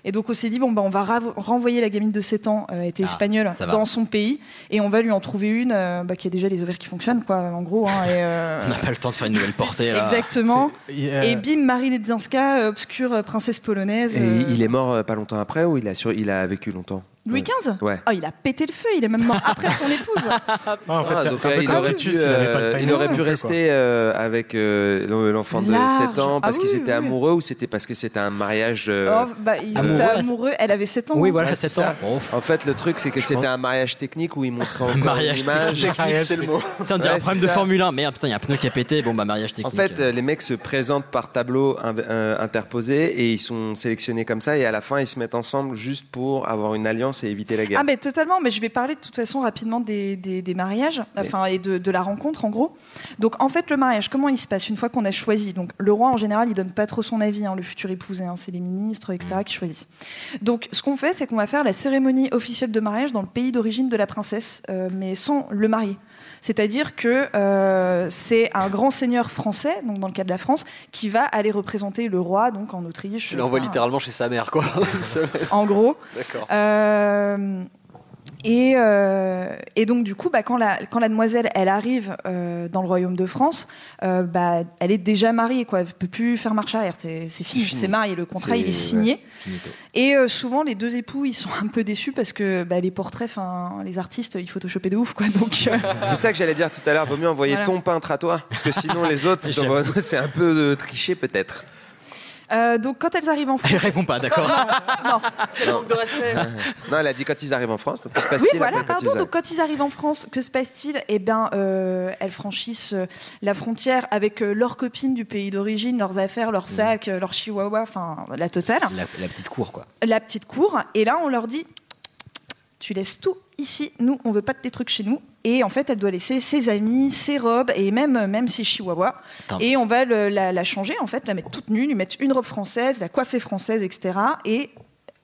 Speaker 10: Et donc on s'est dit bon bah on va rav- renvoyer la gamine de 7 ans, euh, elle était
Speaker 9: Ah,
Speaker 10: espagnole,
Speaker 9: ça va.
Speaker 10: dans son pays et on va lui en trouver une euh, bah, qui a déjà les ovaires qui fonctionnent quoi, en gros. hein, et, euh,
Speaker 9: On n'a pas le temps de faire une nouvelle portée. là.
Speaker 10: exactement.
Speaker 9: C'est- il, euh,
Speaker 10: Et bim Marie Ledzinska, euh, obscure euh, princesse polonaise.
Speaker 11: Et
Speaker 10: euh,
Speaker 11: il est mort euh, pas longtemps après ou il a, sur- il a vécu longtemps
Speaker 10: Louis XV
Speaker 11: Ouais.
Speaker 10: Oh, il a pété le feu, il est même mort après son épouse.
Speaker 11: *laughs*
Speaker 5: en fait,
Speaker 11: Ah,
Speaker 5: c'est-
Speaker 11: donc,
Speaker 5: c'est un
Speaker 11: euh,
Speaker 5: peu
Speaker 11: il
Speaker 5: comme
Speaker 11: aurait pu,
Speaker 5: Titus, il avait pas le
Speaker 11: euh, il
Speaker 5: timing
Speaker 11: aurait
Speaker 5: non
Speaker 11: pu
Speaker 5: plus, quoi.
Speaker 11: rester euh, avec euh, l'enfant de
Speaker 10: Large.
Speaker 11: 7 ans parce
Speaker 10: Ah
Speaker 11: qu'ils
Speaker 10: oui,
Speaker 11: étaient
Speaker 10: oui.
Speaker 11: amoureux ou c'était parce que c'était un mariage. euh,
Speaker 10: Oh, bah, il
Speaker 11: Amoureux,
Speaker 10: était
Speaker 11: à-
Speaker 10: amoureux, elle avait 7 ans. hein.
Speaker 11: Ouais, c'est ça. En fait, le truc, c'est que c'était un mariage technique où ils montraient encore
Speaker 9: *laughs* mariage
Speaker 11: une image.
Speaker 9: technique. Putain, on dirait
Speaker 11: Ouais,
Speaker 9: un problème
Speaker 11: c'est
Speaker 9: de
Speaker 11: ça.
Speaker 9: Formule 1. Merde, putain, il y a un pneu qui a pété. Bon, bah, mariage
Speaker 11: En
Speaker 9: technique.
Speaker 11: fait, euh, les mecs se présentent par tableau in- euh, interposé et ils sont sélectionnés comme ça et à la fin ils se mettent ensemble juste pour avoir une alliance et éviter la guerre.
Speaker 10: Ah mais totalement, mais je vais parler de toute façon rapidement des, des- des mariages, enfin et de, de la rencontre en gros. Donc en fait le mariage, comment il se passe une fois qu'on a choisi Donc le roi en général il donne pas trop son avis, hein, le futur épousé, hein, c'est les ministres etc qui choisissent. Donc ce qu'on fait c'est qu'on va faire la cérémonie officielle de mariage dans le pays d'origine de la princesse, euh, mais sans le marié. C'est-à-dire que euh, c'est un grand seigneur français, donc dans le cas de la France, qui va aller représenter le roi donc en Autriche. euh,
Speaker 23: Tu l'envoies
Speaker 10: etc.
Speaker 23: littéralement chez sa mère,
Speaker 10: *laughs*
Speaker 23: quoi. Une semaine.
Speaker 10: En gros.
Speaker 23: D'accord.
Speaker 10: Euh, et, euh, et donc du coup, bah, quand, la, quand la demoiselle elle arrive euh, dans le royaume de France, euh, bah, elle est déjà mariée, quoi. Elle peut plus faire marche arrière. C'est c'est fini, c'est marié, le contrat il est signé. Et euh, souvent les deux époux ils sont un peu déçus parce que bah, les portraits, enfin les artistes, ils photoshopaient de ouf, quoi. Donc euh,
Speaker 11: *laughs* C'est ça que j'allais dire tout à l'heure. Vaut mieux envoyer
Speaker 10: Voilà.
Speaker 11: ton peintre à toi parce que sinon
Speaker 10: *laughs*
Speaker 11: les autres, t'envoies- *laughs* c'est un peu euh, triché peut-être.
Speaker 10: euh, donc quand elles arrivent en France,
Speaker 11: Elle répond pas, d'accord.
Speaker 9: Ah,
Speaker 10: Quel manque de *laughs* respect.
Speaker 11: Non, elle a dit quand ils arrivent en France. Donc, que se
Speaker 10: Oui,
Speaker 11: passe-t-il
Speaker 10: voilà,
Speaker 11: après quand ils
Speaker 10: pardon.
Speaker 11: arrivent
Speaker 10: Donc, quand ils arrivent en France, que se passe-t-il Eh bien, euh, elles franchissent euh, la frontière avec euh, leurs copines du pays d'origine, leurs affaires,
Speaker 23: Mm.
Speaker 10: leurs sacs, euh, leurs chihuahuas, enfin, la totale.
Speaker 9: La, la petite cour, quoi.
Speaker 10: La petite cour. Et là, on leur dit Tu laisses tout ici. Nous, on veut pas de tes trucs chez nous. Et en fait, elle doit laisser ses amis, ses robes et même, euh, même ses chihuahuas.
Speaker 9: Attends.
Speaker 10: Et on va le- la, la changer, en fait, la mettre toute nue, lui mettre une robe française, la coiffer française, etc. Et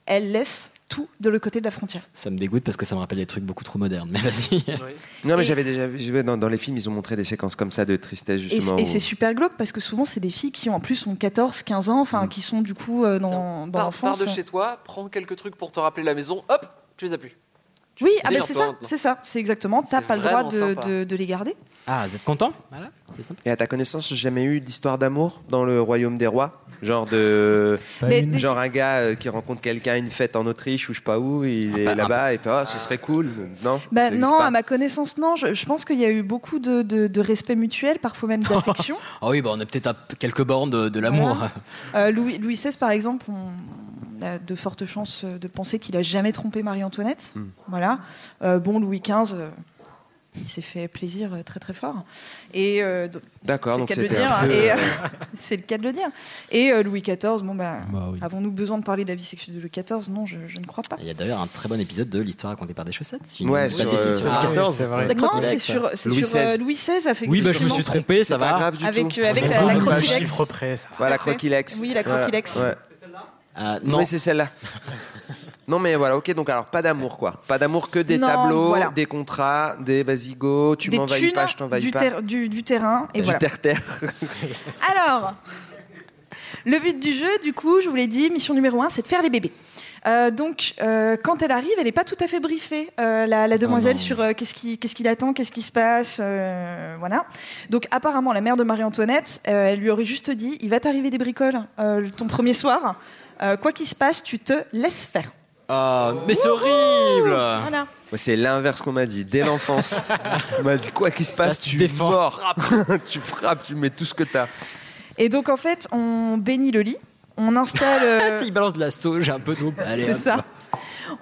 Speaker 10: elle laisse tout de l'autre côté de la frontière.
Speaker 9: Ça me dégoûte parce que ça me rappelle des trucs beaucoup trop modernes. Mais vas-y.
Speaker 11: Non, mais j'avais déjà vu j'ai- dans, dans les films, ils ont montré des séquences comme ça de tristesse
Speaker 10: Et,
Speaker 11: justement.
Speaker 10: et
Speaker 11: où-
Speaker 10: c'est super glauque parce que souvent c'est des filles qui en plus ont 14, 15 ans, enfin qui sont du coup euh, dans, euh.
Speaker 23: Pars,
Speaker 10: dans
Speaker 23: pars
Speaker 10: l'enfance.
Speaker 23: de chez toi, prends quelques trucs pour te rappeler la maison, hop, tu les as plus.
Speaker 10: Oui, ah ben,
Speaker 23: Dès
Speaker 10: c'est
Speaker 23: lors,
Speaker 10: ça,
Speaker 23: maintenant.
Speaker 10: c'est ça, c'est exactement. T'as
Speaker 23: C'est
Speaker 10: pas le droit
Speaker 23: vraiment
Speaker 10: de,
Speaker 23: sympa.
Speaker 10: de- de les garder.
Speaker 9: Ah, vous êtes content
Speaker 11: Et à ta connaissance, jamais eu d'histoire d'amour dans le royaume des rois Genre de
Speaker 10: Mais des-
Speaker 11: genre un gars euh, qui rencontre quelqu'un à une fête en Autriche ou je sais pas où, il est là-bas et fait ah ce serait cool. Non.
Speaker 10: Bah,
Speaker 11: ça existe
Speaker 10: non,
Speaker 11: pas.
Speaker 10: à ma connaissance, non. Je, je pense qu'il y a eu beaucoup de, de- de respect mutuel, parfois même d'affection.
Speaker 9: Ah oui, bah, on est peut-être à quelques bornes de, de l'amour.
Speaker 10: Euh, Louis, Louis XVI, par exemple, on on a de fortes chances de penser qu'il a jamais trompé Marie-Antoinette.
Speaker 9: Hmm.
Speaker 10: Voilà. Euh, bon, Louis XV, euh, il s'est fait plaisir euh, très très fort. Et euh, donc-
Speaker 11: D'accord,
Speaker 10: c'est le
Speaker 11: donc
Speaker 10: cas de le
Speaker 11: c'était
Speaker 10: dire.
Speaker 11: un peu,
Speaker 10: Et, euh,
Speaker 11: euh,
Speaker 10: *laughs* c'est le cas de le dire. Et euh, Louis XIV, bon bah,
Speaker 9: Bah oui.
Speaker 10: avons-nous besoin de parler de la vie sexuelle de Louis XIV Non, je, je ne crois pas.
Speaker 9: Il y a d'ailleurs un très bon épisode de l'histoire racontée par des chaussettes. si je ne
Speaker 11: Ouais,
Speaker 9: dis pas de
Speaker 11: sur,
Speaker 9: bêtises,
Speaker 11: euh,
Speaker 9: sur le
Speaker 11: ah,
Speaker 9: 14.
Speaker 11: oui, c'est vrai.
Speaker 9: D'accord,
Speaker 10: Non, c'est
Speaker 9: direct,
Speaker 10: sur,
Speaker 9: ça.
Speaker 10: c'est sur, euh, Louis XVI, effectivement.
Speaker 9: Oui, bah, je me suis trompé, ça va.
Speaker 10: Avec, euh, avec la, la croquilex.
Speaker 11: Ouais, la
Speaker 10: Tout à fait.
Speaker 11: croquilex.
Speaker 10: Oui, la croquilex.
Speaker 11: Ouais, ouais.
Speaker 9: Euh, non.
Speaker 11: Oui, c'est celle-là. non, mais voilà, ok, donc alors pas d'amour quoi. Pas d'amour que des
Speaker 10: Non,
Speaker 11: tableaux,
Speaker 10: voilà.
Speaker 11: des contrats, des vas-y go, tu
Speaker 10: Des
Speaker 11: m'envahis
Speaker 10: thunes,
Speaker 11: pas, je t'envahis
Speaker 10: du,
Speaker 11: pas.
Speaker 10: ter- du, du terrain. Et
Speaker 11: du
Speaker 10: voilà.
Speaker 11: terre-terre.
Speaker 10: Alors, le but du jeu, du coup, je vous l'ai dit, mission numéro un, c'est de faire les bébés. Euh, donc, euh, quand elle arrive, elle n'est pas tout à fait briefée, euh, la, la demoiselle,
Speaker 24: non.
Speaker 10: sur euh, qu'est-ce qui, qu'est-ce qu'il attend, qu'est-ce qui se passe, euh, voilà. Donc, apparemment, la mère de Marie-Antoinette, euh, elle lui aurait juste dit, il va t'arriver des bricoles euh, ton premier soir, Euh, quoi qu'il se passe, tu te laisses faire.
Speaker 9: Ah, mais c'est horrible
Speaker 11: Ah.
Speaker 10: Voilà.
Speaker 11: Moi, C'est l'inverse qu'on m'a dit dès *laughs* l'enfance. On m'a dit quoi qu'il se passe, tu mords. tu frappes, tu mets tout ce que t'as.
Speaker 10: Et donc, en fait, on bénit le lit. on installe. *laughs* euh,
Speaker 9: Ah, Il balance de la sauge, un peu d'eau. Allez,
Speaker 10: C'est
Speaker 9: hop.
Speaker 10: ça.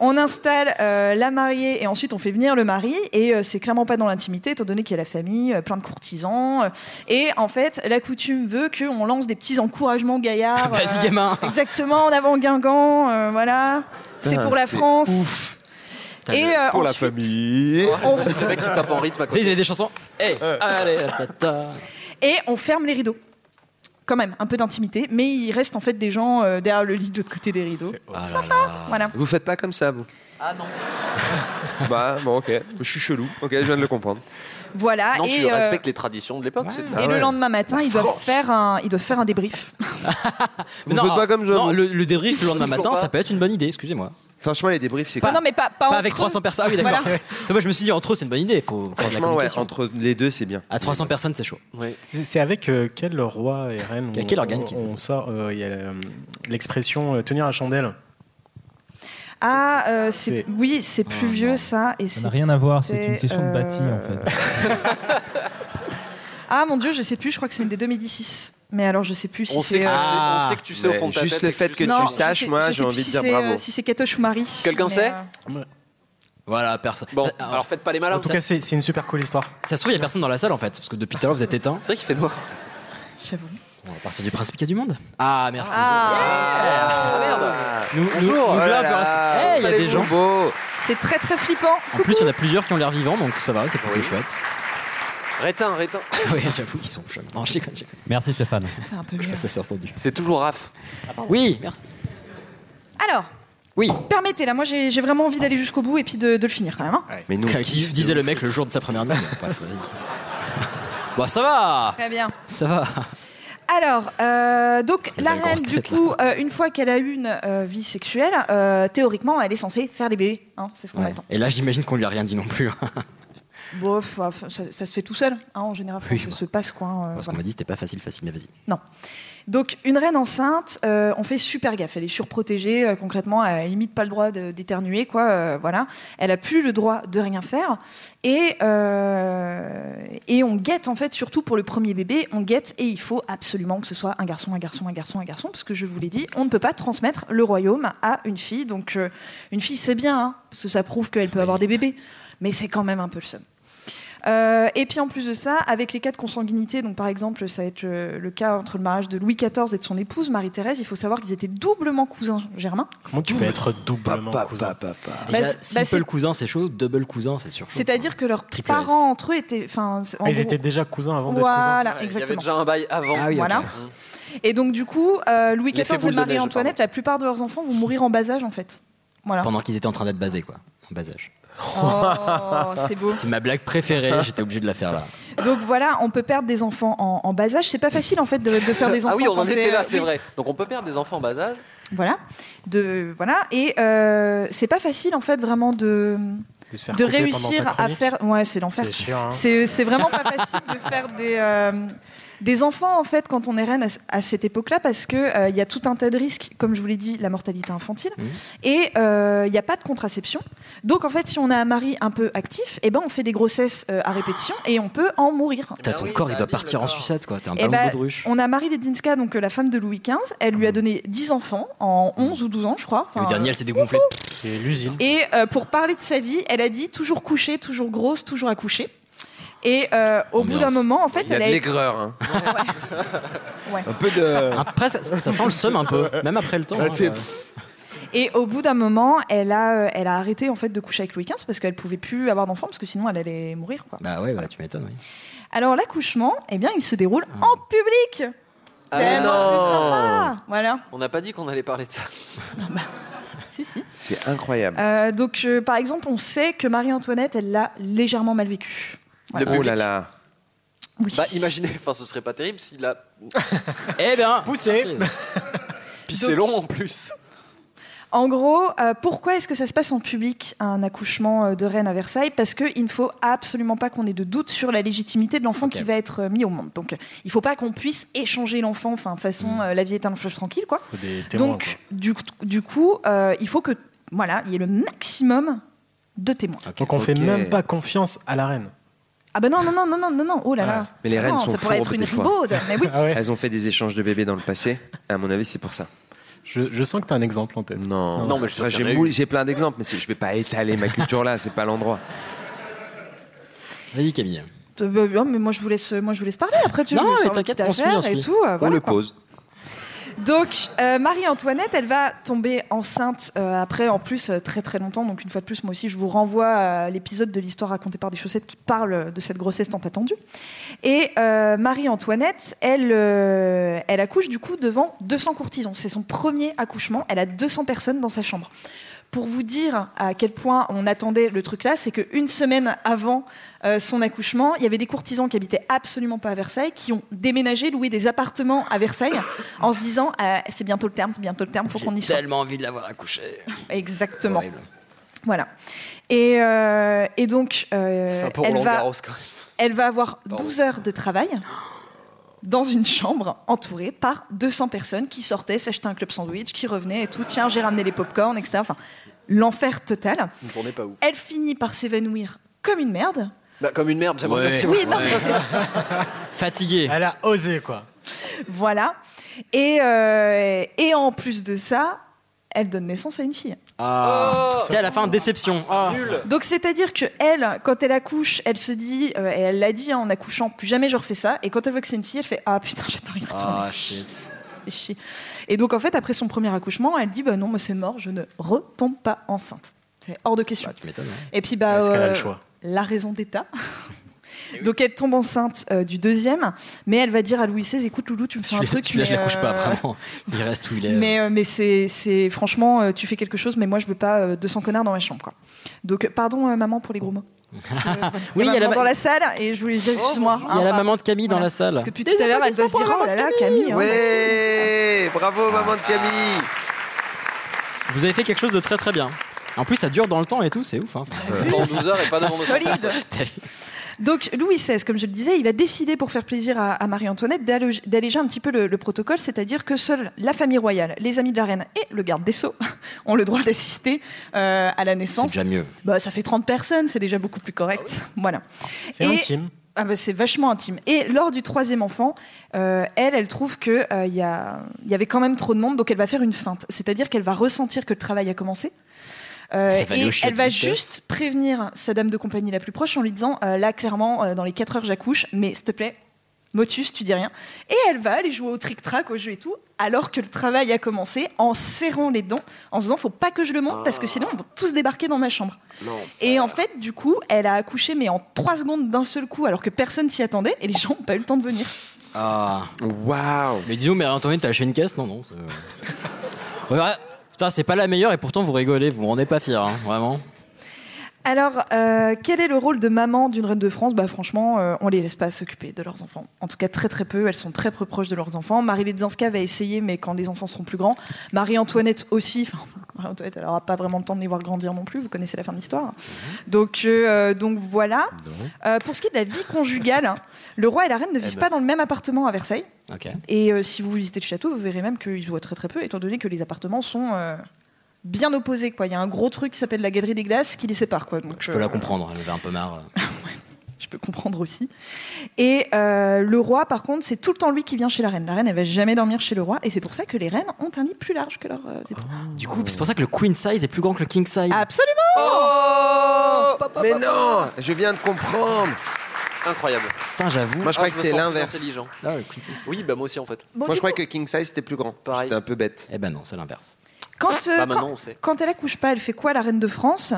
Speaker 10: On installe euh, la mariée et ensuite on fait venir le mari et euh, c'est clairement pas dans l'intimité étant donné qu'il y a la famille, euh, plein de courtisans euh, et en fait la coutume veut qu'on lance des petits encouragements gaillards.
Speaker 9: *laughs*
Speaker 10: euh,
Speaker 9: Vas-y, gamin.
Speaker 10: Exactement, en avant Guingamp, euh, voilà. C'est
Speaker 9: Putain,
Speaker 10: pour la
Speaker 9: c'est
Speaker 10: France.
Speaker 9: Putain,
Speaker 10: Et, euh,
Speaker 9: pour
Speaker 10: ensuite-
Speaker 9: la famille.
Speaker 10: On-
Speaker 11: Le mec qui tape en rythme à
Speaker 9: Tu sais,
Speaker 11: côté.
Speaker 9: ils avaient des chansons. Hey, allez, ta, ta.
Speaker 10: Et on ferme les rideaux. Quand même, un peu d'intimité, mais il reste en fait des gens euh, derrière le lit de l'autre côté des rideaux. Sympa, voilà.
Speaker 25: Vous faites pas comme ça, vous
Speaker 11: Ah non.
Speaker 25: *laughs* Bah, bon, ok. Je suis chelou. Ok, je viens de le comprendre. Ah
Speaker 10: Voilà.
Speaker 11: Non,
Speaker 10: et
Speaker 11: tu
Speaker 10: euh,
Speaker 11: respectes les traditions de l'époque. c'est tout.
Speaker 10: et le lendemain matin, ils doivent, faire un, ils doivent faire un débrief.
Speaker 9: Vous faites pas comme Non, le, le débrief le lendemain matin, ça peut être une bonne idée, excusez-moi.
Speaker 25: Franchement, les débriefs, c'est
Speaker 10: Ah non, mais pas, pas,
Speaker 9: Pas
Speaker 10: entre
Speaker 9: avec
Speaker 10: eux.
Speaker 9: 300 personnes. Ah oui, d'accord.
Speaker 10: Voilà.
Speaker 9: C'est moi, je me suis dit, entre eux, c'est une bonne idée. Faut faut de la
Speaker 25: Franchement, ouais,
Speaker 9: communication.
Speaker 25: entre les deux, c'est bien.
Speaker 9: À 300 personnes, c'est chaud.
Speaker 5: C'est avec euh, quel roi et reine
Speaker 9: Quel-
Speaker 5: on-
Speaker 9: quel organe qui
Speaker 5: on, sort euh, Il y a euh, l'expression euh, tenir la chandelle.
Speaker 10: Ah, euh, c'est- oui, c'est plus vieux ça. Et
Speaker 6: Ça n'a rien à voir, c'est une question de
Speaker 10: bâtiment.
Speaker 6: bâti
Speaker 26: *laughs*
Speaker 6: en fait.
Speaker 10: Ah mon dieu, je sais plus, je crois que c'est une des 2006. Mais alors, je sais plus si
Speaker 25: On
Speaker 10: c'est.
Speaker 25: sait que tu
Speaker 10: euh,
Speaker 25: sais- on Ah. sait que tu sais au fond de ta Juste tête le et que fait tu que sais. tu
Speaker 10: Non,
Speaker 25: le
Speaker 10: je
Speaker 25: saches,
Speaker 10: sais-
Speaker 25: moi,
Speaker 10: je sais
Speaker 25: j'ai
Speaker 10: plus
Speaker 25: envie de
Speaker 10: si
Speaker 25: dire
Speaker 10: c'est,
Speaker 25: bravo.
Speaker 10: euh, Si c'est Katoche ou Marie.
Speaker 11: Quelqu'un
Speaker 10: mais,
Speaker 11: sait
Speaker 10: euh,
Speaker 9: Voilà, personne.
Speaker 11: Bon, alors faites pas les malins.
Speaker 5: En tout cas, c'est c'est une super cool histoire.
Speaker 9: Ça se trouve, il n'y a personne dans la salle en fait, parce que depuis tout à l'heure, vous êtes éteint.
Speaker 11: C'est vrai qu'il fait noir.
Speaker 10: J'avoue.
Speaker 9: On va partir du principe qu'il y a du monde. Ah, merci.
Speaker 11: Ah merde.
Speaker 9: Nous, nous, nous, là, on peut rassurer. Hey, il y a des gens.
Speaker 10: C'est très très flippant.
Speaker 9: En plus, il y en a plusieurs qui ont l'air vivants, donc ça va, c'est plutôt chouette. *laughs*
Speaker 11: Rétin, rétin.
Speaker 9: oui, j'avoue, ils sont jeunes. Non, je déconne, je déconne.
Speaker 4: Merci Stéphane.
Speaker 10: C'est un peu
Speaker 9: Je
Speaker 10: mieux.
Speaker 9: passe assez entendu.
Speaker 11: C'est toujours Raph.
Speaker 9: Oui, merci.
Speaker 10: Alors,
Speaker 9: oui.
Speaker 10: permettez-la, moi j'ai j'ai vraiment envie d'aller jusqu'au bout et puis de, de le finir quand même. hein.
Speaker 25: Mais nous,
Speaker 9: qui disait le mec le jour de sa première nuit. hein. Bref, vas-y. *laughs* Bon, ça va.
Speaker 10: Très bien.
Speaker 9: Ça va.
Speaker 10: Alors, euh, donc
Speaker 9: Elle
Speaker 10: la
Speaker 9: a une grosse
Speaker 10: reine, du
Speaker 9: tête, là.
Speaker 10: coup, euh, une fois qu'elle a eu une euh, vie sexuelle, euh, théoriquement, elle est censée faire les bébés. hein, c'est ce qu'on
Speaker 9: Ouais.
Speaker 10: attend.
Speaker 9: Et là, j'imagine qu'on lui a rien dit non plus. hein.
Speaker 10: Bon, enfin, ça, ça se fait tout seul, hein, en général,
Speaker 9: Oui,
Speaker 10: ça
Speaker 9: bah.
Speaker 10: se passe quoi. hein, euh,
Speaker 9: Parce qu'on
Speaker 10: voilà.
Speaker 9: m'a dit, c'était pas facile, facile, mais vas-y.
Speaker 10: Non. Donc, une reine enceinte, euh, on fait super gaffe. Elle est surprotégée. euh, concrètement, elle a limite pas le droit de- d'éternuer, quoi. euh, voilà. Elle a plus le droit de rien faire. Et, euh, et on guette, en fait, surtout pour le premier bébé, on guette et il faut absolument que ce soit un garçon, un garçon, un garçon, un garçon. Parce que je vous l'ai dit, on ne peut pas transmettre le royaume à une fille. Donc, euh, une fille, c'est bien, hein, parce que ça prouve qu'elle peut avoir des bébés. Mais c'est quand même un peu le seum. Euh, et puis en plus de ça, avec les cas de consanguinité, donc par exemple, ça va être euh, le cas entre le mariage de Louis XIV et de son épouse Marie-Thérèse, il faut savoir qu'ils étaient doublement cousins germains.
Speaker 5: Comment tu peux être doublement cousin
Speaker 9: Déjà,
Speaker 10: Bah, c'est- bah,
Speaker 9: simple cousin, c'est chaud. Double cousin, c'est sûr.
Speaker 10: C'est-à-dire que leurs
Speaker 9: Triple S.
Speaker 10: parents entre eux étaient. enfin, c'est- en
Speaker 5: Ah, Ils
Speaker 10: gros-
Speaker 5: étaient déjà cousins avant d'être cousins.
Speaker 10: bah, Voilà,
Speaker 11: Il y avait
Speaker 10: exactement.
Speaker 11: déjà un bail avant.
Speaker 9: Ah oui,
Speaker 10: Voilà.
Speaker 9: ok.
Speaker 11: Mmh.
Speaker 10: Et donc du coup, euh, Louis
Speaker 11: L'effet
Speaker 10: XIV
Speaker 11: boule
Speaker 10: et
Speaker 11: de
Speaker 10: Marie-Antoinette, la plupart de leurs enfants vont mourir en bas âge en fait. Voilà.
Speaker 9: Pendant qu'ils étaient en train d'être basés, quoi. En bas âge.
Speaker 10: Oh, c'est beau.
Speaker 9: *laughs* C'est ma blague *laughs* préférée, j'étais obligé de la faire là.
Speaker 10: Donc voilà, on peut perdre des enfants en, en bas âge. C'est pas facile en fait de, de faire des enfants.
Speaker 11: *laughs* Ah oui, on en
Speaker 10: quand t'es-
Speaker 11: était là, c'est
Speaker 10: oui.
Speaker 11: vrai. Donc on peut perdre des enfants en bas âge.
Speaker 10: Voilà. De, voilà. Et euh, c'est pas facile, en fait, vraiment de,
Speaker 5: De se faire
Speaker 10: de
Speaker 5: couper pendant
Speaker 10: réussir
Speaker 5: ta
Speaker 10: à
Speaker 5: chronique.
Speaker 10: faire. Ouais, c'est l'enfer.
Speaker 5: C'est chiant, hein.
Speaker 10: C'est c'est vraiment pas facile de faire des. euh, des enfants, en fait, quand on est reine à, c- à cette époque-là, parce qu'il il y a tout un tas de risques, comme je vous l'ai dit, la mortalité infantile, et euh, il n'y a pas de contraception. Donc, en fait, si on a un mari un peu actif, eh ben, on fait des grossesses euh, à répétition et on peut en mourir.
Speaker 9: T'as ton corps, il doit partir en sucette, quoi. T'es un
Speaker 10: Eh
Speaker 9: ballon
Speaker 10: ben,
Speaker 9: baudruche.
Speaker 10: on a Marie Ledinska, donc euh, la femme de Louis XV, elle lui a donné 10 enfants en 11 ou 12 ans, je crois.
Speaker 9: Le
Speaker 10: Enfin,
Speaker 9: dernier, elle s'est dégonflée.
Speaker 5: C'est l'usine.
Speaker 10: et euh, pour parler de sa vie, elle a dit toujours couchée, toujours grosse, toujours accouchée. Et euh, au bout d'un
Speaker 25: Ambiance.
Speaker 10: moment, en fait,
Speaker 25: Il y a
Speaker 10: elle
Speaker 25: de
Speaker 10: a.
Speaker 25: l'aigreur. hein.
Speaker 11: *laughs*
Speaker 10: Ouais.
Speaker 25: Un peu de.
Speaker 9: Euh, Après, ça, ça sent le seum un peu, même après le temps.
Speaker 25: Ah,
Speaker 9: hein,
Speaker 25: t'es-
Speaker 9: ça-
Speaker 10: Et au bout d'un moment, elle a, euh, elle a arrêté en fait de coucher avec Louis XV parce qu'elle pouvait plus avoir d'enfants parce que sinon elle allait mourir. Quoi.
Speaker 9: Bah ouais, bah, tu m'étonnes, oui.
Speaker 10: Alors l'accouchement, eh bien, il se déroule en public.
Speaker 11: Ah
Speaker 10: Tellement plus
Speaker 11: non.
Speaker 10: sympa. Voilà.
Speaker 11: On n'a pas dit qu'on allait parler de ça.
Speaker 10: Si si.
Speaker 25: C'est incroyable.
Speaker 10: Euh, donc euh, par exemple, on sait que Marie-Antoinette, elle l'a légèrement mal vécu. Voilà.
Speaker 25: Oh là là.
Speaker 10: Oui.
Speaker 11: Bah imaginez, enfin ce serait pas terrible s'il a.
Speaker 9: Eh bien,
Speaker 5: Poussé
Speaker 11: Puis c'est long en plus.
Speaker 10: En gros, euh, pourquoi est-ce que ça se passe en public un accouchement euh, de reine à Versailles Parce qu'il ne faut absolument pas qu'on ait de doute sur la légitimité de l'enfant qui va être euh, mis au monde. Donc, euh, il ne faut pas qu'on puisse échanger l'enfant. Enfin, de toute façon,
Speaker 25: Mm.
Speaker 10: euh, la vie est un fleuve tranquille, quoi.
Speaker 5: Faut des témoins,
Speaker 10: Donc, du, du coup, euh, il faut que, voilà, il y ait le maximum de témoins.
Speaker 5: Donc on fait
Speaker 25: Ok.
Speaker 5: même pas confiance à la reine.
Speaker 10: Ah ben non, non, non, non, non, non, non. Oh là là.
Speaker 25: Mais les
Speaker 10: Ah
Speaker 25: reines
Speaker 10: non,
Speaker 25: sont
Speaker 10: Ça pourrait
Speaker 25: fourbes *laughs*
Speaker 10: être une
Speaker 25: des fois.
Speaker 5: Ah
Speaker 10: ribaude. Mais oui.
Speaker 25: Elles ont fait des échanges de bébés dans le passé. À mon avis, c'est pour ça.
Speaker 5: Je, je sens que tu as un exemple en tête.
Speaker 6: Non, mais
Speaker 5: sais qu'il y en a
Speaker 6: j'ai
Speaker 5: eu.
Speaker 6: mou- j'ai plein d'exemples, mais c'est- je vais pas étaler ma culture là, c'est pas l'endroit.
Speaker 9: Vas-y, Camille.
Speaker 10: Euh, bah, non, mais moi je vous laisse, moi je vous laisse parler. Après, tu
Speaker 9: Non,
Speaker 10: je vais
Speaker 9: mais
Speaker 10: faire une
Speaker 9: t'inquiète,
Speaker 10: petite
Speaker 9: on suit,
Speaker 10: affaire
Speaker 9: on suit.
Speaker 10: et tout. euh,
Speaker 9: On
Speaker 10: voilà,
Speaker 9: le
Speaker 10: quoi.
Speaker 9: pose.
Speaker 10: Donc euh, Marie-Antoinette, elle va tomber enceinte euh, après, en plus euh, très très longtemps. Donc une fois de plus, moi aussi, je vous renvoie à l'épisode de l'histoire racontée par des chaussettes qui parle euh, de cette grossesse tant attendue. Et euh, Marie-Antoinette, elle, euh, elle accouche du coup devant 200 courtisans. C'est son premier accouchement. Elle a 200 personnes dans sa chambre. Pour vous dire à quel point on attendait le truc là, c'est qu'une semaine avant euh, son accouchement, il y avait des courtisans qui habitaient absolument pas à Versailles, qui ont déménagé, loué des appartements à Versailles, en se disant Ah, c'est bientôt le terme, c'est bientôt le terme, faut qu'on y soit.
Speaker 9: tellement envie de l'avoir accouché.
Speaker 10: Exactement.
Speaker 9: Horrible.
Speaker 10: Voilà. Et, euh, et donc, euh,
Speaker 11: Ça fait un peu
Speaker 10: elle,
Speaker 11: Roland
Speaker 10: va,
Speaker 11: Garros quand même.
Speaker 10: elle va avoir
Speaker 11: Pardon.
Speaker 10: 12 heures de travail dans une chambre entourée par 200 personnes qui sortaient s'acheter un club sandwich, qui revenaient et tout. Tiens, j'ai ramené les popcorn, etc. Enfin, l'enfer total.
Speaker 11: Une journée pas ouf.
Speaker 10: Elle finit par s'évanouir comme une merde.
Speaker 11: Bah, comme une merde, j'aimerais
Speaker 5: Ouais.
Speaker 11: bien que c'est
Speaker 5: Oui,
Speaker 11: moi.
Speaker 5: non.
Speaker 9: Fatiguée.
Speaker 5: Elle a osé, quoi.
Speaker 10: Voilà. Et, euh, et en plus de ça, elle donne naissance à une fille.
Speaker 9: Ah, c'était à la fin, déception. Ah.
Speaker 10: Donc c'est-à-dire que elle, quand elle accouche, elle se dit, euh, et elle l'a dit hein, en accouchant, plus jamais je refais ça. Et quand elle voit que c'est une fille, elle fait ah putain, j'ai pas envie de retourner.
Speaker 9: Ah, shit.
Speaker 10: Et chier. Et donc en fait, après son premier accouchement, elle dit bah non, moi c'est mort, je ne retombe pas enceinte. C'est hors de question.
Speaker 9: tu m'étonnes, hein.
Speaker 10: Et puis bah
Speaker 9: Est-ce qu'elle a le
Speaker 10: euh,
Speaker 9: choix
Speaker 10: la raison d'état. *laughs* Donc elle tombe enceinte euh, du deuxième, mais elle va dire à Louis XVI, écoute Loulou, tu me fais un truc,
Speaker 9: Celui-là, je
Speaker 10: mais,
Speaker 9: l'accouche pas,
Speaker 10: euh,
Speaker 9: vraiment. Il reste où il est.
Speaker 10: *laughs* mais, euh, mais c'est, c'est- franchement, euh, tu fais quelque chose, mais moi je veux pas euh, 200 connards dans ma chambre. Quoi. Donc, euh, pardon euh, maman pour les gros mots.
Speaker 9: *laughs* Oui, il y a la
Speaker 10: maman
Speaker 9: ma-
Speaker 10: dans la salle et je voulais dire, excuse-moi.
Speaker 9: Il y a la
Speaker 10: hein,
Speaker 9: maman de Camille dans la salle.
Speaker 10: Parce que depuis tout à l'heure, elle doit se dire, oh là là, Camille. hein,
Speaker 6: Ouais, bravo maman de Camille.
Speaker 9: Vous avez fait quelque chose de très très bien. En plus, ça dure dans le temps et tout, c'est ouf. Hein.
Speaker 11: Pendant 12 heures et pas devant nos
Speaker 10: Bah, Solide.
Speaker 9: T'as vu
Speaker 10: Donc Louis XVI, comme je le disais, il va décider pour faire plaisir à, à Marie-Antoinette d'allo- d'alléger un petit peu le, le protocole, c'est-à-dire que seule la famille royale, les amis de la reine et le garde des sceaux *laughs* ont le droit d'assister euh, à la naissance.
Speaker 9: déjà mieux.
Speaker 10: Bah, ça fait 30 personnes, c'est déjà beaucoup plus correct. Voilà.
Speaker 5: C'est
Speaker 10: Et-
Speaker 5: intime.
Speaker 10: Ah bah, c'est vachement intime. Et lors du troisième enfant, euh, elle, elle trouve qu'il y, a- il y avait quand même trop de monde, donc elle va faire une feinte. C'est-à-dire qu'elle va ressentir que le travail a commencé. Euh,
Speaker 9: Elle va aller
Speaker 10: et
Speaker 9: au chiotte
Speaker 10: elle va
Speaker 9: vite.
Speaker 10: juste prévenir sa dame de compagnie la plus proche en lui disant euh, Là, clairement, euh, dans les 4 heures, j'accouche, mais s'il te plaît, motus, tu dis rien. Et elle va aller jouer au trick-track, au jeu et tout, alors que le travail a commencé, en serrant les dents, en se disant Faut pas que je le monte, parce
Speaker 9: Ah.
Speaker 10: que sinon, ils vont tous débarquer dans ma chambre.
Speaker 11: Non.
Speaker 10: Et en fait, du coup, elle a accouché, mais en 3 secondes d'un seul coup, alors que personne s'y attendait, et les gens n'ont pas eu le temps de venir.
Speaker 9: Ah.
Speaker 6: Waouh.
Speaker 9: Mais disons, mais Antoine, t'as lâché une caisse Non, non. c'est- Ouais, ouais. Putain, c'est pas la meilleure et pourtant vous rigolez, vous me rendez pas fier, hein, vraiment.
Speaker 10: Alors, euh, quel est le rôle de maman d'une reine de France Bah franchement, euh, on les laisse pas s'occuper de leurs enfants. En tout cas, très très peu. Elles sont très peu proches de leurs enfants. Marie Ledzinska va essayer, mais quand les enfants seront plus grands. Marie-Antoinette aussi. Enfin, *laughs* Marie-Antoinette, elle n'aura pas vraiment le temps de les voir grandir non plus. Vous connaissez la fin de l'histoire. Donc, euh, donc voilà. Euh, pour ce qui est de la vie conjugale, hein, le roi et la reine ne vivent
Speaker 9: ben.
Speaker 10: pas dans le même appartement à Versailles.
Speaker 9: Ok.
Speaker 10: Et euh, si vous visitez le château, vous verrez même qu'ils se voient très très peu, étant donné que les appartements sont euh, bien opposés. Quoi. Il y a un gros truc qui s'appelle la galerie des glaces qui les sépare. Quoi. Donc,
Speaker 9: Je
Speaker 10: euh,
Speaker 9: peux la comprendre, elle avait un peu marre.
Speaker 10: Je peux comprendre aussi. Et euh, le roi, par contre, c'est tout le temps lui qui vient chez la reine. La reine, elle va jamais dormir chez le roi, et c'est pour ça que les reines ont un lit plus large que leurs euh, époux.
Speaker 9: Du coup, c'est pour ça que le queen size est plus grand que le king size.
Speaker 10: Absolument
Speaker 6: Oh Mais non, je viens de comprendre.
Speaker 11: Incroyable.
Speaker 9: Putain, j'avoue.
Speaker 6: Moi je croyais
Speaker 11: Ah,
Speaker 6: que
Speaker 11: me
Speaker 6: c'était
Speaker 11: sens plus
Speaker 6: l'inverse.
Speaker 11: intelligent.
Speaker 9: Ah,
Speaker 11: Oui, bah moi aussi en fait.
Speaker 10: Bon,
Speaker 6: Moi
Speaker 10: du
Speaker 6: je croyais
Speaker 10: coup-
Speaker 6: que king size c'était plus grand.
Speaker 11: Pareil.
Speaker 6: C'était un peu bête.
Speaker 9: Eh ben non, c'est l'inverse.
Speaker 10: Quand, euh,
Speaker 11: Bah, maintenant,
Speaker 10: quand-
Speaker 11: on sait.
Speaker 10: quand elle accouche pas, elle fait quoi, la reine de France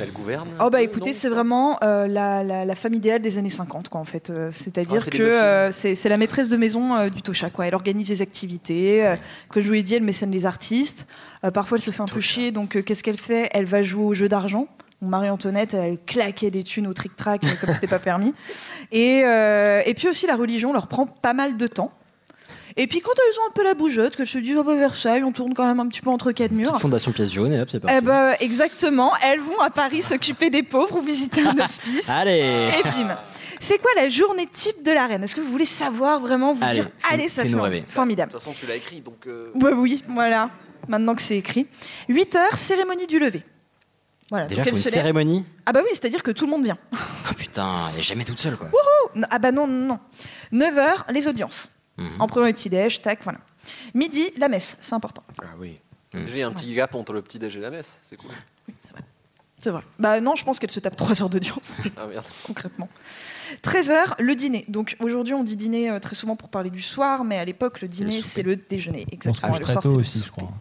Speaker 11: Elle gouverne.
Speaker 10: Oh bah écoutez, c'est vraiment euh, la, la- la femme idéale des années 50, quoi, en fait. Euh,
Speaker 11: Ah,
Speaker 10: C'est-à-dire
Speaker 11: elle fait
Speaker 10: que
Speaker 11: des meufs,
Speaker 10: euh, c'est c'est la maîtresse de maison euh, du Tocha, quoi. Elle organise les activités. euh, que je vous ai dit, elle mécène les artistes. Euh, parfois, elle se fait un peu chier, donc euh, qu'est-ce qu'elle fait Elle va jouer au jeu d'argent. Mon Marie-Antoinette, elle claquait des thunes au trick-track, euh, comme c'était pas permis. Et, euh, et puis aussi, la religion leur prend pas mal de temps. Et puis quand elles ont un peu la bougeotte, que je te dis, oh bah Versailles, on tourne quand même un petit peu entre quatre murs.
Speaker 9: Petite fondation pièce jaune et hop, c'est parti.
Speaker 10: Eh ben, exactement. Elles vont à Paris s'occuper des pauvres ou visiter
Speaker 9: *laughs*
Speaker 10: un hospice.
Speaker 9: Allez
Speaker 10: Et bim. C'est quoi la journée type de la reine Est-ce que vous voulez savoir vraiment vous
Speaker 9: Allez,
Speaker 10: dire
Speaker 9: fais-
Speaker 10: allez ça fait
Speaker 9: fais-nous
Speaker 10: un-
Speaker 9: rêver.
Speaker 10: formidable.
Speaker 11: De toute façon, tu l'as écrit donc. euh,
Speaker 10: Ouais, oui, voilà. Maintenant que c'est écrit. 8 heures, cérémonie du lever. Voilà.
Speaker 9: Déjà,
Speaker 10: donc elle
Speaker 9: faut une
Speaker 10: se lève.
Speaker 9: cérémonie.
Speaker 10: Ah bah oui, c'est-à-dire que tout le monde vient. Oh,
Speaker 9: Oh putain, elle est jamais toute seule quoi.
Speaker 10: Wouhou Non, Ah bah non, non, non. 9 heures, les audiences.
Speaker 9: Mhm.
Speaker 10: En prenant les petits déj, tac, voilà. Midi, la messe, c'est important.
Speaker 11: Ah oui. J'ai un petit gap entre le petit déj et la messe, c'est cool.
Speaker 10: C'est vrai. Bah non, je pense qu'elle se tape 3
Speaker 9: *laughs*
Speaker 10: heures d'audience.
Speaker 11: Ah merde.
Speaker 10: concrètement. 13h, le dîner. Donc aujourd'hui, on dit dîner euh, très souvent pour parler du soir, mais à l'époque, le dîner,
Speaker 6: souper.
Speaker 10: c'est le déjeuner.
Speaker 6: On se
Speaker 10: Exactement.
Speaker 6: couche
Speaker 10: le
Speaker 6: très
Speaker 10: soir,
Speaker 6: tôt
Speaker 10: c'est le
Speaker 6: aussi, je
Speaker 10: souper.
Speaker 6: crois.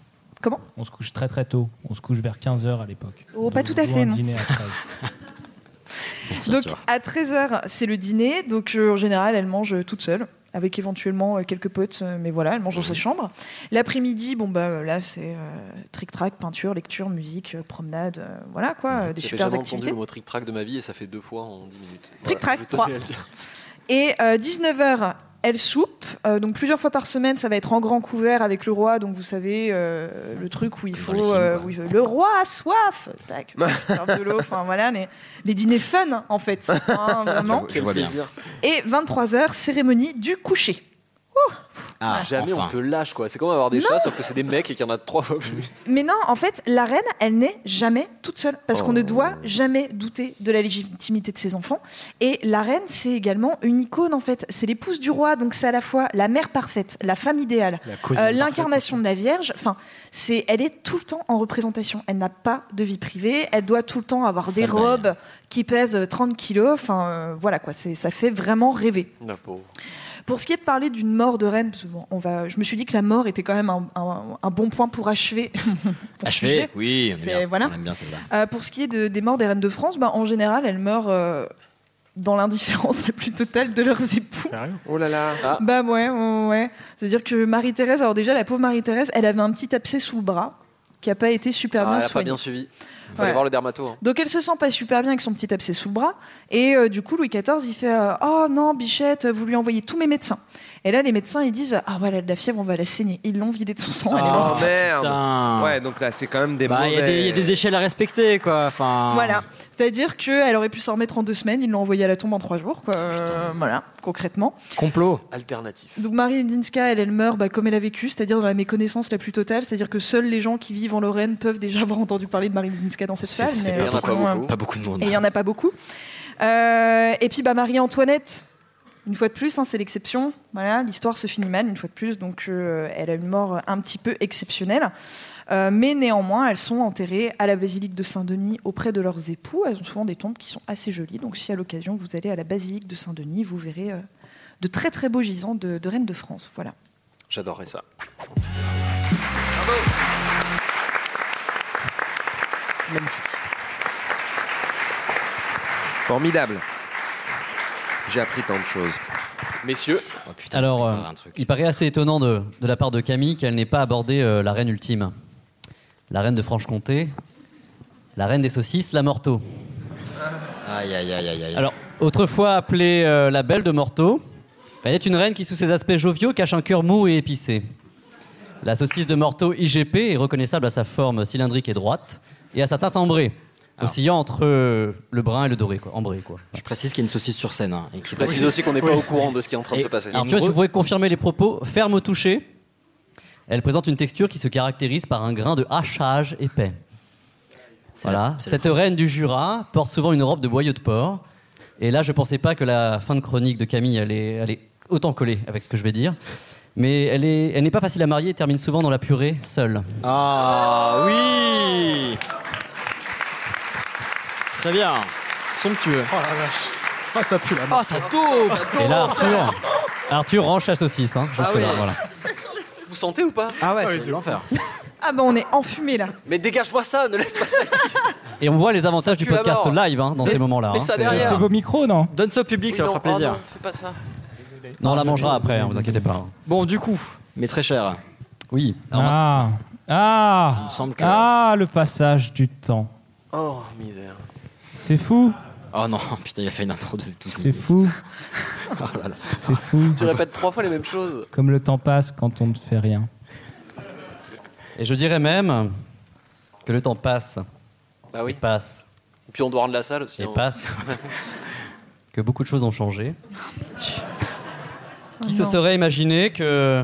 Speaker 10: Comment
Speaker 6: On se couche très très tôt. On se couche vers 15h à l'époque.
Speaker 10: Oh, pas
Speaker 6: Donc,
Speaker 10: tout à
Speaker 6: on
Speaker 10: fait,
Speaker 6: doit
Speaker 10: non.
Speaker 6: dîner à 13.
Speaker 10: Donc à 13h, c'est le dîner. Donc euh, en général, elle mange toute seule, avec éventuellement euh, quelques potes, euh, mais voilà, elle mange dans sa chambre. L'après-midi, bon bah euh, là, c'est euh, trick-track, peinture, lecture, musique, euh, promenade, euh, voilà quoi, euh,
Speaker 11: J'avais
Speaker 10: des super
Speaker 11: jamais entendu
Speaker 10: activités.
Speaker 11: le mot trick-track de ma vie et ça fait deux fois en 10 minutes.
Speaker 10: Trick-track,
Speaker 11: je tenais
Speaker 10: trois.
Speaker 11: à le dire.
Speaker 10: Et 19h, elle soupe. Euh, donc plusieurs fois par semaine, ça va être en grand couvert avec le roi. Donc vous savez, euh, le truc où il faut. euh, où il faut- le roi a soif Tac, serve de l'eau. Enfin voilà, les, les dîners fun, hein, en fait. Hein, vraiment.
Speaker 11: Quel plaisir.
Speaker 10: Et 23h, cérémonie du coucher.
Speaker 11: Ah, jamais on te lâche quoi. C'est comme avoir des
Speaker 10: Non.
Speaker 11: chats sauf que c'est des mecs et qu'il y en a trois fois plus.
Speaker 10: Mais non, en fait, la reine, elle n'est jamais toute seule, parce qu'on ne
Speaker 11: Oh.
Speaker 10: doit jamais douter de la légitimité de ses enfants. Et la reine, c'est également une icône, en fait. C'est l'épouse du roi, donc c'est à la fois la mère parfaite, la femme idéale,
Speaker 27: La cousine
Speaker 10: euh, l'incarnation de la Vierge. Enfin, c'est, elle est tout le temps en représentation. Elle n'a pas de vie privée. Elle doit tout le temps avoir des
Speaker 27: Sale bail.
Speaker 10: robes qui pèsent euh, 30 kilos. Enfin, euh, voilà quoi. C'est, ça fait vraiment rêver.
Speaker 11: La pauvre.
Speaker 10: Pour ce qui est de parler d'une mort de reine, parce que bon, on va, je me suis dit que la mort était quand même un, un- un bon point pour achever. *laughs* mon
Speaker 9: Achevé,
Speaker 10: sujet.
Speaker 9: Ah, oui, on aime
Speaker 10: C'est-
Speaker 9: bien,
Speaker 10: voilà.
Speaker 9: on aime bien celle-là.
Speaker 10: Euh, pour ce qui est de- des morts des reines de France, bah, en général, elles meurent euh, dans l'indifférence *laughs* la plus totale de leurs époux.
Speaker 26: Oh là là.
Speaker 11: Ah.
Speaker 10: Bah ouais, ouais, ouais. C'est-à-dire que Marie-Thérèse, alors déjà, la pauvre Marie-Thérèse, elle avait un petit abcès sous le bras qui n'a pas été super
Speaker 11: Ah,
Speaker 10: bien
Speaker 11: elle a pas
Speaker 10: soigné.
Speaker 11: bien suivi. Fallait
Speaker 10: Ouais.
Speaker 11: voir le dermato. hein.
Speaker 10: Donc elle se sent pas super bien avec son petit abcès sous le bras. Et euh, du coup, Louis XIV, il fait euh, Oh non, Bichette, vous lui envoyez tous mes médecins. Et là, les médecins, ils disent Ah voilà, elle a de la fièvre, on va la saigner. Ils l'ont vidée de son sang, elle est
Speaker 26: Oh
Speaker 10: morte.
Speaker 26: merde. Ouais, donc là, c'est quand même des
Speaker 9: Bah, il y, a des- il y
Speaker 26: mauvais.
Speaker 9: a des échelles à respecter, quoi.
Speaker 11: Ah.
Speaker 9: Enfin,
Speaker 10: Voilà. C'est-à-dire qu'elle aurait pu s'en remettre en deux semaines, ils l'ont envoyée à la tombe en trois jours, quoi. Euh, voilà, concrètement.
Speaker 9: Complot.
Speaker 11: Alternatif.
Speaker 10: Donc Marie Dinska, elle, elle meurt bah, comme elle a vécu, c'est-à-dire dans la méconnaissance la plus totale, c'est-à-dire que seuls les gens qui vivent en Lorraine peuvent déjà *laughs* avoir entendu parler de Marie Dinska dans cette salle. mais,
Speaker 9: Il y en a
Speaker 10: sinon,
Speaker 9: pas
Speaker 10: euh,
Speaker 9: beaucoup. Pas beaucoup de monde.
Speaker 10: Et il n'y en a pas beaucoup. Euh, et puis bah, Marie-Antoinette, une fois de plus, hein, c'est l'exception. Voilà, L'histoire se finit mal, une fois de plus, donc euh, elle a une mort un petit peu exceptionnelle. Euh, mais néanmoins, elles sont enterrées à la basilique de Saint-Denis auprès de leurs époux. Elles ont souvent des tombes qui sont assez jolies, donc si à l'occasion vous allez à la basilique de Saint-Denis, vous verrez euh, de très très beaux gisants de, de reines de France. Voilà.
Speaker 11: J'adorerais ça.
Speaker 26: Formidable. J'ai appris tant de choses.
Speaker 11: Messieurs.
Speaker 9: Oh,
Speaker 4: Alors, euh, il paraît assez étonnant de, de la part de Camille qu'elle n'ait pas abordé euh, la reine ultime. La reine de Franche-Comté, la reine des saucisses, la Morteau.
Speaker 9: Aïe, aïe, aïe, aïe, aïe.
Speaker 4: Alors, autrefois appelée euh, la Belle de Morteau, elle est une reine qui, sous ses aspects joviaux, cache un cœur mou et épicé. La saucisse de Morteau IGP est reconnaissable à sa forme cylindrique et droite et à sa teinte ambrée, oscillant entre euh, le brun et le doré, quoi. Ambré, quoi.
Speaker 9: je précise qu'il y a une saucisse sur scène. hein, et qui
Speaker 11: Je précise
Speaker 9: Oui.
Speaker 11: aussi qu'on n'est pas
Speaker 9: Oui.
Speaker 11: au courant de ce qui est en train de
Speaker 9: Et-
Speaker 11: se passer.
Speaker 4: Alors, tu vois, si vous pouvez confirmer les propos, ferme au toucher. Elle présente une texture qui se caractérise par un grain de hachage épais. Voilà.
Speaker 9: c'est la
Speaker 4: Cette reine du Jura porte souvent une robe de boyau de porc. Et là, je pensais pas que la fin de chronique de Camille allait, allait autant coller avec ce que je vais dire. Mais elle est- elle n'est pas facile à marier et termine souvent dans la purée seule.
Speaker 9: Ah oui Très bien. Somptueux.
Speaker 5: Oh la vache. Ah, ça pue la
Speaker 9: Oh, ça tourne
Speaker 4: Et là, Arthur, Arthur range sa saucisse. hein, juste
Speaker 11: Ah oui.
Speaker 4: là, voilà.
Speaker 11: Vous sentez ou pas
Speaker 9: Ah ouais,
Speaker 11: c'est l'enfer.
Speaker 10: Ah bah on est enfumé là.
Speaker 11: Mais dégage-moi ça, ne laisse pas ça ici.
Speaker 4: Et on voit les avantages du
Speaker 11: pue la
Speaker 4: podcast
Speaker 11: mort.
Speaker 4: live hein, dans
Speaker 11: Mais-
Speaker 4: ces moments-là.
Speaker 11: mais
Speaker 4: hein.
Speaker 11: ça
Speaker 4: C'est-
Speaker 11: derrière. C'est vos
Speaker 6: micros, non
Speaker 9: Donne ça au public, ça
Speaker 11: Oui,
Speaker 9: leur
Speaker 11: non,
Speaker 9: fera
Speaker 11: oh
Speaker 9: plaisir.
Speaker 11: non, fais pas ça.
Speaker 4: Non, on la
Speaker 9: ça
Speaker 4: mangera après, hein, vous inquiétez pas.
Speaker 9: Bon, du coup, mais très cher.
Speaker 4: Oui.
Speaker 6: Ah, ah,
Speaker 9: me semble que-
Speaker 6: ah, le passage du temps.
Speaker 11: Oh, misère.
Speaker 6: C'est fou,
Speaker 9: Oh non, *laughs* putain, il a fait une intro de 12
Speaker 6: c'est
Speaker 9: minutes.
Speaker 6: fou,
Speaker 9: *laughs* Oh là là.
Speaker 6: c'est fou.
Speaker 11: Tu répètes trois fois les mêmes choses.
Speaker 6: Comme le temps passe quand on ne fait rien.
Speaker 4: Et je dirais même que le temps passe.
Speaker 11: Bah oui.
Speaker 4: Il passe.
Speaker 11: Et puis on doit rendre la salle aussi.
Speaker 4: Et
Speaker 11: hein.
Speaker 4: passe. que beaucoup de choses ont changé. Qui
Speaker 11: Oh
Speaker 4: se
Speaker 11: non.
Speaker 4: serait imaginé que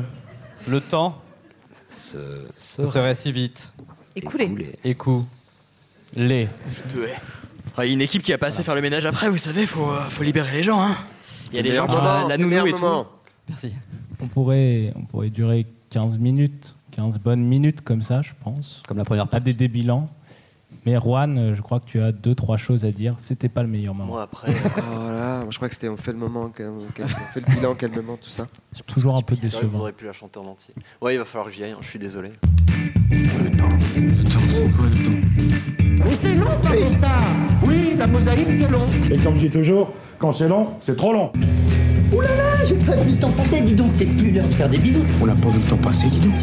Speaker 4: le temps
Speaker 9: se
Speaker 4: serait, si vite
Speaker 10: Écoulé.
Speaker 4: Écoulé.
Speaker 9: Je te hais. Ah, il y a une équipe qui a pas assez faire le ménage après, vous savez, faut, euh, faut libérer les gens. hein. Il y a des gens qui ont la- la nounou et tout.
Speaker 6: On pourrait, on pourrait durer 15 minutes, 15 bonnes minutes comme ça, je pense.
Speaker 4: Comme la première
Speaker 6: À des débilans. Mais Juan, euh, je crois que tu as deux, trois choses à dire. C'était pas le meilleur moment.
Speaker 10: Moi après, voilà, Oh moi, je crois que c'était on fait le moment, calme- calme- on fait le bilan calmement, tout ça.
Speaker 6: Toujours un peu
Speaker 11: C'est vrai que vous
Speaker 6: décevant.
Speaker 11: aurez pu la chanter en entier. Ouais, il va falloir que j'y aille, hein, je suis désolé.
Speaker 18: Mais c'est long, Pacosta Oui, la mosaïque, c'est long.
Speaker 28: Et comme je dis toujours, quand c'est long, c'est trop long.
Speaker 18: Ouh là là, j'ai pas vu le temps passer, dis donc, c'est plus l'heure de faire des bisous.
Speaker 28: On n'a pas vu le temps passer, dis donc.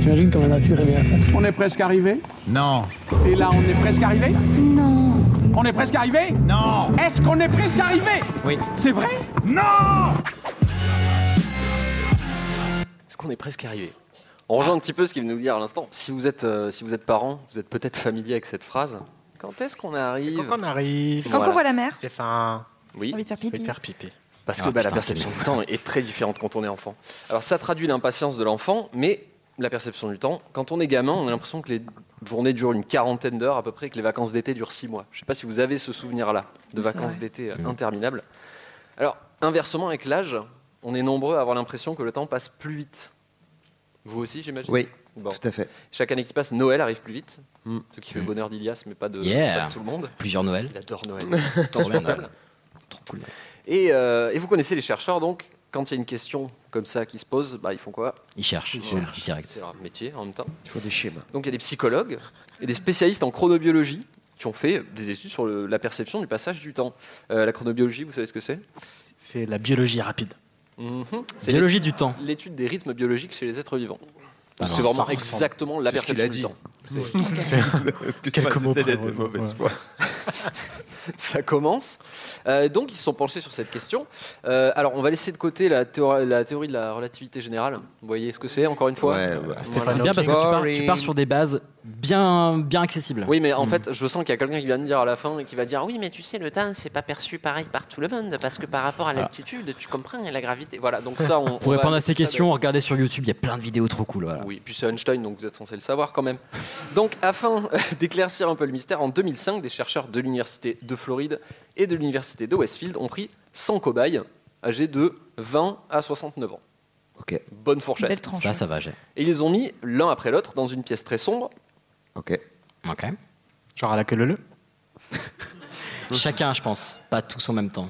Speaker 18: T'imagines comme la nature est bien faite.
Speaker 29: On est presque arrivé.
Speaker 28: Non.
Speaker 29: Et là, on est presque arrivé Non. On est presque arrivé Non. Est-ce qu'on est presque arrivé
Speaker 28: Oui.
Speaker 29: C'est vrai Non
Speaker 11: Est-ce qu'on est presque arrivé On rejoint un petit peu ce qu'il vient de nous dire à l'instant. Si vous êtes, euh, si vous êtes parent, vous êtes peut-être familier avec cette phrase. Quand est-ce qu'on arrive
Speaker 5: Quand on arrive.
Speaker 15: Quand on voit la mer.
Speaker 5: J'ai faim.
Speaker 11: Oui.
Speaker 15: Envie de faire
Speaker 5: Je vais
Speaker 15: pipi.
Speaker 5: faire pipi.
Speaker 11: Parce que
Speaker 5: Ah,
Speaker 11: bah, la
Speaker 5: putain,
Speaker 11: perception
Speaker 5: c'est
Speaker 10: *laughs*
Speaker 11: du temps est très différente quand on est enfant. Alors ça traduit l'impatience de l'enfant, mais la perception du temps, quand on est gamin, on a l'impression que les journées durent une quarantaine d'heures à peu près, et que les vacances d'été durent six mois. Je ne sais pas si vous avez ce souvenir-là, de
Speaker 14: Oui, c'est
Speaker 11: vacances
Speaker 14: vrai.
Speaker 11: d'été euh, interminables. Alors, inversement, avec l'âge, on est nombreux à avoir l'impression que le temps passe plus vite. Vous aussi, j'imagine
Speaker 10: Oui,
Speaker 11: Bon.
Speaker 10: tout à fait.
Speaker 11: Chaque année qui passe, Noël arrive plus vite,
Speaker 10: Mm.
Speaker 11: ce qui fait le bonheur d'Ilias, mais pas de,
Speaker 9: Yeah.
Speaker 11: pas de tout le monde.
Speaker 9: Plusieurs Noëls.
Speaker 11: Il adore Noël.
Speaker 9: C'est trop bien,
Speaker 11: Insupportable.
Speaker 9: Noël.
Speaker 11: Et, euh, et vous connaissez les chercheurs, donc, quand il y a une question comme ça qui se pose, bah, ils font quoi
Speaker 9: Ils cherchent,
Speaker 11: Ils
Speaker 9: ouais,
Speaker 11: cherchent.
Speaker 9: direct.
Speaker 11: C'est leur métier en même temps.
Speaker 10: Il faut des schémas.
Speaker 11: Donc il y a des psychologues et des spécialistes en chronobiologie qui ont fait des études sur le- la perception du passage du temps. Euh, la chronobiologie, vous savez ce que c'est
Speaker 5: C'est la biologie rapide.
Speaker 11: Mhm.
Speaker 5: Biologie du
Speaker 11: l'étude-
Speaker 5: temps.
Speaker 11: L'étude des rythmes biologiques chez les êtres vivants.
Speaker 5: Ah, ça
Speaker 11: c'est vraiment
Speaker 5: ressemble.
Speaker 11: exactement la
Speaker 10: C'est ce qu'il
Speaker 11: perception
Speaker 10: a
Speaker 11: du
Speaker 10: dit.
Speaker 11: temps.
Speaker 10: Ouais. C'est- Excuse-moi Quelques si mots c'est près, d'être de ouais. mauvaise foi.
Speaker 11: Ça commence. Euh, donc ils se sont penchés sur cette question. Euh, alors on va laisser de côté la, théor- la théorie de la relativité générale. Vous voyez ce que c'est encore une fois
Speaker 9: C'était très bien parce que tu pars, tu pars sur des bases bien, bien accessibles.
Speaker 11: Oui, mais en fait, je sens qu'il y a quelqu'un qui vient me dire à la fin et qui va dire Oui, mais tu sais, le temps, c'est pas perçu pareil par tout le monde parce que par rapport à l'altitude, tu comprends et la gravité. Voilà, donc ça, on.
Speaker 9: Pour
Speaker 11: on va
Speaker 9: répondre à
Speaker 11: laisser
Speaker 9: ces
Speaker 11: ça
Speaker 9: questions, regardez sur YouTube, il y a plein de vidéos trop cool. Voilà.
Speaker 11: oui, puis c'est Einstein, donc vous êtes censé le savoir quand même. Donc, afin euh, d'éclaircir un peu le mystère, en 2005, des chercheurs de l'Université de Floride et de l'Université de Westfield ont pris 100 cobayes âgés de 20 à 69 ans.
Speaker 10: Ok.
Speaker 11: Bonne fourchette.
Speaker 9: Belle tranche. Ça, ça va, j'ai.
Speaker 11: Et ils les ont mis l'un après l'autre dans une pièce très
Speaker 10: *laughs*
Speaker 11: sombre.
Speaker 10: Ok.
Speaker 9: Ok.
Speaker 5: Genre à la queue
Speaker 11: *laughs*
Speaker 5: le
Speaker 9: Chacun, je pense. Pas tous en même temps.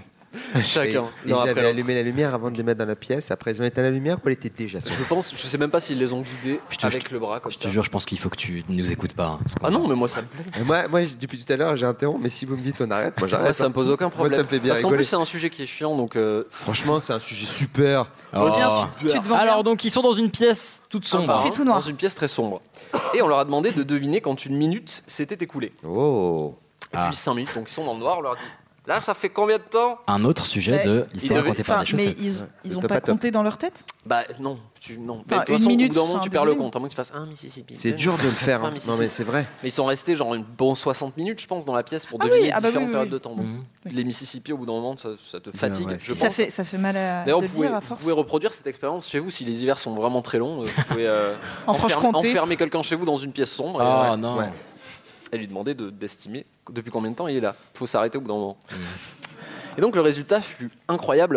Speaker 11: Chacun.
Speaker 10: Ils
Speaker 11: l'un après
Speaker 10: avaient
Speaker 11: l'autre.
Speaker 10: allumé la lumière avant de les mettre dans la pièce. Après, ils ont éteint la lumière pour les tétés, Jason.
Speaker 11: Je pense, je sais même pas s'ils les ont guidés avec le bras comme
Speaker 9: Je te
Speaker 11: ça.
Speaker 9: jure, je pense qu'il faut que tu nous écoutes pas. hein, parce qu'on-
Speaker 11: Ah non, mais moi ça me plaît.
Speaker 10: Et Moi, moi, j- depuis tout à l'heure, j'interromps, mais si vous me dites on arrête, moi j'arrête.
Speaker 11: Moi, ça
Speaker 10: hein.
Speaker 11: me pose aucun problème.
Speaker 10: Moi, ça me fait bien
Speaker 11: Parce qu'en
Speaker 10: rigoler.
Speaker 11: plus, c'est un sujet qui est chiant, donc. euh,
Speaker 10: Franchement, c'est un sujet super.
Speaker 11: reviens,
Speaker 10: Oh.
Speaker 11: tu te- Ah, bah.
Speaker 9: Alors, donc, ils sont dans une pièce toute
Speaker 15: Ah bah,
Speaker 11: un
Speaker 9: sombre.
Speaker 11: par un, hein, Dans une pièce très sombre. Et on leur a demandé de deviner quand une minute s'était écoulée.
Speaker 10: Oh.
Speaker 11: Et puis 5 minutes, donc ils sont dans le noir, on leur dit Là, ça fait combien de temps
Speaker 9: Un autre sujet de
Speaker 11: Ils
Speaker 9: l'histoire
Speaker 11: devaient-
Speaker 9: racontée par des
Speaker 11: enfin, mais
Speaker 9: chaussettes.
Speaker 11: ils-
Speaker 15: Ils ont pas compté dans leur tête
Speaker 11: Bah non, tu, non. Mais
Speaker 15: Enfin,
Speaker 11: de toute
Speaker 15: une
Speaker 11: façon, au
Speaker 15: minute,
Speaker 11: bout d'un moment,
Speaker 15: enfin,
Speaker 11: tu perds le
Speaker 15: désolé.
Speaker 11: compte, à moins que tu fasses un Mississippi.
Speaker 10: C'est
Speaker 11: deux
Speaker 10: dur
Speaker 11: *laughs*
Speaker 10: de le
Speaker 11: Mississippi,
Speaker 10: faire,
Speaker 11: un
Speaker 10: hein. Non,
Speaker 11: Mississippi.
Speaker 10: mais c'est vrai.
Speaker 11: Mais ils sont restés genre une bonne 60 minutes, je pense, dans la pièce pour
Speaker 15: Ah
Speaker 11: deviner
Speaker 15: oui, ah bah
Speaker 11: différentes
Speaker 15: oui, oui,
Speaker 11: périodes
Speaker 15: oui.
Speaker 11: de temps. Donc, Les Mississippi, au bout d'un moment, ça, ça te
Speaker 10: Mhm. Bien,
Speaker 11: fatigue.
Speaker 10: ouais,
Speaker 11: je
Speaker 15: ça
Speaker 11: pense.
Speaker 15: fait, ça fait mal à, de
Speaker 11: D'ailleurs,
Speaker 15: le
Speaker 11: vous pouvez,
Speaker 15: dire à
Speaker 11: vous
Speaker 15: force.
Speaker 11: pouvez reproduire cette expérience chez vous si les hivers sont vraiment très longs. euh, Vous pouvez euh,
Speaker 15: *laughs* En
Speaker 11: enfermer-
Speaker 15: Franche-Comté.
Speaker 11: enfermer quelqu'un chez vous dans une pièce sombre. et,
Speaker 9: Ah,
Speaker 11: ouais,
Speaker 9: non.
Speaker 11: ouais. Et lui demander de- d'estimer depuis combien de temps il est là. Il faut s'arrêter au bout d'un moment. Et donc le résultat fut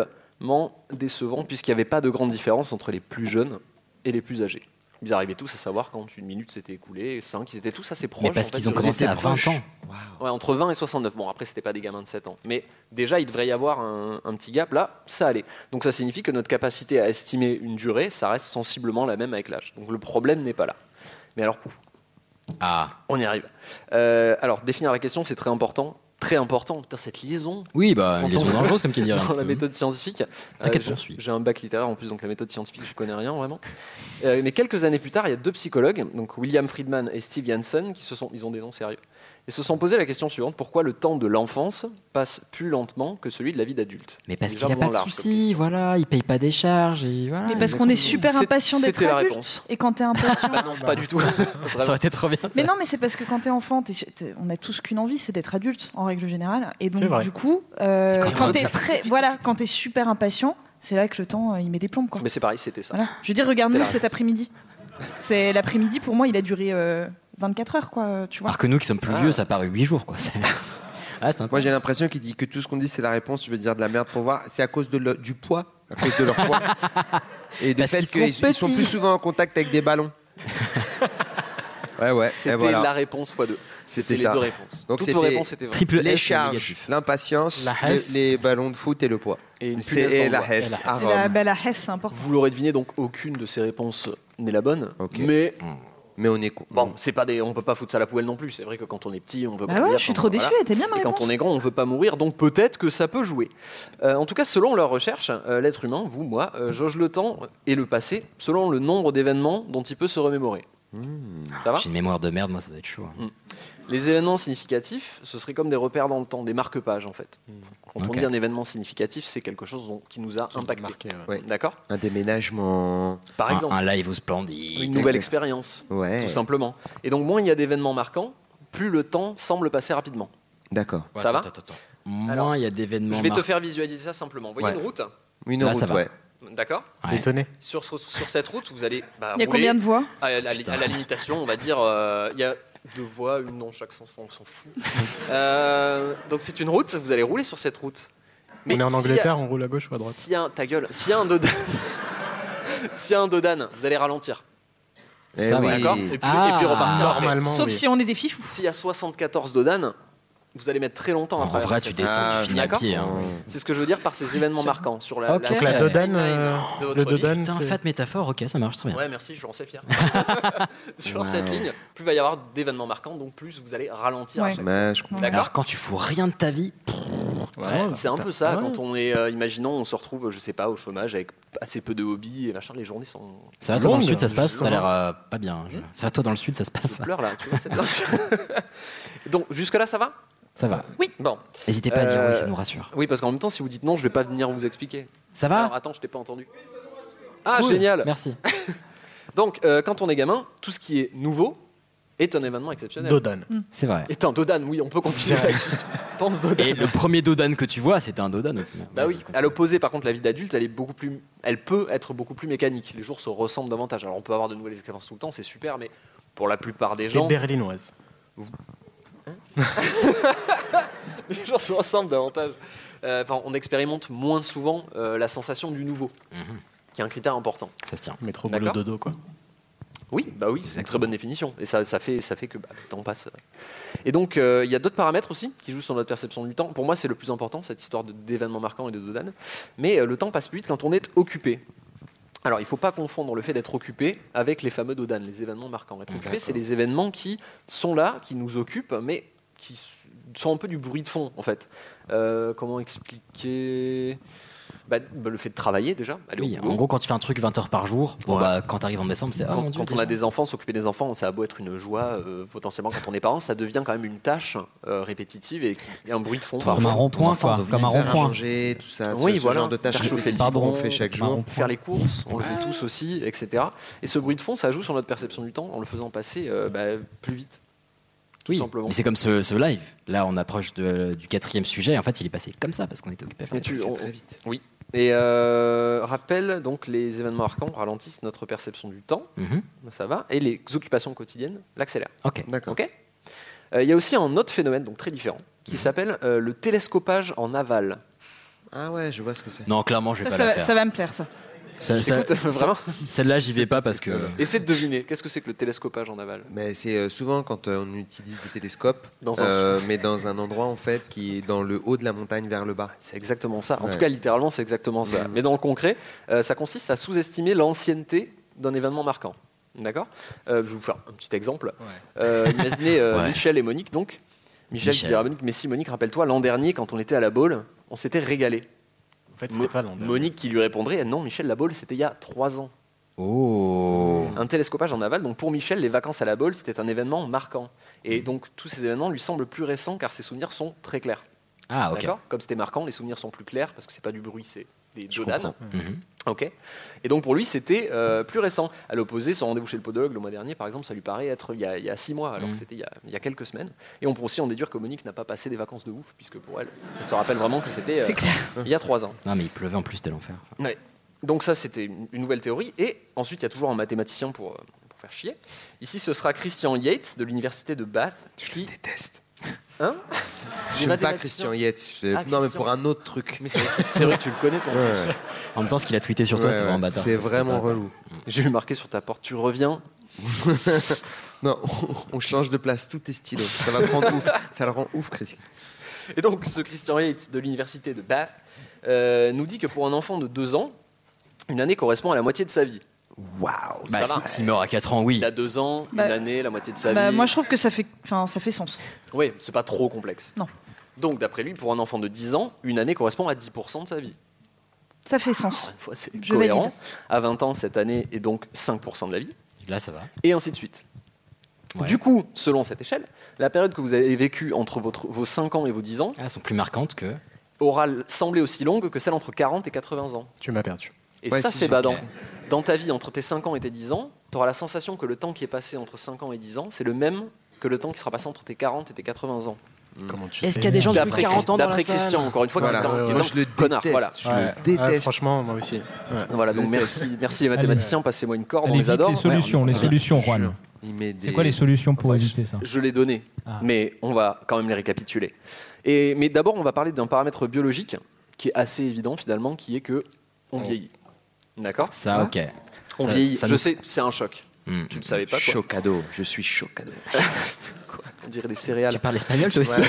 Speaker 11: incroyablement décevant puisqu'il n'y avait pas de grande différence entre les plus jeunes et les plus âgés. Ils arrivaient tous à savoir quand une minute s'était écoulée, et cinq, ils étaient tous assez proches.
Speaker 9: Mais parce
Speaker 11: en fait,
Speaker 9: qu'ils ont
Speaker 11: de-
Speaker 9: commencé à 20 ans.
Speaker 11: Ouais, entre 20 et 69. Bon, après, c'était pas des gamins de 7 ans. Mais déjà, il devrait y avoir un, un petit gap là, ça allait. Donc ça signifie que notre capacité à estimer une durée, ça reste sensiblement la même avec l'âge. Donc le problème n'est pas là. Mais alors, où
Speaker 9: Ah.
Speaker 11: On y arrive. Euh, alors, définir la question, c'est très important. Très important. Putain, cette liaison.
Speaker 9: Oui, bah,
Speaker 11: En
Speaker 9: ils sont
Speaker 11: tant-
Speaker 9: dangereuses, comme
Speaker 11: *laughs*
Speaker 9: qu'il dirait.
Speaker 11: Dans la méthode scientifique.
Speaker 9: T'inquiète,
Speaker 11: j'ai-
Speaker 9: poursuis.
Speaker 11: J'ai un bac littéraire en plus, donc la méthode scientifique, je connais rien vraiment. Euh, mais quelques années plus tard, il y a deux psychologues, donc William Friedman et Steve Janssen, qui se sont, ils ont des noms sérieux, et se sont posé la question suivante pourquoi le temps de l'enfance passe plus lentement que celui de la vie d'adulte
Speaker 9: Mais parce
Speaker 11: C'est
Speaker 9: qu'il n'a
Speaker 11: déjà
Speaker 9: pas
Speaker 11: bon
Speaker 9: de
Speaker 11: large,
Speaker 9: soucis, voilà, il paye pas des charges. Et voilà,
Speaker 15: Mais parce qu'on est super
Speaker 11: C'est-
Speaker 15: impatient d'être
Speaker 11: c'était la
Speaker 15: adulte.
Speaker 11: réponse.
Speaker 15: Et quand t'es
Speaker 11: *laughs*
Speaker 15: impatient.
Speaker 11: Bah non, pas du tout. *laughs*
Speaker 9: Ça aurait été trop bien.
Speaker 15: Mais non, mais c'est parce que quand t'es enfant, t'es- t'es- on a tous qu'une envie, c'est d'être adulte en règle générale. Et
Speaker 9: C'est
Speaker 15: donc
Speaker 9: vrai.
Speaker 15: du coup, euh,
Speaker 9: Et quand on
Speaker 15: quand t'es
Speaker 9: regarde-
Speaker 15: très, voilà, quand t'es super impatient, c'est là que le temps euh, il met des plombes quoi.
Speaker 11: Mais c'est pareil, c'était ça.
Speaker 15: Voilà. Je veux dire, regarde nous
Speaker 11: C'était la
Speaker 15: cet après-midi. C'est l'après-midi pour moi, il a duré euh, 24 heures quoi, tu vois.
Speaker 11: Ah,
Speaker 9: Alors que nous qui sommes plus vieux, ça paraît 8 jours, quoi. C'est- *laughs*
Speaker 10: Moi, j'ai l'impression qu'il dit que tout ce qu'on dit, c'est la réponse. Je veux dire de la merde pour voir. C'est à cause de le- du poids. À cause de leur poids. Et de
Speaker 11: Parce
Speaker 10: fait
Speaker 11: qu'ils
Speaker 10: qu'ils
Speaker 11: sont
Speaker 10: ils sont
Speaker 11: petits.
Speaker 10: plus *laughs* souvent en contact avec des ballons. ouais, ouais. et
Speaker 11: C'était
Speaker 10: voilà.
Speaker 11: la réponse x2. C'était
Speaker 10: C'était
Speaker 11: les
Speaker 10: ça.
Speaker 11: deux réponses.
Speaker 10: Donc
Speaker 11: Toutes vos
Speaker 10: c'était
Speaker 11: réponses étaient vraies.
Speaker 10: Les charges, l'impatience,
Speaker 11: La
Speaker 10: le-
Speaker 11: Hesse.
Speaker 10: les ballons de foot et le poids.
Speaker 11: Et une
Speaker 10: C'est-
Speaker 11: punaise dans le
Speaker 10: la
Speaker 11: bois.
Speaker 10: Hesse
Speaker 11: Et la
Speaker 10: à
Speaker 11: Hesse.
Speaker 10: Rome.
Speaker 15: La belle Hesse, c'est important.
Speaker 11: Vous l'aurez deviné, donc aucune de ces réponses n'est la bonne. Mais.
Speaker 10: Hmm. Mais on est con. hmm.
Speaker 11: Bon, c'est pas des, on peut pas foutre ça à la poubelle non plus. C'est vrai que quand on est petit, on veut.
Speaker 15: Bah
Speaker 11: grandir,
Speaker 15: ouais, je suis
Speaker 11: quand-
Speaker 15: trop déçue, elle était bien, ma
Speaker 11: Et quand
Speaker 15: réponse.
Speaker 11: on est grand, on veut pas mourir, donc peut-être que ça peut jouer. Euh, en tout cas, selon leurs recherches, euh, l'être humain, vous, moi, euh, jauge le temps et le passé selon le nombre d'événements dont il peut se remémorer.
Speaker 10: Hmm.
Speaker 11: Ça va
Speaker 9: J'ai une mémoire de merde, moi, ça doit être chaud. hein.
Speaker 11: Les événements significatifs, ce serait comme des repères dans le temps, des marque-pages en fait. Quand on
Speaker 10: Ok.
Speaker 11: dit un événement significatif, c'est quelque chose dont- Hmm. qui nous a impacté. D'accord
Speaker 10: Un déménagement.
Speaker 11: Par Un- exemple. un
Speaker 10: live au splendide.
Speaker 11: Une nouvelle expérience,
Speaker 10: Ouais.
Speaker 11: tout simplement. Et donc, moins il y a d'événements marquants, plus le temps semble passer rapidement.
Speaker 10: D'accord.
Speaker 11: ça va
Speaker 9: Moins il y a d'événements.
Speaker 11: Je vais te
Speaker 9: marquants.
Speaker 11: faire visualiser ça simplement. Vous voyez
Speaker 9: Ouais.
Speaker 11: une route
Speaker 10: Une
Speaker 9: Là,
Speaker 10: route,
Speaker 9: ça va.
Speaker 10: ouais.
Speaker 11: D'accord
Speaker 9: Ouais. Étonné.
Speaker 11: Sur, sur, sur cette route, vous allez. bah,
Speaker 15: Il y a
Speaker 11: rouler.
Speaker 15: combien de voies
Speaker 11: à, la-
Speaker 5: Oh,
Speaker 11: à la limitation, on va dire, euh, il y a deux voies, une dans chaque sens, on s'en fout. *laughs* Euh, donc c'est une route, vous allez rouler sur cette route.
Speaker 5: on est en
Speaker 11: s'il y a-
Speaker 5: Angleterre, on roule à gauche ou à droite
Speaker 11: S'il y a un, ta gueule, s'il y a un dodan, *laughs* s'il y a un dodan, vous allez ralentir.
Speaker 5: Eh oui.
Speaker 11: D'accord et, puis,
Speaker 5: Ah.
Speaker 11: et puis repartir. après.
Speaker 5: Normalement, Sauf oui. si
Speaker 15: on est des fifous.
Speaker 11: S'il y a 74 dodan, vous allez mettre très longtemps
Speaker 9: En
Speaker 11: après. Ah,
Speaker 9: vrai, tu descends, tu finis à
Speaker 11: D'accord
Speaker 9: pied, hein.
Speaker 11: C'est ce que je veux dire par
Speaker 5: *laughs*
Speaker 11: ces événements marquants. Sur la,
Speaker 9: Ok.
Speaker 5: Donc la dodane, euh,
Speaker 11: de votre
Speaker 5: le
Speaker 11: vie.
Speaker 5: dodane,
Speaker 9: Putain,
Speaker 5: c'est-
Speaker 9: fat métaphore, ok, ça marche très bien.
Speaker 11: Ouais, merci, je suis en sais fier.
Speaker 5: *laughs*
Speaker 11: *laughs* Sur
Speaker 9: Wow.
Speaker 11: cette ligne, plus il va y avoir d'événements marquants, donc plus vous allez ralentir. à chaque fois.
Speaker 10: Ouais, je comprends.
Speaker 11: D'accord.
Speaker 9: Alors, quand tu fous rien de ta vie.
Speaker 11: C'est- c'est un peu ça,
Speaker 9: Ouais.
Speaker 11: quand on est, euh, imaginons, on se retrouve, je sais pas, au chômage avec assez peu de hobbies et machin, les journées sont.
Speaker 9: Ça va, toi, dans le sud, ça se passe T'as l'air euh, pas bien. je- Ça va, toi, dans le sud, Ah, ça se passe
Speaker 11: Je pleure là, tu vois cette
Speaker 9: *laughs*
Speaker 11: Donc jusque-là, ça va
Speaker 9: Ça va.
Speaker 11: Oui. Bon.
Speaker 9: N'hésitez pas à dire oui, ça nous rassure.
Speaker 11: Oui, parce qu'en même temps, si vous dites non, je vais pas venir vous expliquer.
Speaker 9: Ça va
Speaker 11: Alors attends, je t'ai pas entendu. Ah,
Speaker 9: Cool,
Speaker 11: génial
Speaker 9: *laughs* Merci.
Speaker 11: Donc, euh, quand on est gamin, tout ce qui est nouveau est un événement exceptionnel.
Speaker 9: Dodane. Mm. C'est vrai.
Speaker 11: Est un Dodan, oui, on peut continuer
Speaker 9: Direct.
Speaker 11: là-dessus. Pense Dodan.
Speaker 9: Et le premier Dodan que tu vois, c'était un Dodan au final.
Speaker 11: Bah oui, à l'opposé, par contre, la vie d'adulte, elle, est beaucoup plus, elle peut être beaucoup plus mécanique. Les jours se ressemblent davantage. Alors, on peut avoir de nouvelles expériences tout le temps, c'est super, mais pour la plupart des
Speaker 5: Les
Speaker 11: gens,
Speaker 5: berlinoises.
Speaker 11: *laughs* les jours se ressemblent davantage. Euh, enfin, on expérimente moins souvent euh, la sensation du nouveau, qui est un critère important.
Speaker 9: Ça se tient.
Speaker 5: Mais trop boulot
Speaker 11: D'accord.
Speaker 5: dodo, quoi.
Speaker 11: Oui, bah oui, c'est une très bonne définition. Et ça, ça fait, ça fait que bah, le temps passe. Et donc, euh, il y a d'autres paramètres aussi qui jouent sur notre perception du temps. Pour moi, c'est le plus important, cette histoire de- d'événements marquants et de dodan. Mais euh, le temps passe plus vite quand on est occupé. Alors, il ne faut pas confondre le fait d'être occupé avec les fameux dodan, les événements marquants. Être occupé,
Speaker 9: D'accord.
Speaker 11: c'est les événements qui sont là, qui nous occupent, mais qui s- sont un peu du bruit de fond, en fait. Euh, comment expliquer Bah, bah, Le fait de travailler, déjà. aller au
Speaker 9: Oui,
Speaker 11: boulot.
Speaker 9: en gros, quand tu fais un truc 20 heures par jour, bon, bah, quand t'arrives en décembre, c'est. ah,
Speaker 11: Quand,
Speaker 9: mon Dieu,
Speaker 11: quand on
Speaker 9: déjà.
Speaker 11: a des enfants, s'occuper des enfants, ça a beau être une joie euh, potentiellement quand on est parent, ça devient quand même une tâche euh, répétitive et, qui- et un bruit de fond.
Speaker 10: Comme un rond-point, quoi, comme un rond-point. Manger, tout ça, ce-
Speaker 11: Oui,
Speaker 10: ce
Speaker 11: voilà.
Speaker 10: genre de tâches
Speaker 11: Faire chauffer le
Speaker 10: répétitives qu'on
Speaker 11: biberon,
Speaker 10: fait chaque
Speaker 11: faire
Speaker 10: jour.
Speaker 11: Faire les courses, on le fait tous aussi, etc. Et ce bruit de fond, ça joue sur notre perception du temps en le faisant passer euh, bah, plus vite. Tout
Speaker 9: Oui,
Speaker 11: simplement.
Speaker 9: mais c'est comme ce, ce live. Là, on approche de- du quatrième sujet. En fait, il est passé comme ça parce qu'on était occupé à faire
Speaker 11: Mais
Speaker 9: des
Speaker 11: tu-
Speaker 9: trucs.
Speaker 11: on- Oui. Et euh, rappel, donc les événements marquants ralentissent notre perception du temps.
Speaker 9: Mhm.
Speaker 11: Ça va. Et les occupations quotidiennes l'accélèrent.
Speaker 9: Ok.
Speaker 11: Ok. Euh, Il y a aussi un autre phénomène, donc très différent, qui s'appelle euh, le télescopage en aval.
Speaker 10: Ah ouais, je vois ce que c'est.
Speaker 9: Non, clairement, je vais
Speaker 15: Ça,
Speaker 9: pas
Speaker 15: ça
Speaker 9: la
Speaker 15: va,
Speaker 9: faire.
Speaker 15: ça va me plaire, ça.
Speaker 9: Ça-
Speaker 11: Je
Speaker 9: ça-
Speaker 11: *laughs* t'écoute,
Speaker 9: ça-
Speaker 11: vraiment.
Speaker 9: Celle-là, j'y vais pas parce que.
Speaker 11: Essayez de deviner, qu'est-ce que c'est que le télescopage en aval
Speaker 10: Mais c'est euh, souvent quand euh, on utilise des télescopes,
Speaker 11: Dans un-
Speaker 10: euh, mais dans un endroit en fait qui est dans le haut de la montagne vers le bas.
Speaker 11: C'est exactement ça. En tout cas, littéralement, c'est exactement
Speaker 9: Mm.
Speaker 11: ça. Mais dans le concret, euh, ça consiste à sous-estimer l'ancienneté d'un événement marquant. D'accord Euh, Je vais vous faire un petit exemple. Euh, imaginez
Speaker 9: *laughs*
Speaker 11: euh,
Speaker 9: Ouais.
Speaker 11: Michel et Monique, donc. Michel,
Speaker 9: Michel.
Speaker 11: qui dira à Monique, mais si Monique, rappelle-toi, l'an dernier, quand on était à la boule, on s'était régalé.
Speaker 9: Ah
Speaker 5: En fait,
Speaker 11: Mo-
Speaker 5: c'était pas l'an
Speaker 9: bah
Speaker 5: dernier.
Speaker 11: Monique qui lui répondrait, non, Michel, la boule, c'était il y a trois ans.
Speaker 9: Oh.
Speaker 11: Un télescopage en aval, donc pour Michel, les vacances à la boule, c'était un événement marquant. Et
Speaker 9: Mm.
Speaker 11: donc tous ces événements lui semblent plus récents car ses souvenirs sont très clairs.
Speaker 9: Ah, ok.
Speaker 11: D'accord Comme c'était marquant, les souvenirs sont plus clairs parce que c'est pas du bruit, c'est des dodanes.
Speaker 9: comprends. Mhm.
Speaker 11: Ok. Et donc pour lui, c'était euh, plus récent. À l'opposé, son rendez-vous chez le podologue le mois dernier, par exemple, ça lui paraît être il y a, il y a six mois, alors
Speaker 9: Mhm.
Speaker 11: que c'était il y, a, il y a quelques semaines. Et on peut aussi en déduire que Monique n'a pas passé des vacances de ouf, puisque pour elle, elle se rappelle vraiment que c'était euh,
Speaker 9: C'est clair.
Speaker 11: il y a trois ans.
Speaker 9: Non, mais il pleuvait en plus, c'était l'enfer.
Speaker 11: Ouais. Donc ça, c'était une une nouvelle théorie. Et ensuite, il y a toujours un mathématicien pour, euh, pour faire chier. Ici, ce sera Christian Yates de l'université de Bath. Je qui... déteste. Hein
Speaker 10: Je n'aime pas Christian Yates. je-
Speaker 11: Ah,
Speaker 10: non, mais
Speaker 11: Christian.
Speaker 10: pour un autre truc.
Speaker 11: Mais c'est c'est vrai que tu le connais, toi. en
Speaker 10: Ouais,
Speaker 11: plus.
Speaker 10: ouais.
Speaker 9: En même temps, ce qu'il a tweeté sur toi,
Speaker 10: Ouais,
Speaker 9: c'est vraiment
Speaker 10: ouais,
Speaker 9: bâtard.
Speaker 10: C'est
Speaker 9: ça,
Speaker 10: vraiment
Speaker 9: pas-
Speaker 10: relou.
Speaker 11: J'ai vu marqué sur ta porte, tu reviens.
Speaker 10: non, on change de place tous tes stylos. Ça va te rendre ouf. Ça le rend ouf, Chris.
Speaker 11: Et donc, ce Christian Yates de l'université de Bath euh, nous dit que pour un enfant de 2 ans, une année correspond à la moitié de sa vie.
Speaker 10: Waouh
Speaker 9: Bah,
Speaker 11: Ça va.
Speaker 9: si- s'il meurt à 4 ans, oui.
Speaker 11: Il a 2 ans,
Speaker 15: Bah,
Speaker 11: une année, la moitié de sa
Speaker 15: Bah,
Speaker 11: vie.
Speaker 15: moi, je trouve que ça fait, enfin, ça fait sens.
Speaker 11: Oui, c'est pas trop complexe.
Speaker 15: Non.
Speaker 11: Donc, d'après lui, pour un enfant de 10 ans, une année correspond à 10% de sa vie.
Speaker 15: Ça fait sens.
Speaker 11: Faut- C'est
Speaker 15: Je
Speaker 11: cohérent.
Speaker 15: valide.
Speaker 11: À 20 ans, cette année est donc 5% de la vie.
Speaker 9: Là, ça va.
Speaker 11: Et ainsi de suite.
Speaker 9: Ouais.
Speaker 11: Du coup, selon cette échelle, la période que vous avez vécue entre votre- vos 5 ans et vos 10 ans
Speaker 9: Elles Ah, sont plus marquantes que.
Speaker 11: aura semblé aussi longue que celle entre 40 et 80 ans.
Speaker 5: Tu m'as perdu.
Speaker 11: Et
Speaker 5: Ouais,
Speaker 11: ça,
Speaker 5: si,
Speaker 11: c'est
Speaker 5: ok.
Speaker 11: badant. Dans ta vie, entre tes 5 ans et tes 10 ans, tu auras la sensation que le temps qui est passé entre 5 ans et 10 ans, c'est le même que le temps qui sera passé entre tes 40 et tes 80 ans.
Speaker 10: Hmm.
Speaker 5: Comment
Speaker 11: tu Est-ce sais qu'il y a des gens de plus de D'après
Speaker 5: 40 ans dans la
Speaker 11: D'après
Speaker 5: salle
Speaker 11: Christian, encore une fois,
Speaker 5: Voilà.
Speaker 11: qui est un- qui est
Speaker 5: Moi,
Speaker 11: un
Speaker 5: je le
Speaker 11: connard. Voilà.
Speaker 5: déteste, je le Ouais. déteste. Ouais, franchement, moi aussi.
Speaker 11: Voilà, donc merci, merci les mathématiciens, passez-moi une corde, on
Speaker 6: Allez,
Speaker 11: les
Speaker 6: vite,
Speaker 11: adore.
Speaker 6: les solutions,
Speaker 11: Ouais, on-
Speaker 6: les
Speaker 11: on-
Speaker 6: solutions, Juan.
Speaker 10: Il met
Speaker 6: C'est
Speaker 11: des-
Speaker 6: quoi les solutions pour éviter ça Ah.
Speaker 11: Je l'ai donné, mais on va quand même les récapituler. Et, mais d'abord, on va parler d'un paramètre biologique qui est assez évident finalement, qui est que on
Speaker 9: Oh.
Speaker 11: vieillit. D'accord
Speaker 9: Ça, ok.
Speaker 11: On
Speaker 9: Ça-
Speaker 11: vieillit.
Speaker 9: ça
Speaker 11: je
Speaker 9: nous- Hmm.
Speaker 11: sais, c'est un choc. Tu ne savais pas quoi.
Speaker 10: Chocado. Je suis chocado.
Speaker 11: On dirait des céréales.
Speaker 9: Tu parles espagnol, toi aussi
Speaker 10: Ouais,